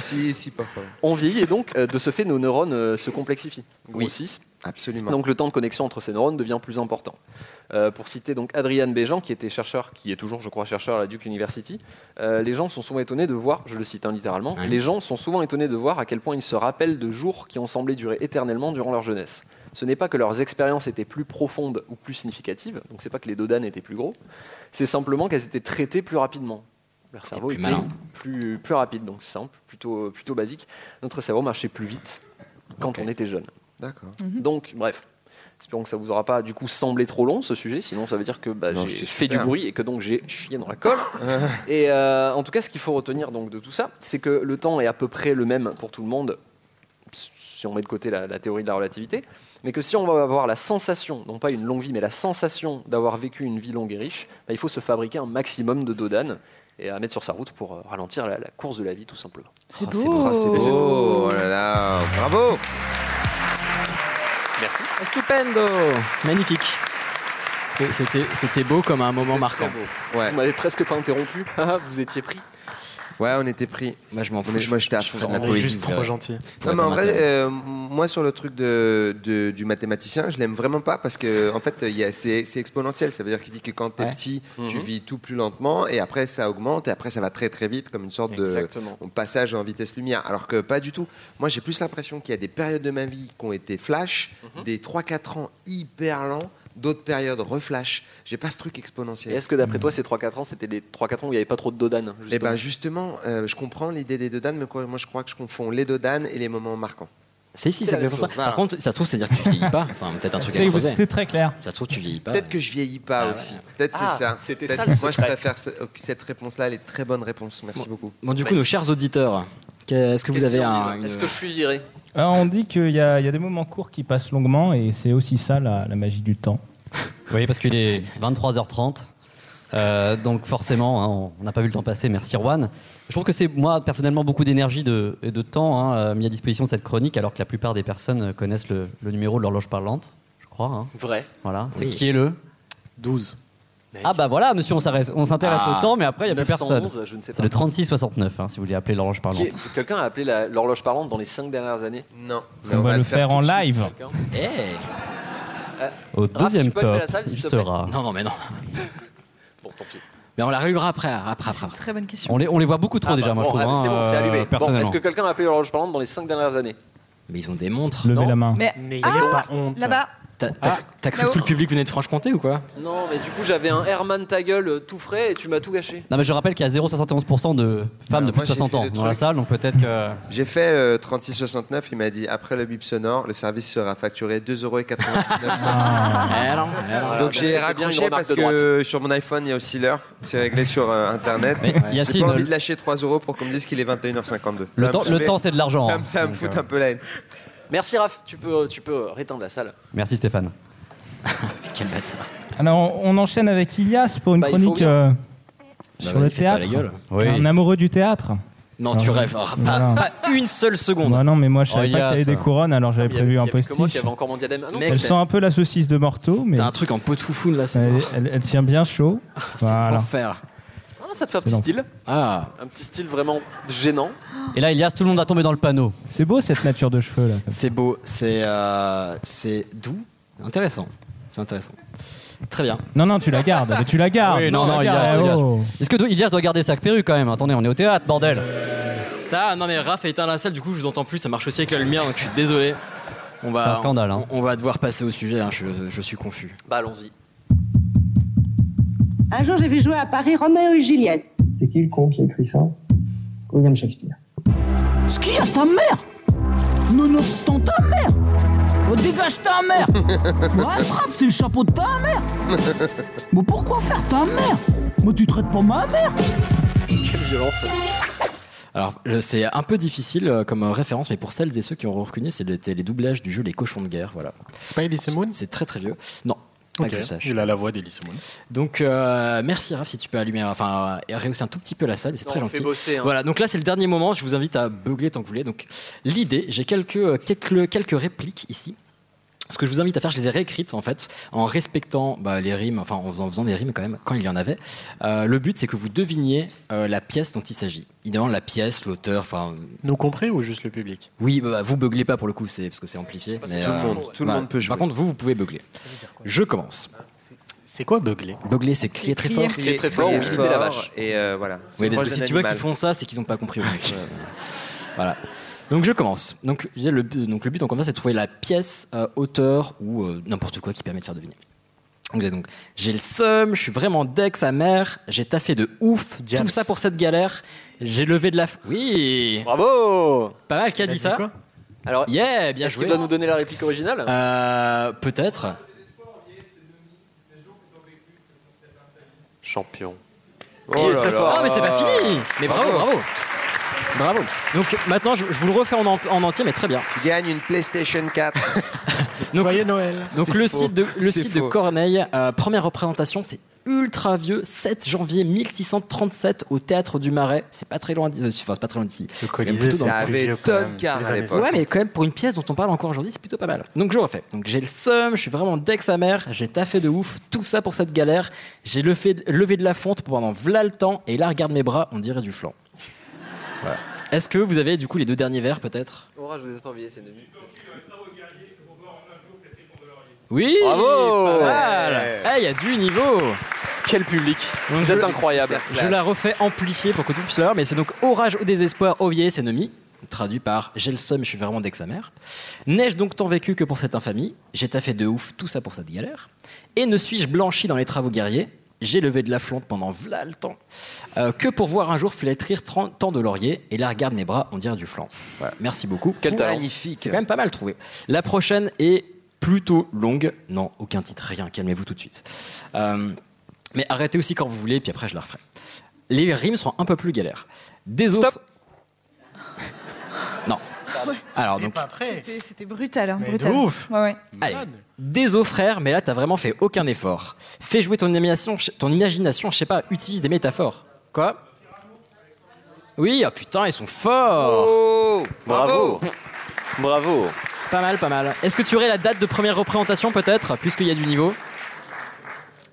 Speaker 10: si, si, si, parfois.
Speaker 11: On vieillit et donc, euh, de ce fait, nos neurones euh, se complexifient,
Speaker 10: Oui.
Speaker 11: grossissent.
Speaker 10: Absolument.
Speaker 11: Donc le temps de connexion entre ces neurones devient plus important. Euh, pour citer donc Adrian Béjean, qui était chercheur, qui est toujours, je crois, chercheur à la Duke University, euh, les gens sont souvent étonnés de voir, je le cite hein, littéralement,
Speaker 9: Ouais.
Speaker 11: les gens sont souvent étonnés de voir à quel point ils se rappellent de jours qui ont semblé durer éternellement durant leur jeunesse. Ce n'est pas que leurs expériences étaient plus profondes ou plus significatives, donc c'est pas que les dodanes étaient plus gros, c'est simplement qu'elles étaient traitées plus rapidement. Leur cerveau
Speaker 9: plus
Speaker 11: était
Speaker 9: malin.
Speaker 11: plus, plus rapide, donc simple, plutôt, plutôt basique. Notre cerveau marchait plus vite quand on était jeune.
Speaker 10: D'accord.
Speaker 11: Donc, bref. Espérons que ça vous aura pas du coup semblé trop long ce sujet, sinon ça veut dire que bah,
Speaker 10: Non,
Speaker 11: j'ai
Speaker 10: c'est
Speaker 11: fait du
Speaker 10: super.
Speaker 11: bruit et que donc j'ai chié dans la colle.
Speaker 10: *laughs*
Speaker 11: et euh, en tout cas, ce qu'il faut retenir donc de tout ça, c'est que le temps est à peu près le même pour tout le monde, si on met de côté la, la théorie de la relativité, mais que si on va avoir la sensation, non pas une longue vie, mais la sensation d'avoir vécu une vie longue et riche, bah, il faut se fabriquer un maximum de dodanes et à mettre sur sa route pour euh, ralentir la, la course de la vie tout simplement.
Speaker 15: C'est
Speaker 10: Oh, c'est beau, c'est beau. Oh là là, bravo.
Speaker 11: Merci.
Speaker 9: Stupendo Oh. Magnifique. C'est- C'était c'était beau comme un moment marquant.
Speaker 10: Ouais.
Speaker 11: Vous m'avez presque pas
Speaker 10: *laughs*
Speaker 11: interrompu, Ah, vous étiez pris.
Speaker 10: Ouais, on était pris.
Speaker 9: Moi, je m'en fous.
Speaker 10: Mais moi, j'étais à fond de la poésie.
Speaker 11: euh,
Speaker 9: euh,
Speaker 10: Ouais. Non, mais en vrai, euh, moi, sur le truc de, de- du mathématicien, je l'aime vraiment pas parce que, en fait, il y a- c'est c'est exponentiel. Ça veut dire qu'il dit que quand t'es
Speaker 9: Ouais.
Speaker 10: petit, tu
Speaker 11: Mhm.
Speaker 10: vis tout plus lentement et après, ça augmente et après, ça va très, très vite comme une sorte
Speaker 11: Exactement.
Speaker 10: de passage en vitesse lumière. Alors que pas du tout. Moi, j'ai plus l'impression qu'il y a des périodes de ma vie qui ont été flash, des 3-4 ans hyper lents, d'autres périodes reflash. J'ai pas ce truc
Speaker 11: Et
Speaker 10: exponentiel.
Speaker 11: est-ce que d'après toi, ces 3-4 ans, c'était des 3-4 ans où il n'y avait pas trop de dodanes
Speaker 10: Eh ben justement, euh, je comprends l'idée des dodanes, mais quoi, moi je crois que je confonds les dodanes et les moments marquants.
Speaker 9: Si, si,
Speaker 10: C'est
Speaker 9: c'est
Speaker 10: la
Speaker 9: exactement ça.
Speaker 10: même chose.
Speaker 9: Par contre, ça se trouve, c'est-à-dire que tu vieillis pas. Enfin, peut-être un truc à
Speaker 6: C'était-
Speaker 9: creuser.
Speaker 6: C'était très clair.
Speaker 9: Ça se trouve, tu vieillis pas.
Speaker 10: Peut-être que je vieillis pas aussi. Peut-être
Speaker 11: Ah,
Speaker 10: c'est ça.
Speaker 11: c'était
Speaker 10: Peut-être-
Speaker 11: ça, le
Speaker 10: Moi je
Speaker 11: secret.
Speaker 10: préfère ce- ok, cette réponse-là, elle est très bonne réponse. Merci beaucoup.
Speaker 9: Bon, du coup, nos chers auditeurs, que- est-ce que vous avez un. une-
Speaker 11: Est-ce que je suis viré
Speaker 6: Ah, on dit qu'il y, a il y a des moments courts qui passent longuement et c'est aussi ça la, la magie du temps.
Speaker 4: Oui, parce qu'il est 23h30. Euh, donc forcément, hein, on- on n'a pas vu le temps passer, merci Juan. Je trouve que c'est moi personnellement beaucoup d'énergie de- et de temps hein, euh, mis à disposition de cette chronique, alors que la plupart des personnes euh, connaissent le, le numéro de l'horloge parlante, je crois. hein.
Speaker 11: Vrai.
Speaker 4: Voilà, c'est
Speaker 11: Oui.
Speaker 4: qui est le
Speaker 5: 12.
Speaker 4: Ah bah voilà, monsieur, on s'arrête- on s'intéresse
Speaker 11: Ah,
Speaker 4: au temps, mais après il n'y a plus personne.
Speaker 11: 911, je ne sais pas.
Speaker 4: C'est le 3669, hein, si vous voulez appeler l'horloge
Speaker 11: Qui
Speaker 4: parlante.
Speaker 11: est- Quelqu'un a appelé la- l'horloge parlante dans les 5 dernières années hein.
Speaker 10: Non.
Speaker 4: On va le faire en
Speaker 10: tout de
Speaker 4: live.
Speaker 10: suite.
Speaker 11: Quelqu'un
Speaker 9: Eh
Speaker 4: Au
Speaker 11: Raph,
Speaker 4: deuxième
Speaker 11: tu peux appeler
Speaker 4: top,
Speaker 11: la salle, s'il
Speaker 4: il
Speaker 11: te plaît
Speaker 4: sera.
Speaker 9: Non, non, mais non.
Speaker 11: Bon, tant pis.
Speaker 9: Mais on la rallumera après, après, après.
Speaker 15: Très bonne question.
Speaker 4: On les, on les voit beaucoup trop
Speaker 11: Ah,
Speaker 4: déjà,
Speaker 11: bah,
Speaker 4: moi je
Speaker 11: bon,
Speaker 4: trouve.
Speaker 11: ah,
Speaker 4: hein,
Speaker 11: C'est bon, c'est
Speaker 4: euh,
Speaker 11: allumé. Bon,
Speaker 4: personnellement.
Speaker 11: est-ce que quelqu'un a appelé l'horloge parlante dans les 5 dernières années
Speaker 9: Mais ils ont des montres.
Speaker 6: Levez la main.
Speaker 15: Mais,
Speaker 5: Mais
Speaker 15: ah,
Speaker 5: pas honte.
Speaker 15: là-bas,
Speaker 9: T'as t'as- t'as cru que
Speaker 15: Là-haut.
Speaker 9: tout le public venait de Franche-Comté ou quoi
Speaker 11: Non, mais du coup, j'avais un Herman ta gueule euh, tout frais et tu m'as tout *laughs* gâché.
Speaker 4: Non, mais je rappelle qu'il y a 0,71% de femmes de
Speaker 10: moi,
Speaker 4: plus de
Speaker 10: j'ai
Speaker 4: 60
Speaker 10: fait
Speaker 4: ans
Speaker 10: le
Speaker 4: dans la
Speaker 10: truc.
Speaker 4: salle, donc peut-être que.
Speaker 10: J'ai fait euh, 36,69. Il m'a dit après le bip sonore, le service sera facturé 2,99 centimes.
Speaker 9: Eh non, eh non.
Speaker 10: Donc
Speaker 11: bah, C'était
Speaker 10: j'ai
Speaker 11: bien une
Speaker 10: raccroché
Speaker 11: remarque
Speaker 10: parce
Speaker 11: de droite.
Speaker 10: que sur mon iPhone, il y a aussi l'heure. C'est réglé sur euh, Internet.
Speaker 4: Mais
Speaker 10: J'ai
Speaker 4: Yacine,
Speaker 10: pas envie
Speaker 4: le-
Speaker 10: de lâcher 3 euros pour qu'on me dise qu'il est 21h52.
Speaker 4: Le
Speaker 10: Ça me
Speaker 4: temps- le
Speaker 10: saoulait.
Speaker 4: temps, c'est de l'argent,
Speaker 10: Ça
Speaker 4: hein.
Speaker 10: me- Ça me
Speaker 4: Donc,
Speaker 10: fout
Speaker 4: euh,
Speaker 10: un peu la haine.
Speaker 11: Merci Raph, tu peux, euh, tu peux réteindre la salle.
Speaker 4: Merci Stéphane.
Speaker 9: Quel bâtard.
Speaker 6: Alors, on, on enchaîne avec Ilias pour une
Speaker 11: Bah, il faut
Speaker 6: chronique
Speaker 11: bien.
Speaker 6: euh,
Speaker 9: Bah,
Speaker 6: sur
Speaker 9: vas-y,
Speaker 6: le
Speaker 9: fais pas la
Speaker 6: théâtre.
Speaker 9: gueule.
Speaker 4: Oui.
Speaker 6: Un amoureux du théâtre.
Speaker 9: Non, tu
Speaker 6: ouais.
Speaker 9: rêves. Ah, Pas,
Speaker 6: Voilà.
Speaker 9: pas une seule seconde.
Speaker 6: Bah non, mais moi je savais
Speaker 9: Oh,
Speaker 6: pas
Speaker 9: yeah,
Speaker 6: qu'il y avait des
Speaker 9: ça.
Speaker 6: couronnes, alors j'avais
Speaker 9: Attends, mais il y
Speaker 6: prévu un
Speaker 9: avait- il y avait que moi
Speaker 6: postiche.
Speaker 9: qui avait encore mon diadème. Ah non,
Speaker 6: elle
Speaker 9: mec,
Speaker 6: sent un peu la saucisse de Morteau, mais
Speaker 9: T'as un truc en pot de foufoune là.
Speaker 6: elle, elle- elle tient bien chaud.
Speaker 9: C'est
Speaker 6: Voilà.
Speaker 9: l'enfer.
Speaker 11: Ah, ça te fait un petit
Speaker 6: C'est bon.
Speaker 11: style.
Speaker 9: Ah.
Speaker 11: Un petit style vraiment gênant.
Speaker 4: Ah. Et là, Elias, tout le monde a tombé dans le panneau.
Speaker 6: C'est beau cette nature de cheveux là.
Speaker 9: C'est beau, c'est euh, c'est doux, intéressant. C'est intéressant. Très bien.
Speaker 6: Non, non, tu la gardes, mais tu la gardes.
Speaker 4: Oui, Ah, non,
Speaker 6: tu
Speaker 4: non,
Speaker 6: la
Speaker 4: Elias.
Speaker 6: gardes.
Speaker 4: Elias.
Speaker 6: Oh.
Speaker 4: Est-ce que Elias doit garder sa perruque quand même Attendez, on est au théâtre, bordel.
Speaker 9: Ah non mais Raph est éteint la salle, du coup je vous entends plus, ça marche aussi avec la lumière, donc je suis désolé. On
Speaker 4: C'est
Speaker 9: va,
Speaker 4: un scandale,
Speaker 9: on, on va devoir passer au sujet, hein, je, je suis confus.
Speaker 11: Bah allons-y.
Speaker 30: Un jour, j'ai vu jouer à Paris Roméo et Juliette.
Speaker 31: C'est qui le con qui a écrit ça William Shakespeare.
Speaker 30: Ce qu'il y a, ta mère Nonobstant ta mère Oh, dégage ta
Speaker 10: *laughs*
Speaker 30: mère Moi, attrape, c'est le chapeau de ta mère Mais pourquoi faire ta mère Moi, tu traites pas ma mère
Speaker 11: Quelle violence.
Speaker 9: Alors je- c'est un peu difficile euh, comme euh, référence, mais pour celles et ceux qui ont reconnu, c'était les doublages du jeu Les Cochons de Guerre. Voilà.
Speaker 5: C'est pas Elise Moon
Speaker 9: C'est très très vieux. Non. Pas
Speaker 5: Ok,
Speaker 9: que je sache.
Speaker 5: Il a la voix d'Elise Moon.
Speaker 9: Donc euh, merci Raph si tu peux allumer, enfin euh, rehausser un tout petit peu la salle, c'est
Speaker 11: Non,
Speaker 9: très
Speaker 11: on fait
Speaker 9: gentil.
Speaker 11: bosser, hein.
Speaker 9: Voilà, donc là c'est le dernier moment, je vous invite à beugler tant que vous voulez. Donc l'idée, j'ai quelques, euh, quelques, quelques répliques ici. Ce que je vous invite à faire, je les ai réécrites en fait, en respectant bah, les rimes, enfin en faisant, en faisant des rimes quand même, quand il y en avait. Euh, le but c'est que vous deviniez euh, la pièce dont il s'agit. Idéalement la pièce, l'auteur, enfin.
Speaker 5: Nous compris ou juste le public
Speaker 9: Oui, bah, vous beuglez pas pour le coup, c'est parce que c'est amplifié. euh,
Speaker 5: que tout le monde- tout le monde peut jouer.
Speaker 9: Par contre, vous, vous pouvez beugler. Je commence.
Speaker 5: C'est quoi beugler
Speaker 9: Beugler, c'est crier très fort.
Speaker 10: Crier très fort, ou la vache. Et euh, voilà. C'est
Speaker 9: Oui, parce
Speaker 10: proche
Speaker 9: que
Speaker 10: d'un
Speaker 9: si tu vois
Speaker 10: animal.
Speaker 9: qu'ils font ça, c'est qu'ils n'ont pas compris. *laughs* voilà. Donc je commence. Donc, je disais, le, but- donc le but en commun, c'est de trouver la pièce, euh, auteur ou euh, n'importe quoi qui permet de faire deviner. Donc, vous avez donc j'ai le seum, je suis vraiment deck sa mère, j'ai taffé de ouf, tout ça pour cette galère, j'ai levé de la. f- Oui
Speaker 11: Bravo
Speaker 9: Pas mal qui a dit ça
Speaker 11: Alors,
Speaker 9: Yeah, bien
Speaker 11: Est-ce
Speaker 9: joué
Speaker 11: qu'il doit nous donner la réplique originale
Speaker 9: Euh, Peut-être.
Speaker 11: Champion.
Speaker 9: Il
Speaker 11: Oh
Speaker 9: est
Speaker 11: là
Speaker 9: très
Speaker 11: là.
Speaker 9: fort. Ah, mais c'est pas fini Mais bravo,
Speaker 10: Bravo.
Speaker 9: bravo Bravo Donc maintenant, je, je vous le refais en, en- en entier, mais très bien.
Speaker 10: Tu gagnes une PlayStation 4.
Speaker 5: Joyeux Noël.
Speaker 9: Donc
Speaker 10: C'est
Speaker 9: le
Speaker 10: faux.
Speaker 9: site, de, le
Speaker 10: C'est
Speaker 9: site de
Speaker 10: faux.
Speaker 9: Corneille, euh, première représentation, c'est ultra vieux, 7 janvier 1637 au Théâtre du Marais. C'est pas très loin d'ici. euh, Enfin, c'est pas très loin d'ici. C'est quand même
Speaker 10: Colisée,
Speaker 9: plutôt dans
Speaker 10: ça
Speaker 9: le-
Speaker 10: avait Tom Carr à l'époque.
Speaker 9: Ouais, mais quand même, pour une pièce dont on parle encore aujourd'hui, c'est plutôt pas mal. Donc, je refais. Donc, j'ai le seum, je suis vraiment deck sa mère, j'ai taffé de ouf, tout ça pour cette galère. J'ai le fait- levé de la fonte pendant v'là le temps, et là, regarde mes bras, on dirait du flan. Voilà. Est-ce que vous avez du coup les deux derniers vers peut-être
Speaker 11: Aura, je vous ai pas oublié, c'est demi.
Speaker 9: Oui
Speaker 11: Bravo
Speaker 9: Pas mal Ah, il y a du niveau
Speaker 11: Quel public Vous êtes incroyable.
Speaker 9: Je la refais amplifiée pour que tout puisse le voir, mais c'est donc Orage au désespoir, Ovier, c'est Nomi, traduit par J'ai le seum, je suis vraiment deck sa mère. N'ai-je donc tant vécu que pour cette infamie J'ai taffé de ouf, tout ça pour cette galère. Et ne suis-je blanchi dans les travaux guerriers J'ai levé de la flanque pendant v'là le temps. Euh, que pour voir un jour flétrir tran- tant de lauriers, et là regarde mes bras, on dirait du flanc. Voilà, merci beaucoup.
Speaker 11: Quel talent.
Speaker 9: Magnifique. C'est quand même pas mal trouvé. La prochaine est plutôt longue. Non, aucun titre, rien, calmez-vous tout de suite. Euh, mais arrêtez aussi quand vous voulez, puis après je la referai. Les rimes sont un peu plus galères. Des Stop *laughs* Non. Alors donc.
Speaker 15: C'était- C'était brutal. Hein,
Speaker 9: Mais
Speaker 15: brutal.
Speaker 9: de ouf.
Speaker 15: Ouais, ouais.
Speaker 9: Allez, désolé frère, mais là t'as vraiment fait aucun effort. Fais jouer ton imagination, ton imagination, je sais pas, utilise des métaphores. Quoi Oui, ah putain, ils sont forts
Speaker 11: Bravo Bravo
Speaker 9: Pas mal, pas mal. Est-ce que tu aurais la date de première représentation peut-être, puisqu'il y a du niveau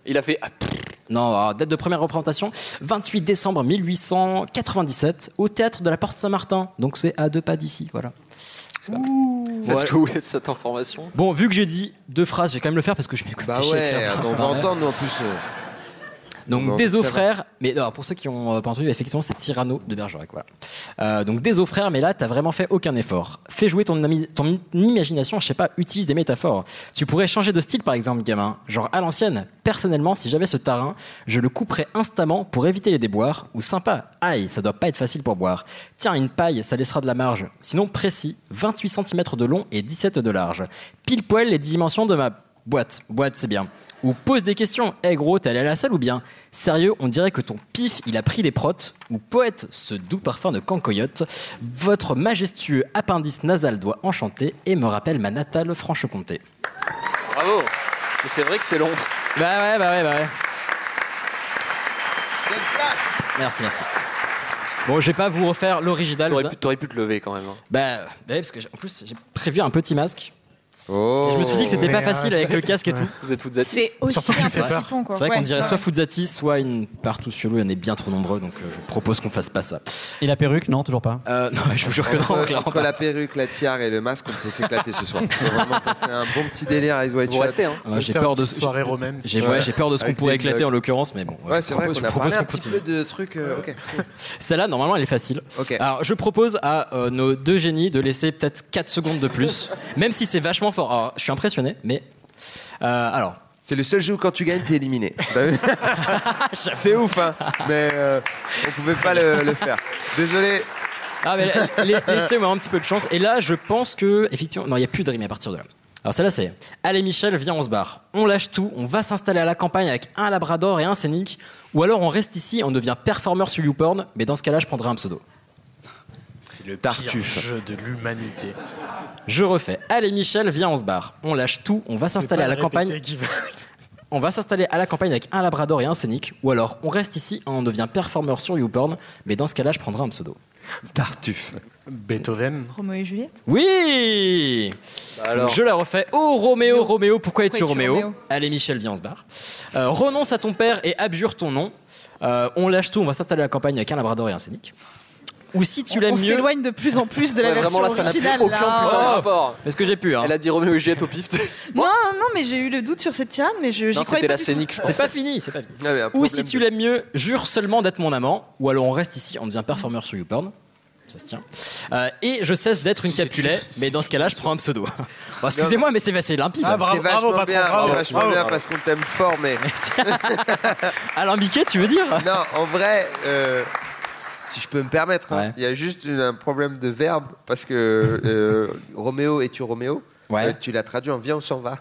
Speaker 11: Il a fait. ah, pff,
Speaker 9: Non, alors, date de première représentation, 28 décembre 1897, au théâtre de la Porte Saint-Martin. Donc c'est à deux pas d'ici, voilà. C'est pas mal.
Speaker 11: Parce
Speaker 9: Ouais.
Speaker 11: que où est cette information
Speaker 9: Bon, vu que j'ai dit deux phrases, je vais quand même le faire parce que je suis
Speaker 10: Bah ouais, on va entendre nous en plus. euh,
Speaker 9: Donc,
Speaker 10: Bon,
Speaker 9: désolé
Speaker 10: ça va.
Speaker 9: frère, mais alors, pour ceux qui ont euh, pas entendu, effectivement, c'est Cyrano de Bergerac. Voilà. Euh, donc, désolé frère, mais là, t'as vraiment fait aucun effort. Fais jouer ton, ami- ton imagination, je sais pas, utilise des métaphores. Tu pourrais changer de style, par exemple, gamin. Genre à l'ancienne, personnellement, si j'avais ce tarin, je le couperais instamment pour éviter les déboires. Ou sympa, aïe, ça doit pas être facile pour boire. Tiens, une paille, ça laissera de la marge. Sinon, précis, 28 cm de long et 17 de large. Pile poil les dimensions de ma boîte. Boîte, c'est bien ou pose des questions. Eh gros, t'es allé à la salle ou bien Sérieux, on dirait que ton pif, il a pris les protes. Ou poète, ce doux parfum de cancoyote. Votre majestueux appendice nasal doit enchanter et me rappelle ma natale Franche-Comté.
Speaker 11: Bravo Mais c'est vrai que c'est long.
Speaker 9: Bah ouais, bah ouais, bah ouais. Merci, merci. Bon, je vais pas vous refaire l'original.
Speaker 11: T'aurais
Speaker 9: ça.
Speaker 11: pu, t'aurais pu te lever quand même. hein.
Speaker 9: Bah, ouais, parce que j'ai- en plus, j'ai prévu un petit masque.
Speaker 10: Oh.
Speaker 9: Et je me suis dit que c'était
Speaker 11: Mais,
Speaker 9: pas
Speaker 11: euh,
Speaker 9: facile
Speaker 11: c'est-
Speaker 9: avec le casque et
Speaker 11: ouais.
Speaker 9: tout.
Speaker 11: Vous êtes Fuzzati
Speaker 2: C'est aussi Surtout que un
Speaker 9: C'est
Speaker 2: c'est peu
Speaker 9: vrai,
Speaker 2: vrai. flippant, quoi.
Speaker 9: qu'on
Speaker 2: Ouais,
Speaker 9: dirait
Speaker 2: ouais.
Speaker 9: soit Fuzzati, soit une partout sur l'eau, et on est bien trop nombreux, donc euh, je propose qu'on fasse pas ça.
Speaker 4: Et la perruque, non, toujours pas.
Speaker 9: Euh, non, *laughs* je vous jure que non,
Speaker 10: Entre,
Speaker 9: clairement
Speaker 10: entre
Speaker 9: pas.
Speaker 10: la perruque, la tiare et le masque, on peut s'éclater ce soir. On peut vraiment passer un bon petit délire à Eyes Wide
Speaker 11: Vous
Speaker 10: Shut.
Speaker 11: restez, hein.
Speaker 9: Ouais, j'ai peur de ce-
Speaker 5: soirée romaine.
Speaker 9: J'ai ouais, j'ai peur de ce qu'on
Speaker 10: Avec
Speaker 9: pourrait
Speaker 10: des
Speaker 9: éclater
Speaker 10: blocs.
Speaker 9: en l'occurrence, mais bon.
Speaker 10: Ouais, c'est vrai
Speaker 9: propose-
Speaker 10: qu'on a
Speaker 9: je propose
Speaker 10: parlé
Speaker 9: qu'on
Speaker 10: un petit
Speaker 9: continue.
Speaker 10: peu de trucs. euh, ok.
Speaker 9: *laughs* Celle-là, normalement, elle est facile.
Speaker 10: Ok.
Speaker 9: Alors, je propose à euh, nos deux génies de laisser peut-être 4 secondes de
Speaker 10: *laughs*
Speaker 9: plus, même si c'est vachement fort. Alors, je suis impressionné, mais. euh, alors.
Speaker 10: C'est le seul jeu où quand tu gagnes, t'es éliminé. T'as vu c'est ouf, hein. Mais euh, on pouvait pas le,
Speaker 9: *laughs*
Speaker 10: le faire. Désolé.
Speaker 9: Ah, mais la- la- laissez-moi un petit peu de chance. Et là, je pense que, effectivement, non, il n'y a plus de rime à partir de là. Alors, celle-là, c'est Allez, Michel, viens, on se barre. On lâche tout, on va s'installer à la campagne avec un Labrador et un Scénic, ou alors on reste ici, on devient performeur sur YouPorn, mais dans ce cas-là, je prendrai un pseudo.
Speaker 5: C'est le pire
Speaker 9: Tartuffe.
Speaker 5: jeu de l'humanité.
Speaker 9: Je refais. Allez Michel, viens on se barre. On lâche tout, on va s'installer à la campagne. On va s'installer à la campagne avec un labrador et un scénic, ou alors on reste ici, on devient performeur sur YouPorn, mais dans ce cas-là, je prendrai un pseudo.
Speaker 10: Tartuffe.
Speaker 5: Beethoven.
Speaker 15: Roméo et Juliette
Speaker 9: Oui
Speaker 11: alors.
Speaker 9: Je la refais. Oh Roméo, Roméo, pourquoi es-tu
Speaker 15: Pourquoi es-tu
Speaker 9: Roméo
Speaker 15: Roméo
Speaker 9: Allez Michel, viens on se barre. Euh, renonce à ton père et abjure ton nom. Euh, on lâche tout, on va s'installer à la campagne avec un labrador et un scénic. Ou si tu
Speaker 15: On-
Speaker 9: l'aimes
Speaker 15: On
Speaker 9: mieux.
Speaker 15: s'éloigne de plus en plus de la
Speaker 11: Ouais,
Speaker 15: version
Speaker 11: vraiment, là, Oh. ça n'a plus
Speaker 15: originale.
Speaker 11: aucun
Speaker 15: là.
Speaker 11: putain de rapport.
Speaker 9: Parce que j'ai pu, hein.
Speaker 11: Elle a dit Roméo et Juliette au pif.
Speaker 15: Non, non, mais j'ai eu le doute sur cette tirade, mais je- j'y
Speaker 11: Non,
Speaker 15: croyais
Speaker 11: c'était
Speaker 15: pas.
Speaker 11: la
Speaker 15: du tout.
Speaker 11: scénique, je pense.
Speaker 9: C'est pas fini, c'est pas fini.
Speaker 10: Non, mais un
Speaker 9: Ou
Speaker 10: problème
Speaker 9: si tu
Speaker 10: de-
Speaker 9: l'aimes mieux, jure seulement d'être mon amant, ou alors on reste ici, on devient performeur sur YouPorn. Ça se tient. Euh, et je cesse d'être une capulet, mais dans ce cas-là, je prends un pseudo. Bon, Excusez-moi, mais c'est c'est limpide.
Speaker 5: Ah,
Speaker 10: C'est
Speaker 5: bravo,
Speaker 10: vachement
Speaker 5: bravo, patron,
Speaker 10: bien,
Speaker 5: bravo,
Speaker 10: c'est vachement
Speaker 5: bravo.
Speaker 10: bien parce qu'on t'aime fort, mais.
Speaker 9: *laughs* Alain Biquet, tu veux dire
Speaker 10: Non, en vrai, euh, si je peux me permettre, hein, il y a juste une- un problème de verbe parce que euh, Roméo et tu Roméo
Speaker 9: Ouais.
Speaker 10: Euh, tu l'as traduit en viens, on s'en va.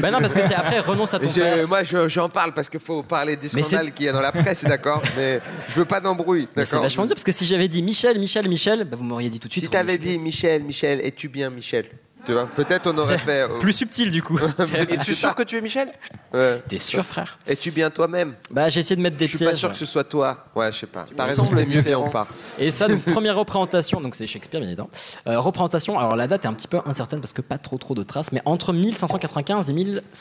Speaker 9: Bah non, parce que c'est après, renonce à ton
Speaker 10: Et je-
Speaker 9: père.
Speaker 10: moi, je- j'en parle parce qu'il faut parler des
Speaker 9: Mais
Speaker 10: scandales
Speaker 9: c'est-
Speaker 10: qu'il y a dans la presse, d'accord Mais je veux pas d'embrouille,
Speaker 9: Mais C'est
Speaker 10: d'accord
Speaker 9: vachement dur, parce que si j'avais dit Michel, Michel, Michel, bah, vous m'auriez dit tout de suite.
Speaker 10: Si t'avais dit Michel, Michel, es-tu bien Michel Tu vois, peut-être on aurait
Speaker 9: C'est
Speaker 10: fait. euh,
Speaker 9: Plus subtil du coup.
Speaker 10: *laughs*
Speaker 11: *laughs* Et tu es sûr que tu es Michel
Speaker 10: ouais.
Speaker 9: T'es sûr, frère
Speaker 10: Es-tu bien toi-même
Speaker 9: Bah, j'ai essayé de mettre des
Speaker 10: Je suis pas
Speaker 9: pièges.
Speaker 10: sûr que ce soit toi. Ah, Ouais, je sais pas. T'as
Speaker 11: me
Speaker 10: raison,
Speaker 11: sembles
Speaker 10: c'était mieux bien
Speaker 11: différent.
Speaker 10: on part.
Speaker 9: Et ça,
Speaker 10: *laughs*
Speaker 9: donc, première représentation, donc c'est Shakespeare, bien évidemment. Euh, représentation, alors la date est un petit peu incertaine parce que pas trop trop de traces, mais entre 1595 et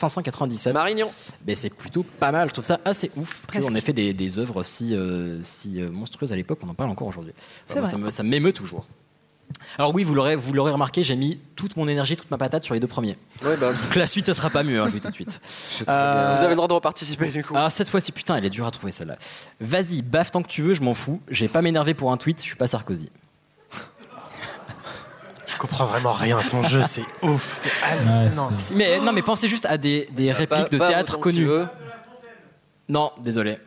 Speaker 9: 1597.
Speaker 11: Marignan.
Speaker 9: Mais c'est plutôt pas mal, je trouve ça assez ouf.
Speaker 15: Presque.
Speaker 9: On a fait des, des œuvres si, euh, si euh, monstrueuses à l'époque, on en parle encore aujourd'hui.
Speaker 15: C'est
Speaker 9: Moi,
Speaker 15: vrai.
Speaker 9: Ça me- ça m'émeut toujours. Alors oui, vous l'aurez vous l'aurez remarqué, j'ai mis toute mon énergie, toute ma patate sur les deux premiers.
Speaker 11: Ouais, bah,
Speaker 9: Donc la suite, ça sera pas mieux, hein, je vous dis tout
Speaker 15: *laughs*
Speaker 9: de suite. Euh,
Speaker 11: Vous avez le droit de reparticiper du coup.
Speaker 9: ah, cette fois-ci, putain, elle est dure à trouver celle-là. Vas-y, baffe tant que tu veux, je m'en fous. J'ai pas m'énervé pour un tweet, je suis pas Sarkozy.
Speaker 5: Je comprends vraiment rien à ton jeu, c'est ouf, c'est hallucinant.
Speaker 9: Si- mais, non, mais pensez juste à des, des répliques
Speaker 11: Pas-
Speaker 9: de
Speaker 11: pas
Speaker 9: théâtre
Speaker 11: Bah, autant que tu
Speaker 9: connues.
Speaker 11: veux.
Speaker 9: Non, désolé.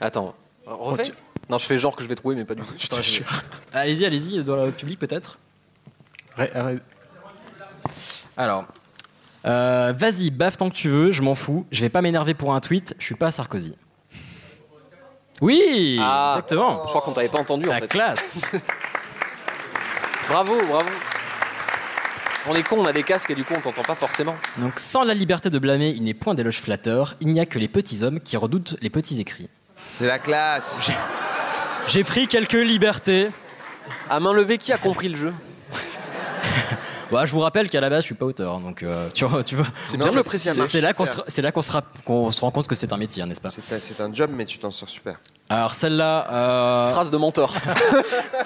Speaker 11: Attends, refais Oh, Non, je fais genre que je vais trouver, mais pas du tout. *laughs* Je te jure.
Speaker 9: Allez-y, allez-y, dans le public peut-être.
Speaker 5: Ouais, ouais.
Speaker 9: Alors, euh, vas-y, baffe tant que tu veux, je m'en fous. Je vais pas m'énerver pour un tweet, je suis pas Sarkozy. Oui,
Speaker 10: Ah.
Speaker 9: exactement.
Speaker 10: Oh,
Speaker 11: Je crois qu'on t'avait pas entendu en
Speaker 9: La
Speaker 11: fait.
Speaker 10: *laughs*
Speaker 9: classe.
Speaker 11: Bravo, bravo. On est con, on a des casques et du coup on t'entend pas forcément.
Speaker 9: Donc, sans la liberté de blâmer, il n'est point d'éloge flatteur. Il n'y a que les petits hommes qui redoutent les petits écrits.
Speaker 10: C'est la classe.
Speaker 9: J'ai pris quelques libertés.
Speaker 11: À main levée, qui a compris le jeu
Speaker 9: Bah, je vous rappelle qu'à la base, je suis pas auteur, donc euh, tu, vois- tu vois.
Speaker 10: C'est bien de le préciser.
Speaker 9: C'est- C'est là qu'on se, c'est là qu'on se, rap- qu'on se rend compte que c'est un métier, hein, n'est-ce pas
Speaker 10: C'est un- c'est un job, mais tu t'en sors super.
Speaker 9: Alors celle-là, euh,
Speaker 11: Phrase de *laughs* mentor.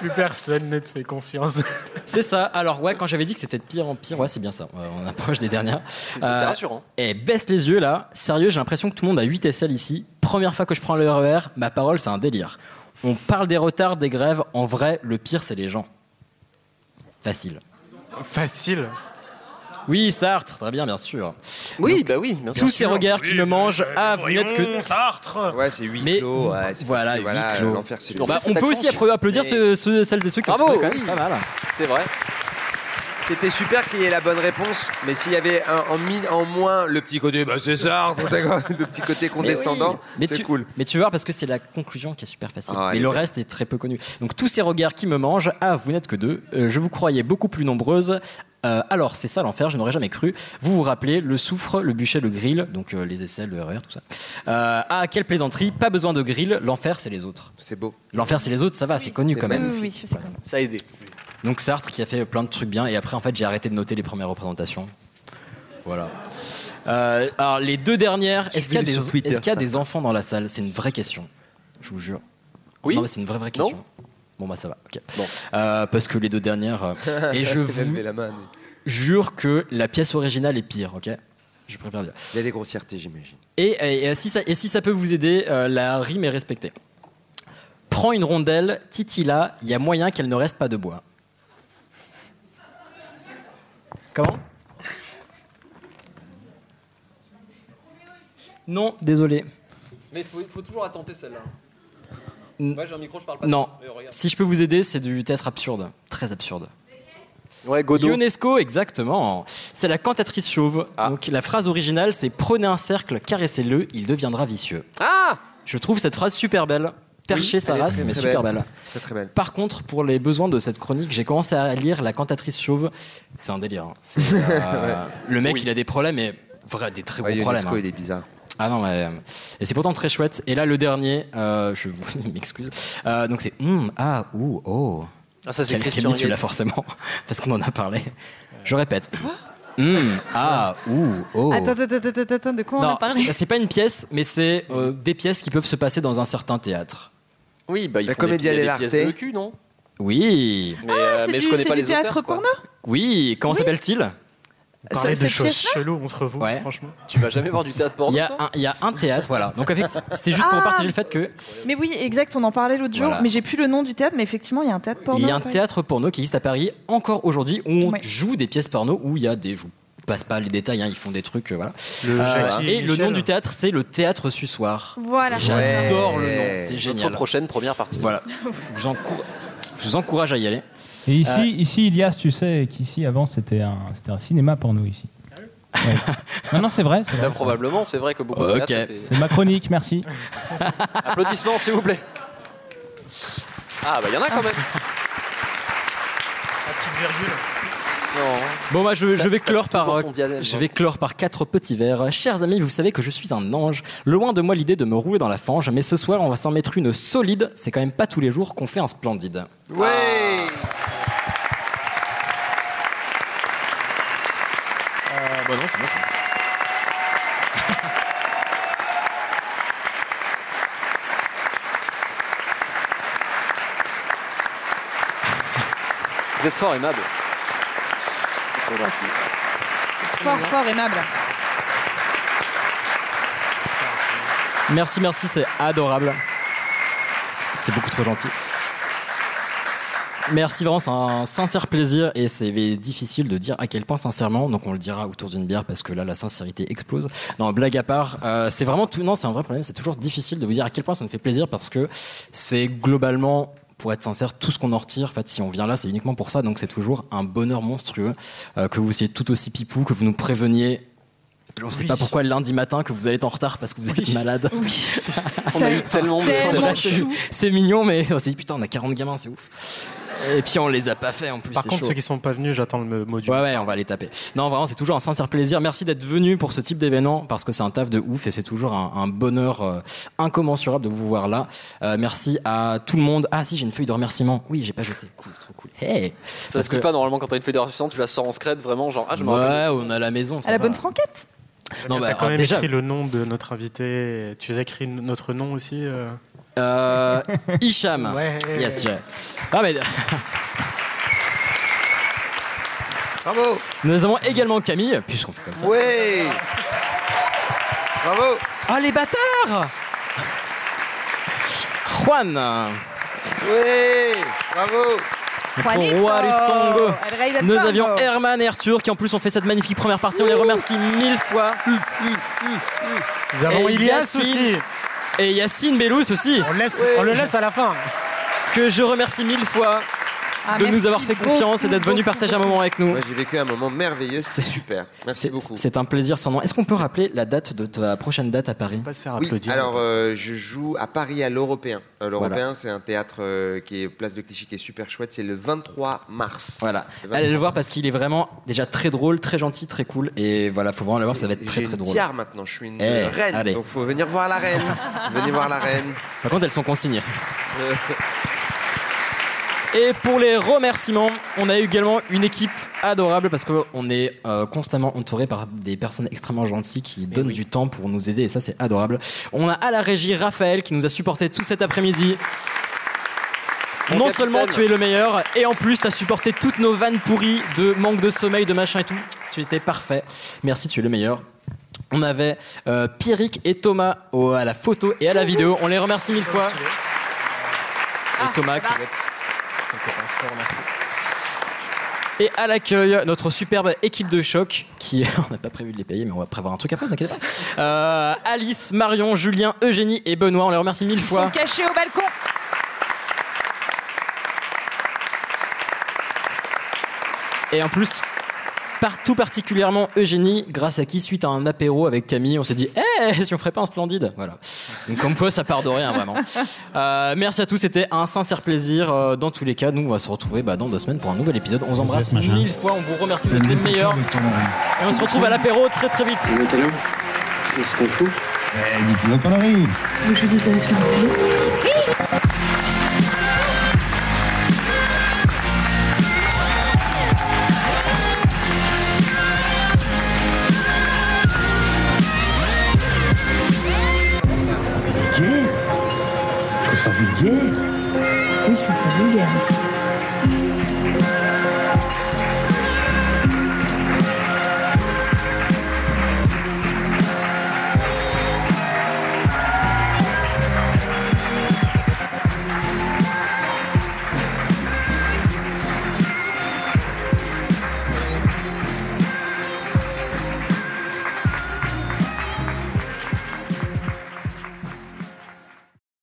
Speaker 5: Plus personne ne te fait
Speaker 10: *laughs*
Speaker 5: confiance.
Speaker 9: c'est ça. Alors ouais, quand j'avais dit que c'était de pire en pire, ouais, c'est bien ça. Ouais, on approche des dernières.
Speaker 11: C'est rassurant.
Speaker 9: Et baisse les yeux là. Sérieux, j'ai l'impression que tout le monde a 8 SL ici. Première fois que je prends le RER, ma parole, c'est un délire. On parle des retards, des grèves. En vrai, le pire, c'est les gens. Facile.
Speaker 5: Facile.
Speaker 9: Oui, Sartre, très bien, bien sûr.
Speaker 11: Oui, bah oui, bah, bien sûr.
Speaker 9: Tous ces regards qui me mangent, ah, vous n'êtes que
Speaker 5: Sartre
Speaker 10: Ouais, c'est huis
Speaker 9: Mais
Speaker 10: clos. ouais, c'est
Speaker 9: voilà,
Speaker 10: facile,
Speaker 9: huis
Speaker 10: voilà,
Speaker 9: clos.
Speaker 10: l'enfer, c'est
Speaker 9: Bah,
Speaker 11: Bah,
Speaker 9: on
Speaker 11: cet
Speaker 9: peut
Speaker 11: accent,
Speaker 9: aussi
Speaker 11: je-
Speaker 9: appro- applaudir
Speaker 10: mais-
Speaker 9: ceux- ceux- celles et ceux qui ont
Speaker 11: Bravo,
Speaker 9: trouvé quand même
Speaker 11: oui.
Speaker 9: pas mal.
Speaker 11: C'est vrai.
Speaker 10: C'était super qu'il y ait la bonne réponse, mais s'il y avait un- en, mine- en moins le petit côté, bah c'est ça, d'accord, le petit côté condescendant,
Speaker 9: Mais
Speaker 10: c'est
Speaker 9: tu,
Speaker 10: cool.
Speaker 9: mais tu vois, parce que c'est la conclusion qui est super facile.
Speaker 10: Ah,
Speaker 9: mais
Speaker 10: elle
Speaker 9: le
Speaker 10: est belle.
Speaker 9: reste est très peu connu. Donc tous ces regards qui me mangent, ah, vous n'êtes que deux, euh, je vous croyais beaucoup plus nombreuses, Euh, alors, c'est ça l'enfer, je n'aurais jamais cru. Vous vous rappelez le soufre, le bûcher, le grill, donc euh, les aisselles, le RER, tout ça. Euh, ah, quelle plaisanterie, pas besoin de grill, l'enfer c'est les autres.
Speaker 10: C'est beau.
Speaker 9: L'enfer c'est les autres, ça va, c'est connu
Speaker 10: c'est
Speaker 9: quand même.
Speaker 10: magnifique.
Speaker 15: Oui, c'est ça. quand même.
Speaker 11: Ça a aidé.
Speaker 9: Donc Sartre qui a fait plein de trucs bien, et après en fait j'ai arrêté de noter les premières représentations. Voilà. Euh, alors les deux dernières, est-ce qu'il y a,
Speaker 11: Suivez-le
Speaker 9: des,
Speaker 11: sur Twitter,
Speaker 9: est-ce qu'il y a
Speaker 11: ça.
Speaker 9: des enfants dans la salle C'est une vraie question, je vous jure.
Speaker 11: Oui
Speaker 9: Non mais c'est une vraie vraie
Speaker 11: Non
Speaker 9: question. Bon bah ça va, ok. Euh, parce que les deux dernières...
Speaker 10: *laughs*
Speaker 9: euh, et je
Speaker 10: Il a
Speaker 9: vous
Speaker 10: levé la main, lui.
Speaker 9: jure que la pièce originale est pire, ok Je préfère dire.
Speaker 10: Il y a des grossièretés, j'imagine.
Speaker 9: Et, et- et si, ça, et si ça peut vous aider, euh, la rime est respectée. Prends une rondelle, titilla, il y a moyen qu'elle ne reste pas de bois. Comment Non, désolé.
Speaker 11: Mais il faut, faut toujours attenter celle-là.
Speaker 9: Mm.
Speaker 11: Ouais, j'ai un micro, je parle pas.
Speaker 9: Non.
Speaker 11: trop. Mais regarde.
Speaker 9: Si je peux vous aider, c'est du théâtre absurde. Très absurde.
Speaker 11: Ouais, Godot.
Speaker 9: Ionesco, exactement. C'est la cantatrice chauve. Donc la phrase originale, c'est prenez un cercle, caressez-le, il deviendra vicieux.
Speaker 11: Ah
Speaker 9: Je trouve cette phrase super belle. Percher
Speaker 10: Oui,
Speaker 9: sa
Speaker 10: elle est
Speaker 9: race,
Speaker 10: très,
Speaker 9: mais
Speaker 10: très
Speaker 9: super
Speaker 10: belle.
Speaker 9: belle.
Speaker 10: Très, très belle.
Speaker 9: Par contre, pour les besoins de cette chronique, j'ai commencé à lire La cantatrice chauve. C'est un délire. hein.
Speaker 10: *laughs*
Speaker 9: C'est, euh,
Speaker 10: Ouais.
Speaker 9: Le mec, il a des problèmes, et vrai, des très gros
Speaker 10: Ouais,
Speaker 9: problèmes.
Speaker 10: Ionesco,
Speaker 9: hein.
Speaker 10: il est bizarre.
Speaker 9: Ah non, mais. euh, Et c'est pourtant très chouette. Et là, le dernier, euh, je vous *laughs* m'excuse. Euh, donc c'est. hum, ah, ouh, oh.
Speaker 11: Ah, ça, c'est
Speaker 9: Quel-
Speaker 11: Christian
Speaker 9: Camille, tu
Speaker 11: Yates.
Speaker 9: l'as forcément, *laughs* parce qu'on en a parlé. Je répète. Hum, ah, ouh, oh.
Speaker 2: Attends, attends, attends, attends, attends, de quoi on
Speaker 9: Non,
Speaker 2: a parlé
Speaker 9: c'est- c'est pas une pièce, mais c'est euh, des pièces qui peuvent se passer dans un certain théâtre.
Speaker 11: Oui, bah, il
Speaker 9: La
Speaker 11: faut
Speaker 9: comédia
Speaker 11: des Ah,
Speaker 9: dell'arte.
Speaker 11: pièces de cul, non
Speaker 9: Oui.
Speaker 11: Mais, euh,
Speaker 2: c'est
Speaker 11: mais je
Speaker 2: du-
Speaker 11: connais
Speaker 2: c'est
Speaker 11: pas
Speaker 2: du
Speaker 11: les
Speaker 2: théâtre
Speaker 11: auteurs. quoi.
Speaker 2: porno
Speaker 9: Oui, comment s'appelle-t-il
Speaker 5: Parler
Speaker 9: Ce-
Speaker 5: de
Speaker 9: cette
Speaker 5: choses
Speaker 9: pièce-là
Speaker 5: cheloues entre vous, franchement.
Speaker 11: Tu vas jamais voir du théâtre porno
Speaker 9: Il y, a un- il y a un théâtre, voilà. Donc en fait, c'est juste pour
Speaker 15: Ah.
Speaker 9: partager le fait que
Speaker 15: Mais oui, exact, on en parlait l'autre jour,
Speaker 9: Voilà.
Speaker 15: mais j'ai plus le nom du théâtre, mais effectivement, il y a un théâtre porno.
Speaker 9: il y a un
Speaker 15: à Paris.
Speaker 9: théâtre porno qui existe à Paris encore aujourd'hui où on
Speaker 15: Ouais.
Speaker 9: joue des pièces porno où il y a des je vous passe pas les détails, hein, ils font des trucs, euh, voilà.
Speaker 5: Le Jackie
Speaker 9: et
Speaker 5: et
Speaker 9: le nom
Speaker 5: Michel.
Speaker 9: du théâtre, c'est le Théâtre Sussoir.
Speaker 2: Voilà.
Speaker 9: J'adore le
Speaker 11: Ouais.
Speaker 9: nom, c'est
Speaker 11: Notre
Speaker 9: génial.
Speaker 11: prochaine première *laughs* partie.
Speaker 2: *laughs*
Speaker 9: Voilà. J'encour- Je vous encourage à y aller.
Speaker 6: Et ici,
Speaker 9: Euh,
Speaker 6: ici Ilias, tu sais qu'ici, avant, c'était un, c'était un cinéma porno ici. Ouais. Non, non, c'est vrai. c'est vrai.
Speaker 11: Là, probablement, c'est vrai que beaucoup de
Speaker 9: Ok.
Speaker 11: théâtres étaient-
Speaker 6: C'est ma chronique, merci.
Speaker 11: Applaudissements, s'il vous plaît. Ah, bah, il y en a quand même.
Speaker 9: Bon bah je, je vais clore par
Speaker 11: toujours ton diadème,
Speaker 9: je
Speaker 11: hein.
Speaker 9: vais clore par quatre petits vers. Chers amis, vous savez que je suis un ange. Loin de moi l'idée de me rouler dans la fange, mais ce soir on va s'en mettre une solide. C'est quand même pas tous les jours qu'on fait un splendide.
Speaker 10: Ouais Ah,
Speaker 9: bah non, c'est bon.
Speaker 11: Vous êtes fort aimable.
Speaker 2: Fort, fort aimable.
Speaker 9: Merci, merci, c'est adorable. C'est beaucoup trop gentil. Merci vraiment, c'est un sincère plaisir et c'est difficile de dire à quel point sincèrement. Donc on le dira autour d'une bière parce que là la sincérité explose. Non, blague à part, euh, c'est vraiment tout. Non, c'est un vrai problème. C'est toujours difficile de vous dire à quel point ça nous fait plaisir parce que c'est globalement, pour être sincère, tout ce qu'on en retire. En fait, si on vient là, c'est uniquement pour ça. Donc c'est toujours un bonheur monstrueux euh, que vous soyez tout aussi pipou, que vous nous préveniez. Je ne sais pas pourquoi lundi matin que vous allez être en retard parce que vous êtes malade.
Speaker 11: On a eu tellement de
Speaker 9: C'est
Speaker 11: messages.
Speaker 9: vrai, c'est- C'est mignon, mais on s'est dit putain, on a 40 gamins, c'est ouf. Et puis on les a pas fait en plus.
Speaker 5: Par
Speaker 9: c'est
Speaker 5: contre,
Speaker 9: chaud.
Speaker 5: ceux qui sont pas venus, j'attends le mot du.
Speaker 9: Ouais, ouais, on va les taper. Non, vraiment, c'est toujours un sincère plaisir. Merci d'être venu pour ce type d'événement parce que c'est un taf de ouf et c'est toujours un, un bonheur euh, incommensurable de vous voir là. Euh, merci à tout le monde. Ah, si, j'ai une feuille de remerciement. Oui, j'ai pas jeté. Cool, trop cool. Hey
Speaker 11: Ça se dit pas normalement quand t'as une feuille de refusant, tu la sors en scred vraiment genre ah je me rappelle.
Speaker 9: Ouais, on a la maison. ça
Speaker 15: À la
Speaker 9: va.
Speaker 15: bonne franquette
Speaker 9: Non, bah,
Speaker 5: T'as quand
Speaker 9: alors,
Speaker 5: même
Speaker 9: déjà-
Speaker 5: écrit le nom de notre invité. Tu as écrit n- notre nom aussi. euh.
Speaker 9: Euh, Hicham.
Speaker 5: Ouais.
Speaker 9: Yes, j'ai. Ah, mais.
Speaker 10: Bravo
Speaker 9: Nous avons également Camille, puisqu'on fait comme ça.
Speaker 10: Ouais Bravo
Speaker 9: Ah, les bâtards Juan
Speaker 10: Ouais Bravo
Speaker 9: Notre roi du tango. Nous avions Herman et Arthur qui en plus ont fait cette magnifique première partie. On les remercie mille fois.
Speaker 5: Nous avons
Speaker 9: Et
Speaker 5: Ilias aussi.
Speaker 9: Et Yacine Bellous aussi.
Speaker 5: On, laisse- on le laisse à la fin.
Speaker 9: Que je remercie mille fois.
Speaker 2: Ah,
Speaker 10: Ah,
Speaker 11: de nous avoir fait confiance et d'être venu partager un moment avec nous.
Speaker 10: Moi, j'ai vécu un moment merveilleux. C'est super. Merci beaucoup.
Speaker 9: C'est un plaisir sans nom. Est-ce qu'on peut rappeler la date de ta prochaine date à Paris
Speaker 10: Oui, alors euh, je joue à Paris à l'Européen. Euh, L'Européen,
Speaker 9: Voilà.
Speaker 10: c'est un théâtre euh, qui est place de Clichy, qui est super chouette. C'est le 23 mars.
Speaker 9: Voilà.
Speaker 10: Le 23
Speaker 9: Allez le voir parce qu'il est vraiment déjà très drôle, très gentil, très cool. Et voilà, faut vraiment le voir, ça va être très
Speaker 10: J'ai
Speaker 9: très
Speaker 10: une
Speaker 9: drôle.
Speaker 10: tiare maintenant, je suis une
Speaker 9: Eh,
Speaker 10: euh, reine.
Speaker 9: allez.
Speaker 10: Donc faut venir voir
Speaker 9: *laughs*
Speaker 10: la reine. Venez voir la reine.
Speaker 9: Par contre, elles sont consignées. Et pour les remerciements, on a eu également une équipe adorable parce qu'on est euh, constamment entouré par des personnes extrêmement gentilles
Speaker 11: Eh
Speaker 9: qui donnent du temps pour nous aider et ça c'est adorable. On a à la régie Raphaël qui nous a supporté tout cet après-midi.
Speaker 11: Mon
Speaker 9: non
Speaker 11: capitaine.
Speaker 9: seulement tu es le meilleur, et en plus t'as supporté toutes nos vannes pourries de manque de sommeil, de machin et tout. Tu étais parfait. Merci, tu es le meilleur. On avait euh, Pierrick et Thomas au- à la photo et à la vidéo. On les remercie mille fois.
Speaker 11: Ah,
Speaker 9: Et Thomas qui va être quelque part. Je te remercie. Et à l'accueil, notre superbe équipe de choc, qui *laughs* on n'a pas prévu de les payer, mais on va prévoir un truc après, ne t'inquiète pas. Euh, Alice, Marion, Julien, Eugénie et Benoît, on les remercie mille
Speaker 2: Ils
Speaker 9: fois.
Speaker 2: sont cachés au balcon.
Speaker 9: Et en plus, par- tout particulièrement Eugénie, grâce à qui, suite à un apéro avec Camille, on s'est dit Eh, si on ferait pas un splendide Voilà. Donc, comme quoi, ça part de rien, vraiment. Euh, merci à tous, c'était un sincère plaisir. Euh, dans tous les cas, nous, on va se retrouver bah, dans deux semaines pour un nouvel épisode. On vous embrasse mille fois, on vous remercie, vous êtes les meilleurs. Et on se retrouve à l'apéro très très vite.
Speaker 28: Qu'est-ce qu'on fout Eh, dis-tu nos conneries
Speaker 8: Je dis ça
Speaker 28: Vulgaire Je trouve ça vulgaire
Speaker 8: Oui, je trouve ça vulgaire.